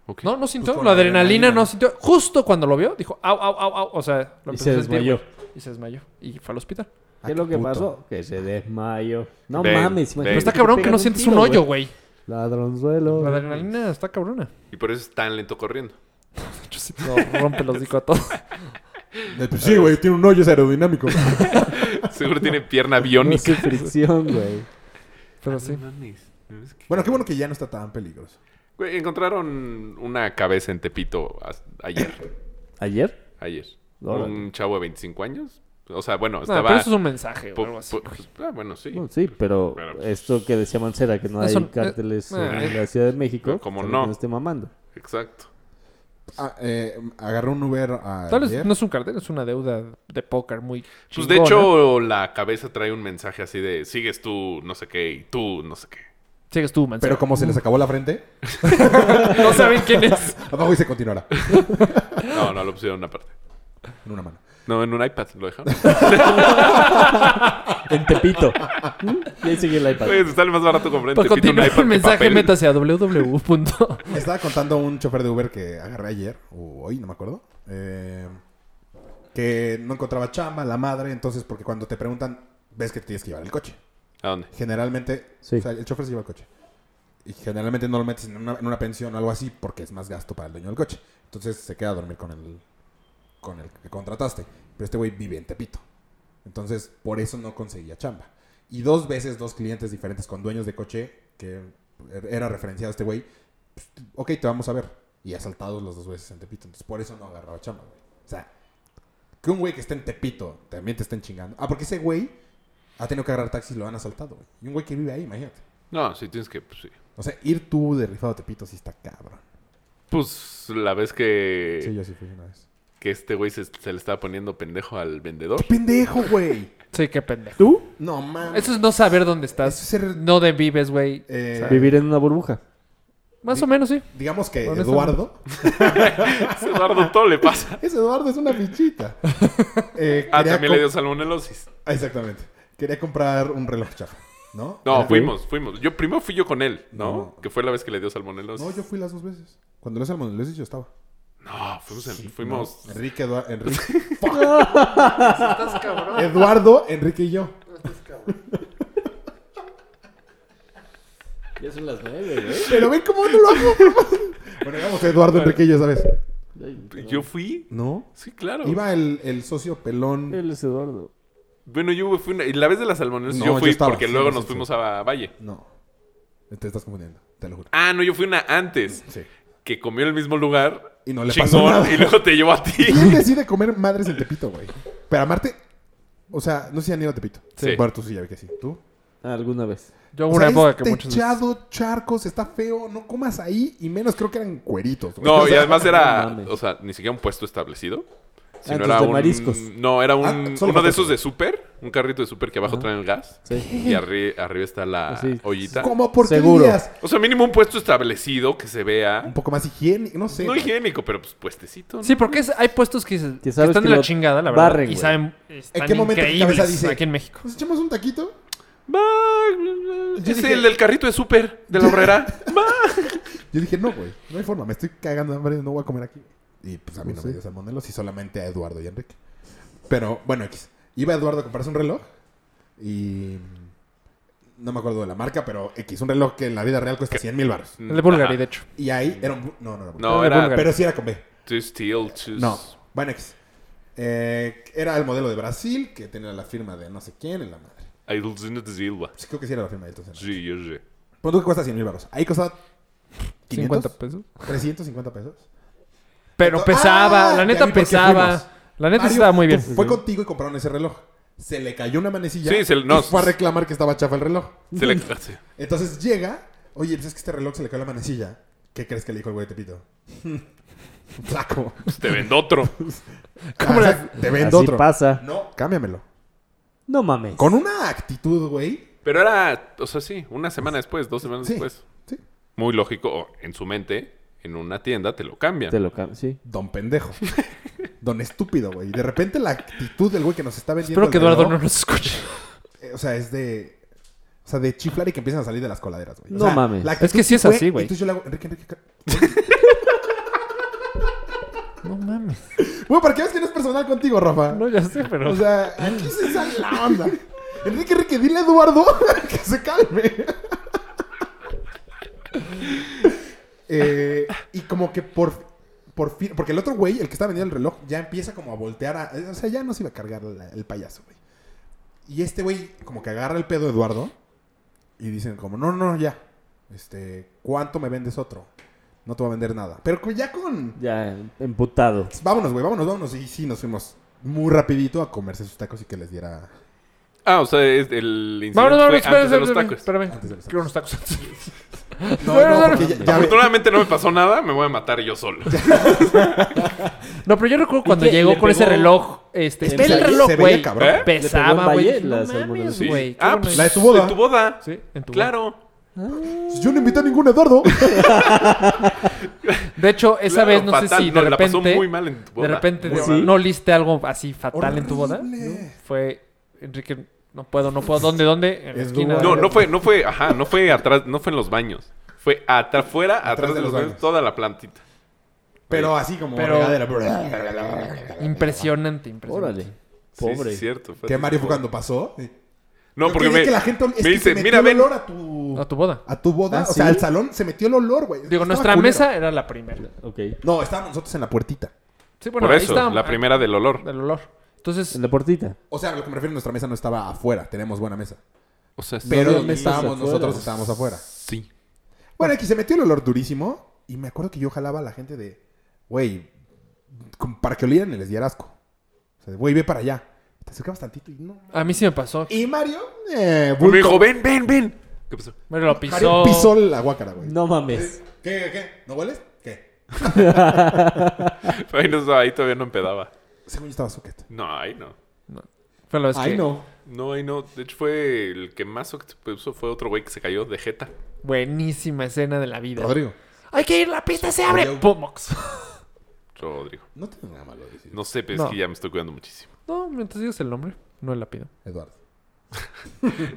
H: Ok.
G: No, no sintió.
E: Pues con
G: la
E: la
G: adrenalina,
E: adrenalina.
G: no sintió. Justo cuando lo vio, dijo, au, au, au, au. O sea, lo
D: Y
G: empezó
D: se
G: a sentir, güey.
D: desmayó.
G: Y se desmayó. Y fue al hospital.
D: Ah, ¿Qué es lo que
E: Ah, puto.
D: pasó? Que se desmayó. No
H: Ven,
D: mames,
H: ven.
D: imagínate
G: Pero está
D: que
G: cabrón
D: te
G: que no
D: pegan
G: sientes
D: tiro,
G: un hoyo, güey.
D: Ladronzuelo.
G: La adrenalina está cabrona.
H: Y por eso es tan lento corriendo.
G: Yo sí, no, rompe los digo a todos.
E: Eh, pues sí, güey, tiene un hoyo es aerodinámico.
H: Seguro tiene pierna
D: No
H: biónica.
D: hace fricción, güey.
G: Pero sí.
F: Pues
E: bueno, qué bueno que ya no está tan peligroso.
H: Güey, encontraron una cabeza en Tepito as- ayer.
D: ¿Ayer?
H: Ayer.
D: Órale.
H: Un chavo de 25 años. O sea, bueno,
G: No,
H: estaba...
G: pero eso es un mensaje o
H: po-
G: algo así.
H: po- pues, ah, bueno, sí.
D: No, sí, pero
H: Pero, pues,
D: esto que decía Mancera, que no hay
G: eso- eh,
D: cárteles
G: eh,
D: en la Ciudad de México.
H: como
D: espero
H: no.
D: que esté mamando.
H: Exacto.
E: Ah, eh, agarró un Uber a.
G: Tal vez no es un cartel, es una deuda de póker muy
H: Pues
G: chingona.
H: de hecho, la cabeza trae un mensaje así de... Sigues tú, no sé qué, y tú, no sé qué.
G: Sigues tú, Mancera.
E: Pero como se les acabó la frente,
G: no saben quién es.
E: abajo y se continuará.
H: No, no, lo pusieron aparte.
E: En una mano.
F: No, en un iPad lo dejaron.
D: En Tepito. ¿Mm? Y ahí sigue el iPad.
H: Pues,
F: Güey, te sale más barato comprar en
G: Para
F: Tepito un
G: continuar
F: iPad
G: Pues el
F: que
G: mensaje,
F: papel.
G: métase a www. punto.
E: Me estaba contando un chofer de Uber que agarré ayer, o hoy, no me acuerdo, eh, que no encontraba chamba, la madre, entonces, porque cuando te preguntan, ves que tienes que llevar el coche.
F: ¿A dónde?
E: Generalmente,
D: Sí.
E: o sea, el chofer se lleva el coche. Y generalmente no lo metes en una, en una pensión o algo así porque es más gasto para el dueño del coche. Entonces se queda a dormir con el, con el que contrataste. Pero este güey vive en Tepito. Entonces por eso no conseguía chamba. Y dos veces dos clientes diferentes con dueños de coche que er- era referenciado este güey. pues, ok, te vamos a ver. Y asaltados los dos veces en Tepito. Entonces por eso no agarraba chamba, güey. O sea, que un güey que esté en Tepito también te estén chingando. Ah, porque ese güey ha tenido que agarrar taxi y lo han asaltado, güey. Y un güey que vive ahí, imagínate.
F: No, sí tienes que, pues sí.
E: O sea, ir tú de rifado a Tepito sí está cabrón.
F: Pues la vez que,
E: Sí, yo sí fui una vez.
F: que este güey se, se le estaba poniendo pendejo al vendedor.
E: ¡Qué pendejo, güey!
G: Sí, qué pendejo.
D: ¿Tú?
E: No, mames.
G: Eso es no saber dónde estás.
E: Eso es ser-
G: No de vives, güey.
E: Eh,
D: Vivir en una burbuja.
G: Más o menos, sí.
E: Digamos que
G: Honestamente.
E: Eduardo...
F: Ese Eduardo todo le pasa.
E: Ese Eduardo es una fichita. Eh,
F: Ah,
E: quería
F: también le
E: com-
F: dio salmonelosis.
E: Ah, Exactamente. Quería comprar un reloj chafa, ¿no?
F: No,
D: Ok.
F: fuimos, fuimos. Yo primero fui yo con él, ¿no?
E: ¿Ah, No.
F: Que fue la vez que le dio salmonelosis.
E: No, yo fui las dos veces. Cuando lo hice al Monolith yo estaba.
F: No, fuimos, en- fuimos
E: Enrique, Eduardo... Enrique... Fuck. Eduardo, Enrique y yo.
D: Ya son las nueve, güey.
E: Pero ven cómo no lo hago. bueno, digamos Eduardo, Enrique y yo, ¿sabes?
F: Yo fui.
E: ¿No?
F: Sí, claro.
E: Iba el, el socio pelón.
D: Él es Eduardo.
F: Bueno, yo fui una... Y la vez de las salmonelosis
E: No,
F: yo
E: yo
F: fui
E: estaba,
F: porque
E: sí,
F: luego
E: sí,
F: nos
E: sí.
F: fuimos a Valle.
E: No. Te estás confundiendo, te lo juro.
F: Ah, no, yo fui una antes.
E: Sí.
F: Que comió en el mismo lugar.
E: Y no le pasó nada.
F: Y luego te llevó a ti.
E: ¿Quién decide comer madres en Tepito, güey? Pero Marte, o sea, no sé si han ido a Tepito.
F: Sí.
E: Bueno, tú sí, ya vi que sí. ¿Tú?
D: Ah, Alguna vez.
G: Yo hubo
E: O
G: una
E: sea,
G: época
E: es
G: que muchos.
E: techado, charcos, está feo, no comas ahí y menos creo que eran cueritos. güey.
F: No,
E: O
F: y
E: sea,
F: además
D: no
F: era,
D: mames.
F: o sea, ni siquiera un puesto establecido.
D: Ah,
F: Sino
D: entonces
F: era
D: de
F: un,
D: mariscos.
F: No, era un,
E: Ah, solo
F: uno de
E: mariscos.
F: esos de súper, un carrito de súper que abajo traen el gas.
D: Sí.
F: Y arri- arriba está la
D: Así.
F: ollita.
E: Como por
D: Seguro.
F: O sea, mínimo un puesto establecido que se
E: Un
F: vea.
E: poco más higiénico, no sé.
F: No
E: güey.
F: higiénico, pero pues puestecito. ¿no?
G: Sí, porque es- hay puestos que, se-
D: Que
G: que
D: sabes
G: están
D: que
G: de la
D: lo
G: chingada, la verdad.
D: barren,
G: y
D: güey.
G: saben.
E: ¿En
G: Están
E: qué momento tu
G: increíbles
E: cabeza dice?
G: aquí en México.
E: ¿Nos echamos un taquito?
F: Va,
E: Yo
F: Es
E: dije-
F: el del carrito de súper de la obrera.
E: Yo dije, no, güey, no hay forma, me estoy cagando de hambre, no voy a comer aquí. Y pues a mí no me dio salmonelos y solamente a Eduardo y a Enrique. Pero bueno, X. Iba Eduardo a comprarse un reloj y. No me acuerdo de la marca, pero X, un reloj que en la vida real cuesta 100 mil baros.
G: El de Bulgari, de hecho.
E: Y ahí era un. bu- No, no, no.
F: No,
G: de
F: era
G: Bulgari.
E: Pero sí era con B.
F: to steal, to...
E: No. Bueno, X. Eh, era el modelo de Brasil que tenía la firma de no sé quién en la madre.
F: I don't know the Silva.
E: Sí, creo que sí era la firma de entonces. ¿no?
F: Sí, yo sé.
E: Pon tú que cuesta 100 mil baros. Ahí costaba. 500,
G: 50 pesos.
E: 350 pesos.
G: Pero
E: Ah,
G: pesaba, la
E: ya
G: neta
E: vi por qué
G: pesaba.
E: fuimos.
G: La neta
E: Mario,
G: estaba muy bien.
E: tú- Fue contigo y compraron ese reloj. Se le cayó una manecilla.
F: Sí, se le-
E: y
F: no,
E: fue a reclamar que estaba chafa el reloj.
F: Se le clase.
E: Entonces llega, oye, pues es que este reloj se le cayó la manecilla. ¿Qué crees que le dijo el güey de Tepito? Flaco.
F: Pues, Te vendo otro.
E: ¿Cómo Te vendo
D: Así
E: otro.
D: pasa.
E: No, cámbiamelo.
D: No mames.
E: Con una actitud, güey.
F: Pero era, o sea, sí, una semana después, dos semanas
E: Sí.
F: después.
E: Sí.
F: Muy lógico, o en su mente, en una tienda te lo cambian.
D: Te lo cambio, sí.
E: Don pendejo. Don estúpido, güey. Y De repente la actitud del güey que nos está vendiendo.
G: Espero que
E: el
G: Eduardo
E: reloj,
G: no nos escuche.
E: eh, O sea, es de. O sea, de chiflar y que empiezan a salir de las coladeras, güey. O
D: No
E: sea,
D: mames.
E: la
G: Es que
E: actitud
G: sí es
E: fue-
G: así, güey.
E: Entonces yo le hago, Enrique, Enrique, ca-
G: No mames.
E: Bueno, ¿para qué ves que no es personal contigo, Rafa?
G: No, ya sé, pero.
E: O sea, aquí se sale la onda. Enrique, Enrique, dile a Eduardo que se calme. Eh, y como que por, por fin, porque el otro güey, el que está vendiendo el reloj, ya empieza como a voltear a. O sea, ya no se iba a cargar la- el payaso, güey. Y este güey, como que agarra el pedo a Eduardo. Y dicen, como, no, no, no, ya. Este, ¿cuánto me vendes otro? No te voy a vender nada. Pero co- ya con.
D: Ya, emputado.
E: Pues Vámonos, güey, vámonos, vámonos. Y sí, nos fuimos muy rapidito a comerse sus tacos y que les diera
F: Ah, o sea, es- el incidente
G: Vámonos, vámonos,
F: fue antes
G: espérame,
F: de los
G: espérame,
F: tacos.
G: espérame.
E: antes de los
G: Quiero unos tacos antes.
E: No,
G: Bueno,
E: no,
G: bueno.
E: porque ya, ya ve-
F: Afortunadamente no me pasó nada, me voy a matar yo solo.
G: No, pero yo recuerdo cuando
D: qué?
G: llegó
D: ¿Le
G: con ese
D: pegó?
G: reloj. Este,
D: Se
G: está el
E: veía-
G: reloj,
E: se veía
G: güey.
E: cabrón.
F: ¿Eh?
D: Le pegó en
G: Pesaba,
D: Valle
G: güey.
D: la
G: No
D: salmonela.
G: mames,
D: Sí.
G: güey. qué
F: Ah,
G: bueno.
F: pues
E: La de tu boda.
F: De tu boda.
G: Sí, en tu
F: claro.
E: Si Yo no invité a ningún Eduardo.
G: De hecho, esa
F: Claro,
G: vez no sé
F: fatal.
G: si de
F: No, la
G: repente.
F: pasó muy mal en tu boda.
G: De repente
D: ¿Sí?
G: no liste algo así fatal en tu boda.
E: Horrible.
G: ¿no? Fue Enrique, no puedo, no puedo. ¿Dónde, dónde? En la
E: Es
G: esquina.
F: No, no fue, no fue, ajá, no fue atrás, no fue en los baños. Fue atrás, fuera, atrás, de, los baños, toda la plantita.
E: Pero así como
G: Pero-
E: regadera.
G: Impresionante, impresionante.
D: Órale.
F: Sí,
D: Pobre.
F: Pues sí, cierto. fue
E: Que
F: atrás.
E: Mario fue cuando pasó.
F: No,
E: Yo
F: porque
E: quería
F: me,
E: que la gente
F: me
E: es que
F: dice,
E: se metió
F: mira,
E: el
F: ven.
E: olor a tu
G: A tu boda.
E: a tu boda,
D: ¿Ah,
E: o sea,
D: sí?
E: al salón se metió el olor, güey.
G: Digo,
E: Estaba
G: nuestra
E: culero.
G: mesa era la primera.
D: Ok.
E: No, estábamos nosotros en la puertita.
G: Sí, bueno,
F: Por
G: ahí
F: eso,
G: estábamos.
F: la primera del olor.
G: Ah, Del olor. Entonces,
D: En la portita.
E: O sea, lo que me refiero, nuestra mesa no estaba afuera, tenemos buena mesa.
F: O sea, sí.
E: Pero
D: había
E: donde
D: mesas
E: estábamos
D: afuera.
E: nosotros estábamos afuera.
F: sí.
E: Bueno, aquí se metió el olor durísimo y me acuerdo que yo jalaba a la gente de, güey, con- para que olieran y les diera asco. O sea, de, güey, ve para allá. Te acercabas tantito y no.
G: a mí sí me pasó.
E: Y Mario, eh,
F: Me
E: bulto.
F: dijo, ven, ven, ven. ¿Qué pasó?
G: Bueno, lo
E: Mario
G: pisó.
E: pisó la guácara, güey.
D: No mames.
E: ¿Qué, qué, qué? ¿No hueles? ¿Qué?
F: Ahí, no- ahí todavía no empedaba.
E: Según yo estaba soquete.
F: No, ahí no.
G: Fue la vez
D: Ay,
G: que-
D: no.
F: No, ahí no. De hecho, fue el que más que puso fue otro güey que se cayó de jeta.
G: Buenísima escena de la vida.
E: Rodrigo,
G: Hay que ir, la pista se abre.
E: Rodrigo.
G: Pomox.
F: Rodrigo.
E: no tiene nada malo decir.
F: No sé, pero
G: No.
F: es que ya me estoy cuidando muchísimo.
G: No, mientras digas el nombre, no el lápido.
E: Eduardo.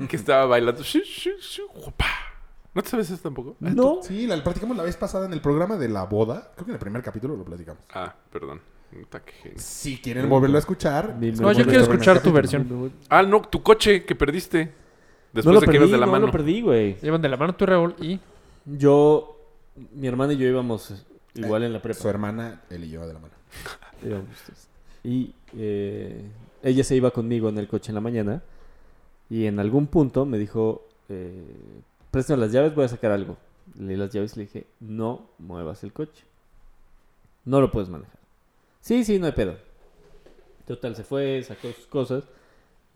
F: que estaba bailando. Shu, shu, shu, guapa. ¿No te sabes eso tampoco? Ah,
D: No.
E: Sí, la platicamos la vez pasada en el programa de la boda. Creo que en el primer capítulo lo platicamos.
F: Ah, perdón. Puta, qué genio.
E: Si quieren volverlo a escuchar,
D: Mi
G: No,
D: memoria.
G: yo quiero escuchar tu versión.
D: No,
F: Ah, no, tu coche que perdiste. Después
D: lo
F: de que
D: perdí,
F: ibas de la
D: no
F: mano.
D: lo perdí, güey.
G: Llevan de la mano tu Raúl y
D: Yo, mi hermana y yo íbamos igual en la prepa.
E: su hermana, él y yo de la mano.
D: Íbamos todos. Y eh, ella se iba conmigo en el coche en la mañana. Y en algún punto me dijo: eh, Préstame las llaves, voy a sacar algo. Le di las llaves y le dije: No muevas el coche. No lo puedes manejar. Sí, sí, no hay pedo. Total, se fue, sacó sus cosas.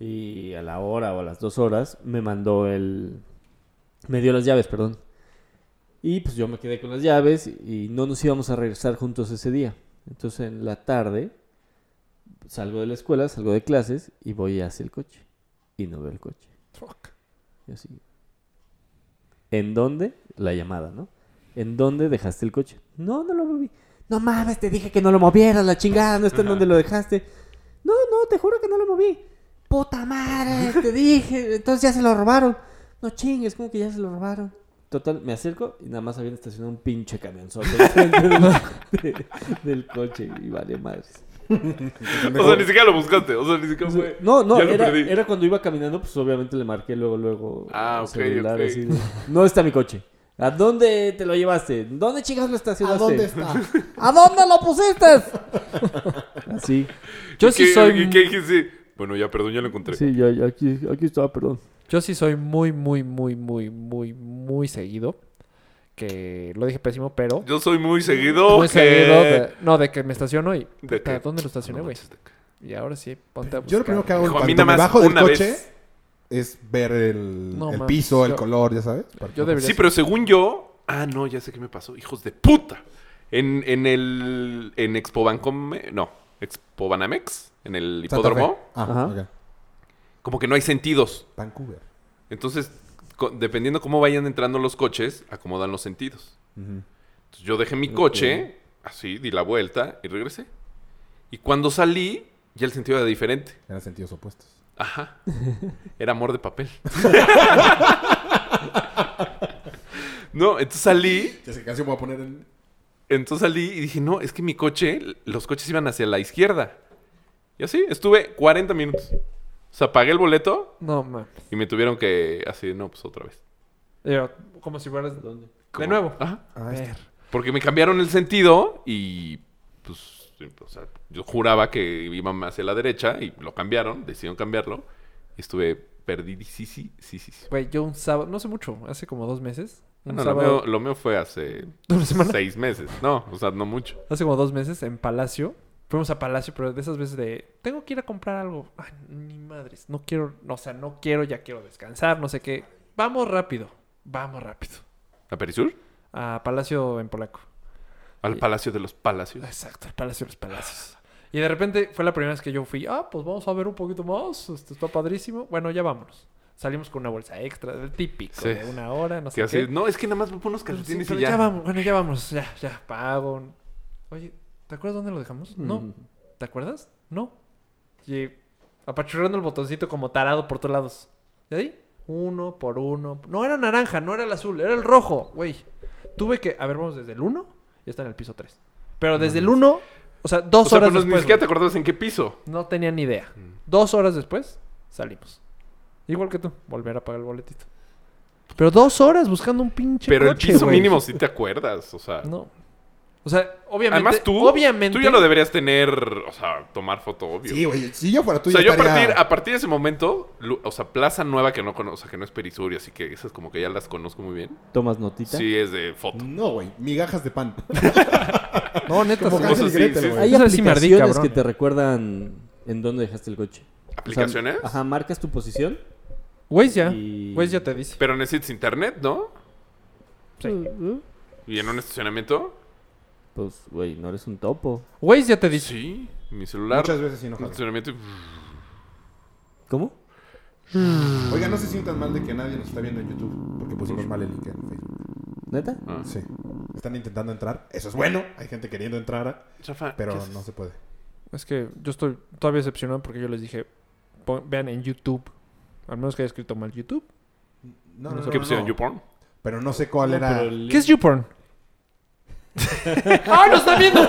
D: Y a la hora o a las dos horas me mandó el. Me dio las llaves, perdón. Y pues yo me quedé con las llaves y no nos íbamos a regresar juntos ese día. Entonces en la tarde salgo de la escuela, salgo de clases y voy hacia el coche. Y no veo el coche. Y así. ¿En dónde? La llamada, ¿no? ¿En dónde dejaste el coche? No, no lo moví. No mames, te dije que no lo movieras, la chingada, no está en donde lo dejaste. No, no, te juro que no lo moví. Puta madre, te dije, entonces ya se lo robaron. No chingues, como que ya se lo robaron. Total, me acerco y nada más habían estacionado un pinche camionzote enfrente del, de- del coche y vale madres.
F: O sea, ni siquiera lo buscaste. O sea, ni siquiera fue.
D: No, no,
F: ya lo
D: era,
F: perdí.
D: era cuando iba caminando, pues obviamente le marqué luego, luego.
F: Ah,
D: al
F: ok, ok.
D: de, no está mi coche. ¿A dónde te lo llevaste? ¿Dónde chicas lo estacionaste?
E: está?
D: ¿A dónde lo pusiste? Así.
G: yo
F: ¿Y
G: sí
F: qué-
G: soy
F: ¿Y qué dijiste? Bueno, ya, perdón, ya lo encontré.
D: Sí, yo, yo aquí, aquí estaba, perdón.
G: yo sí soy muy muy muy muy muy muy seguido que lo dije pésimo, pero
F: Yo soy muy seguido.
G: muy
F: que-
G: seguido de, no de que me estaciono y
F: ¿De
G: puta,
F: qué?
G: ¿dónde lo estacioné,
F: No
G: güey?
F: manches, de-
G: Y ahora sí, ponte a buscar.
E: Yo lo primero que hago
F: Dijo, a mí
E: cuando me
F: nada más
E: bajo del
F: una
E: coche
F: vez.
E: es ver el,
G: No
E: el
G: mames,
E: piso, el
G: yo-
E: color, ya sabes. para
G: Yo
E: que-
G: debería
F: Sí, pero según yo. Ah, no, ya sé qué me pasó. Hijos de puta. En, en el. En Expo Bancome- No, Expo Banamex. En el
E: Santa Fe.
F: hipódromo.
E: Ah,
D: Ajá.
E: ok.
F: Como que no hay sentidos.
E: Vancouver.
F: Entonces, co- dependiendo cómo vayan entrando los coches, acomodan los sentidos. Entonces, yo dejé mi coche, así, di la vuelta y regresé. Y cuando salí, ya el sentido era diferente.
E: Eran sentidos opuestos.
F: Ajá. Era amor de papel. no, entonces salí,
E: Ya sé que casi me voy a poner en...
F: entonces salí y dije, no, es que mi coche, los coches iban hacia la izquierda. Y así, estuve 40 minutos. O sea, pagué el boleto
G: No mames.
F: y me tuvieron que, así, no, pues otra vez.
G: Yo, como si fueras
D: ¿Dónde?
F: Como-
G: nuevo.
F: Ajá.
G: Ver.
F: Porque me cambiaron el sentido y pues o sea, yo juraba que iba más hacia la derecha y lo cambiaron, decidieron cambiarlo y estuve perdido. Sí, sí, sí, sí. sí.
G: Güey, yo un sábado, no sé mucho, hace como dos meses. Un
F: No, lo,
G: sábado,
F: mío, lo mío fue hace
G: ¿Una semana?
F: seis meses. No, o sea, no mucho.
G: hace como dos meses en Palacio. Fuimos a Palacio, pero de esas veces de tengo que ir a comprar algo. Ay, ni madres, no quiero, o sea, no quiero, ya quiero descansar, no sé qué. Vamos rápido, vamos rápido.
F: ¿A Perisur?
G: A Palacio en Polaco.
F: Al Palacio de los Palacios.
G: Exacto, el Palacio de los Palacios. Y de repente fue la primera vez que yo fui, ah, pues vamos a ver un poquito más, esto está padrísimo. este, Bueno, ya vámonos. Salimos con una bolsa extra, el típico,
F: Sí.
G: de una hora, no sé
F: Que así,
G: qué.
F: no, es que nada más me pongo unos calcetines
G: Sí, pero
F: y ya.
G: ya vamos, bueno, ya vamos, ya, ya, pago. Oye, ¿te acuerdas dónde lo dejamos? No.
D: Mm.
G: ¿Te acuerdas? No. Y apachurrando el botoncito como tarado por todos lados. ¿Y ahí? Uno por uno. No era naranja, no era el azul, era el rojo, güey. Tuve que. A ver, vamos desde el 1 y está en el piso 3. Pero desde el 1, o sea,
F: O
G: dos
F: sea,
G: horas
F: pero no- ni
G: después.
F: siquiera Mm. te
G: güey.
F: acordabas en qué piso.
G: No tenía ni idea. Dos horas después, salimos. Igual que tú, volver a pagar el boletito. Pero dos horas buscando un pinche
F: Pero
G: coche,
F: el piso
G: güey.
F: mínimo sí te acuerdas, o sea.
G: No. O sea, obviamente.
F: Además tú,
G: obviamente,
F: tú ya lo deberías tener, o sea, tomar foto, obvio.
E: Sí, güey. Si yo fuera tú,
F: o sea, yo a
E: estaría-
F: partir, a partir de ese momento, lu- o sea, Plaza Nueva que no conozco, o sea, que no es Perisur y así que esas como que ya las conozco muy bien.
D: ¿Tomas notita?
F: Sí, es de foto.
E: No, güey. Migajas de pan.
G: No, neta.
E: Como
G: sí.
E: Hansel
F: sí,
E: y
F: sí,
E: Gretel,
F: sí.
E: güey.
D: Hay
G: Eso sí me ardí,
D: aplicaciones
G: cabrón,
D: que
G: eh.
D: te recuerdan en dónde dejaste el coche.
E: Mm.
D: O sea,
F: ¿Aplicaciones?
D: ajá, marcas tu posición.
G: Waze ya.
D: Y-
G: Waze ya te dice.
F: Pero necesitas internet, ¿no?
G: Sí.
F: ¿Y en un estacionamiento?
D: Pues, güey, no eres un topo.
G: Waze ya te dice.
F: Sí, mi celular.
E: Muchas veces sí
F: un
E: enojado.
F: estacionamiento y-
D: ¿Cómo?
E: Oiga, no se sientan mal de que nadie nos está viendo en YouTube porque pusimos mal el link en Facebook.
D: ¿Neta?
F: Ah.
E: Sí. Están intentando entrar. Eso es bueno. Hay gente queriendo entrar,
F: Rafa,
E: Mm. pero
F: ¿qué haces?
E: no se puede.
G: Es que yo estoy todavía decepcionado porque yo les dije, pon- vean en YouTube. Al menos que haya escrito mal YouTube.
E: No, no, no,
F: ¿Qué
E: no,
F: pusieron?
E: no.
F: ¿YouPorn?
E: Pero no sé cuál era.
D: Pero el-
G: ¿Qué es YouPorn? ¡Ah, lo está viendo!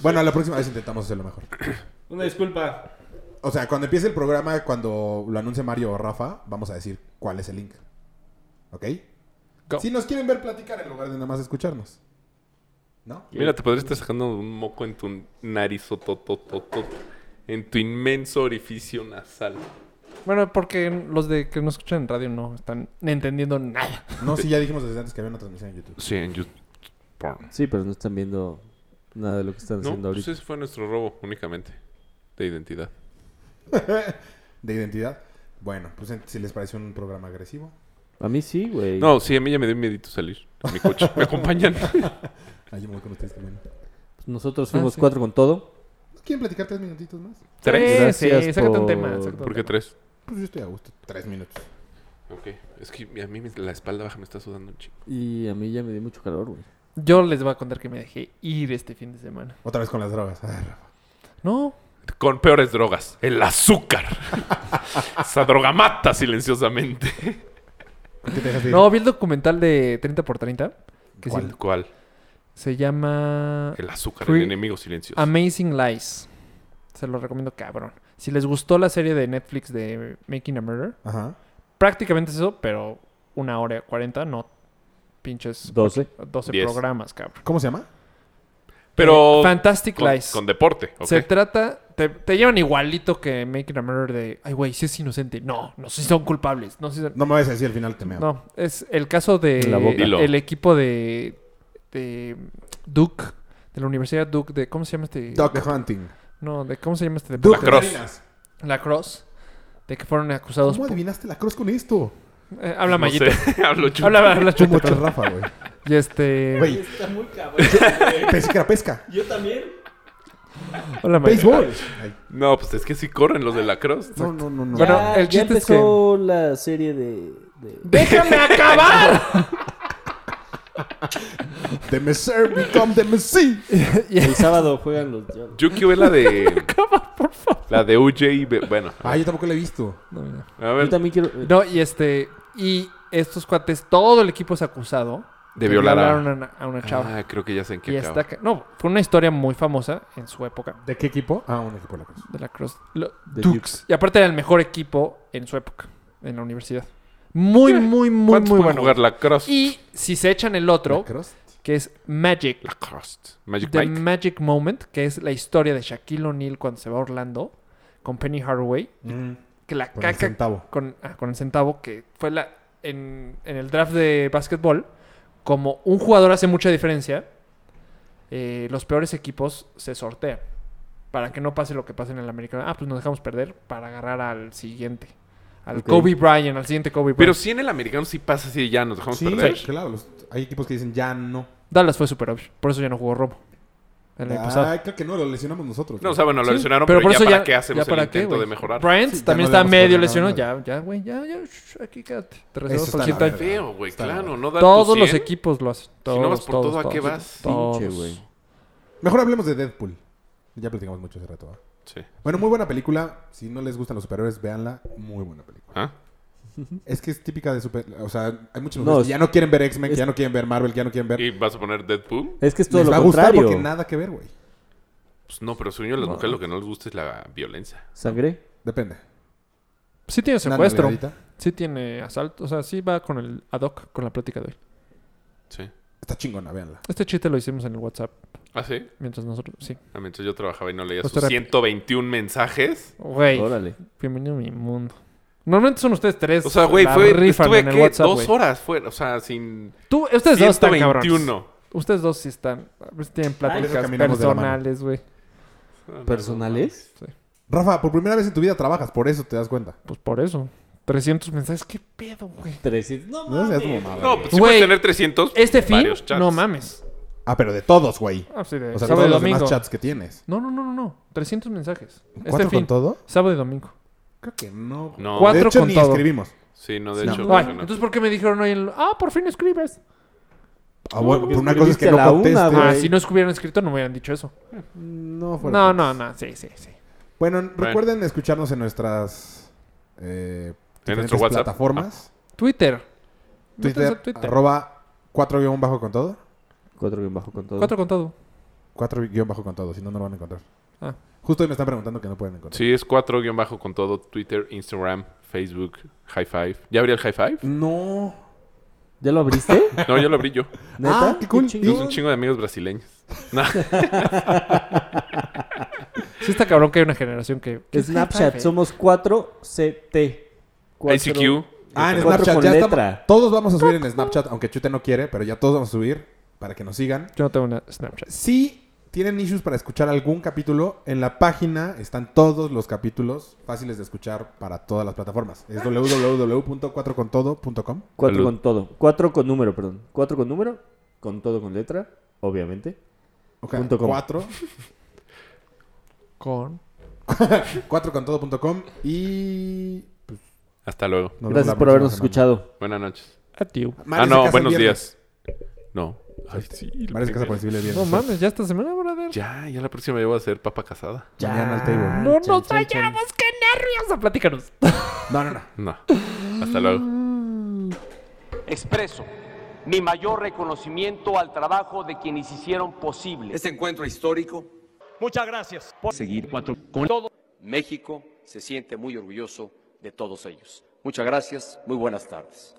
E: Bueno, a la próxima vez intentamos hacerlo mejor.
D: Una disculpa.
E: O sea, cuando empiece el programa, cuando lo anuncie Mario o Rafa, vamos a decir cuál es el link. ¿Ok?
G: Go.
E: Si nos quieren ver platicar en lugar de nada más escucharnos. ¿No?
F: Mira, te podrías estar sacando un moco en tu nariz en tu inmenso orificio nasal.
G: bueno, porque los de que nos escuchan en radio no están entendiendo nada.
E: No, sí, ya dijimos desde antes que había una transmisión en YouTube.
F: Sí, en YouTube. Porn.
D: Sí, pero no están viendo nada de lo que están
F: No,
D: haciendo
F: pues
D: ahorita.
F: ese fue nuestro robo únicamente de identidad.
E: De identidad. Bueno, pues en- si les parece un programa agresivo,
D: A mí sí, güey.
F: No, sí, a mí ya me dio miedito salir. en Mi coche. ¿Me acompañan?
E: ahí yo me voy con ustedes también.
D: Pues Nosotros
G: Ah,
D: fuimos
G: sí.
D: cuatro con todo.
E: ¿Quieren platicar tres minutitos más?
F: ¿Tres?
G: Sí,
D: Gracias
G: sí, sácate un
D: por-
G: tema. sácate un
F: ¿Por qué
G: tema.
F: tres?
E: Pues yo estoy a gusto. Tres minutos.
F: Ok. Es que a mí me- la espalda baja me está sudando un chingo.
D: Y a mí ya me dio mucho calor, güey.
G: Yo les voy a contar que me dejé ir este fin de semana.
E: Otra vez con las drogas. Ay, Rafa.
G: No,
F: Con peores drogas. El azúcar. Esa droga mata silenciosamente.
E: ¿Por qué te dejas de ir?
G: no, vi el documental de 30x30. Que
E: ¿Cuál?
G: sí-
F: ¿Cuál?
G: se llama
F: El azúcar,
G: Free-
F: el enemigo silencioso.
G: Amazing Lies. Se lo recomiendo cabrón. Si les gustó la serie de Netflix de Making a Murder,
E: Ajá.
G: prácticamente es eso, pero una hora y cuarenta, no pinches
D: Doce.
G: 12
F: Diez.
G: programas, cabrón.
E: ¿Cómo se llama?
F: Pero
G: Fantastic
F: con,
G: eh, Lies.
F: con deporte. ok.
G: Se trata, te, te llevan igualito que Making a Murder de, ay güey, si es inocente. No, no, si son culpables. No, si son...
E: No me vayas a decir al final te meo.
G: No, es el caso de
D: En la boca.
F: Dilo.
G: el equipo de, de Duke, de la Universidad Duke, de ¿cómo se llama este?
E: Duck hunting.
G: No, de cómo se llama este
E: Duck
F: Lacrosse.
E: adivinas.
G: La Cross, de que fueron acusados.
E: ¿Cómo
G: por-
E: adivinaste la cruz con esto?
G: Eh, habla
F: No
G: Mayito.
F: sé, Hablo chulo.
G: Habla, habla
E: Tú
G: Chute,
E: mucho
G: perdón.
E: Rafa, güey.
G: Y este.
E: Güey,
D: Está muy cabrón.
E: pensé que era pesca.
D: Yo también.
G: Habla Mayito.
E: Béisbol.
F: No, pues es que sí corren los de la cross.
E: No, no, no, no.
G: Bueno,
D: ya,
G: el
D: Ah, ya
G: chiste es que-
D: empezó la serie de... de-
G: ¡Déjame acabar!
E: The Messer become the Messi.
D: El sábado juegan los... Jaguars.
F: Yuki ve la de. La de UJ. y ve- Bueno,
E: Ah, yo tampoco lo he visto.
G: No, mira.
F: a
D: Yo
F: ver.
D: también quiero... eh,
G: No, y este. Y estos cuates, todo el equipo es acusado
F: De violar a.
G: violaron a una, a una chava.
F: Ah, creo que ya sé en
G: y
F: qué acaba.
G: está. ca- No, fue una historia muy famosa en su época
E: ¿De qué equipo? Ah, un equipo de la cruz.
G: de la Cross. Lo-
D: de
G: Dukes. Y aparte era el mejor equipo en su época, en la universidad. Muy, muy, muy,
F: ¿Cuántos
G: muy
F: pueden
G: bueno.
F: jugar la cross?
G: Y si se echan el otro,
E: ¿La cruz?
G: que es Magic.
F: La cross. Magic
G: The
F: Mike.
G: Magic Moment, que es la historia de Shaquille O'Neal cuando se va a Orlando con Penny Hardaway,
E: Mm,
G: que la
E: con el
G: caca
E: centavo.
G: con, ah, con el centavo, que fue la en, en el draft de básquetbol, como un jugador hace mucha diferencia, eh, los peores equipos se sortean para que no pase lo que pasa en el americano. Ah, pues nos dejamos perder para agarrar al siguiente, al
D: Ok.
G: Kobe Bryant, al siguiente Kobe Bryant.
F: Pero sí en el americano sí pasa así de ya, nos dejamos
E: Sí,
F: perder.
E: claro. los- hay equipos que dicen ya no.
G: Dallas fue super obvio, por eso ya no jugó Robo. el año pasado.
E: Ah, creo que no, lo lesionamos nosotros.
F: No, o sea, bueno, lo
G: Sí,
F: lesionaron,
G: pero
F: pero,
G: por
F: ya
G: eso
F: para
G: ya-
F: qué hacemos
G: ya para
F: el
G: qué,
F: intento
G: güey.
F: de mejorar.
G: Bryant
E: Sí, ya
G: también
E: no le
G: está
E: hemos
G: medio
E: podido
G: lesionado.
E: ganar
G: Ya, ya, güey, ya, ya. sh, Aquí quédate. Te
E: Eso
G: reservas
E: está
G: por
E: la
G: cierto
E: verga.
G: año.
F: Feo, güey,
E: Está
F: claro.
E: mal.
F: No das
G: Todos
F: tu
G: los
F: 100.
G: equipos lo hacen.
F: no
G: Todos,
F: vas por
G: todos,
F: todo, ¿a qué
G: todos.
F: vas?
G: Todos.
D: Pinche, güey.
E: Mejor hablemos de Deadpool. Ya platicamos mucho hace rato. ¿ah?
F: Sí.
E: Bueno, muy buena película. Si no les gustan los superhéroes, véanla. Muy buena película.
F: ¿Ah?
E: Es que es típica de super... O sea, hay muchos
D: No,
E: no,
D: es-
E: que ya no quieren ver X-Men,
D: es-
E: que ya no quieren ver Marvel, que ya no quieren ver...
F: ¿Y vas a poner Deadpool?
D: Es que es todo
E: les
D: lo
E: va a gustar
D: contrario.
E: porque nada que ver, güey.
F: Pues no, pero sueño a las mujeres lo que no les gusta es la violencia.
D: Sangre.
E: Depende.
G: Sí tiene
E: Una
G: secuestro.
E: nalgadita.
G: Sí tiene asalto. O sea, sí va con el ad hoc, con la plática de hoy.
F: Sí.
E: Está chingona, véanla.
G: Este chiste lo hicimos en el WhatsApp.
F: ¿Ah, sí?
G: Mientras nosotros... Sí.
F: Ah, Mientras yo trabajaba y no leía
G: Pues
F: sus
G: terapia.
F: 121 mensajes.
G: Güey.
D: Órale.
G: Bienvenido a mi mundo. Normalmente son ustedes tres.
F: O sea, güey,
G: la
F: fue,
G: rifan
F: estuve,
G: en el
F: ¿qué?
G: WhatsApp,
F: dos
G: güey.
F: horas fue, o sea, sin
G: Tú, ustedes dos están cabrones.
F: 121.
G: Ustedes dos sí están. pues, Tienen
E: Por eso
G: pláticas
E: caminamos de la mano.
G: personales, güey.
D: ¿Personales?
E: Rafa, por primera vez en tu vida trabajas, por eso te das cuenta.
G: Pues por eso. 300 mensajes. ¿Qué pedo, güey?
D: 300. No,
E: No seas
D: mames.
E: mamada,
F: No,
E: güey.
F: pues sí
G: Güey,
F: puedes tener 300.
G: Este fin,
F: varios chats.
G: no mames.
E: Ah, pero de todos, güey.
G: Ah, sí, de
E: O sea,
G: sábado
E: todos
G: y
E: los
G: domingo.
E: demás chats que tienes.
G: No, no, no, no, no. 300 mensajes. Este
E: ¿Cuatro
G: fin,
E: con todo?
G: sábado y domingo.
E: Creo que no.
F: No,
G: ¿Cuál?
E: De
G: Cuatro
E: hecho,
G: con
E: ni
G: todo.
E: escribimos.
F: sí, no, de
E: No.
F: hecho.
G: Ay,
F: no.
G: entonces, ¿por qué me dijeron hoy? el- Ah, por fin escribes.
E: Ah, bueno,
D: porque
E: pero una cosa es
D: escribiste
E: que
D: a
E: no
D: la una,
E: contestes.
G: Ah,
D: güey.
G: si no hubieran escrito, no me hubieran dicho eso.
E: No, fuera
G: No,
E: de-
G: no, no. Sí, sí, sí.
E: Bueno, recuerden escucharnos en nuestras eh,
F: En
E: diferentes
F: nuestro WhatsApp.
G: Ah.
E: plataformas.
G: Twitter. Métanse
E: Twitter,
G: a Twitter.
E: arroba 4 guión bajo con todo.
D: Cuatro bien bajo con todo.
G: Cuatro contado.
E: 4 guión bajo con todo, si no, no lo van a encontrar.
G: Ah.
E: Justo hoy me están preguntando que no pueden encontrar.
F: Sí, es 4 guión bajo con todo. Twitter, Instagram, Facebook, High Five. ¿Ya abrí el High Five?
E: No.
D: ¿Ya lo abriste?
F: No, yo lo abrí yo.
D: ¿Neta?
E: Ah, qué cool.
F: Tengo
D: chingón.
F: un chingo de amigos brasileños. No,
G: Sí está cabrón que hay una generación que... que
D: Snapchat, somos 4CT.
F: ICQ.
E: Ah, en
D: Cuatro
E: Snapchat
D: con
E: ya
D: letra.
E: estamos- Todos vamos a subir en Snapchat, aunque Chute no quiere, pero ya todos vamos a subir para que nos sigan.
G: Yo no tengo una Snapchat.
E: Si tienen issues para escuchar algún capítulo, en la página están todos los capítulos fáciles de escuchar para todas las plataformas. Es www.4contodo.com.
D: 4
F: Salud.
D: con todo. 4 con número, perdón. 4 con número, con todo con letra, obviamente.
E: Ok,
D: Punto com.
E: Cuatro.
G: Con...
E: 4contodo.com y... pues,
F: Hasta luego.
E: nos vemos la
D: Gracias por
E: próxima
D: habernos
E: semana.
D: escuchado.
F: Buenas noches.
G: Adiós.
E: Mario se
F: ah, no,
E: casa
F: buenos
E: el viernes.
F: días. No. Ay, sí. lo
E: Mario se casa
F: primero.
E: por el civil el
G: No
E: viernes.
G: mames, ya esta semana, brother.
F: Ya, ya la próxima yo voy a ser papa casada.
E: Mañana al table.
G: No
D: Chan,
G: nos
D: chan, chan.
G: vayamos, qué nervios. Platícanos.
E: No, no, no.
F: No. Hasta luego.
I: Expreso mi mayor reconocimiento al trabajo de quienes hicieron posible
J: Este encuentro histórico
K: Muchas gracias.
J: seguir cuatro con todo. México se siente muy orgulloso de todos ellos. Muchas gracias, muy buenas tardes.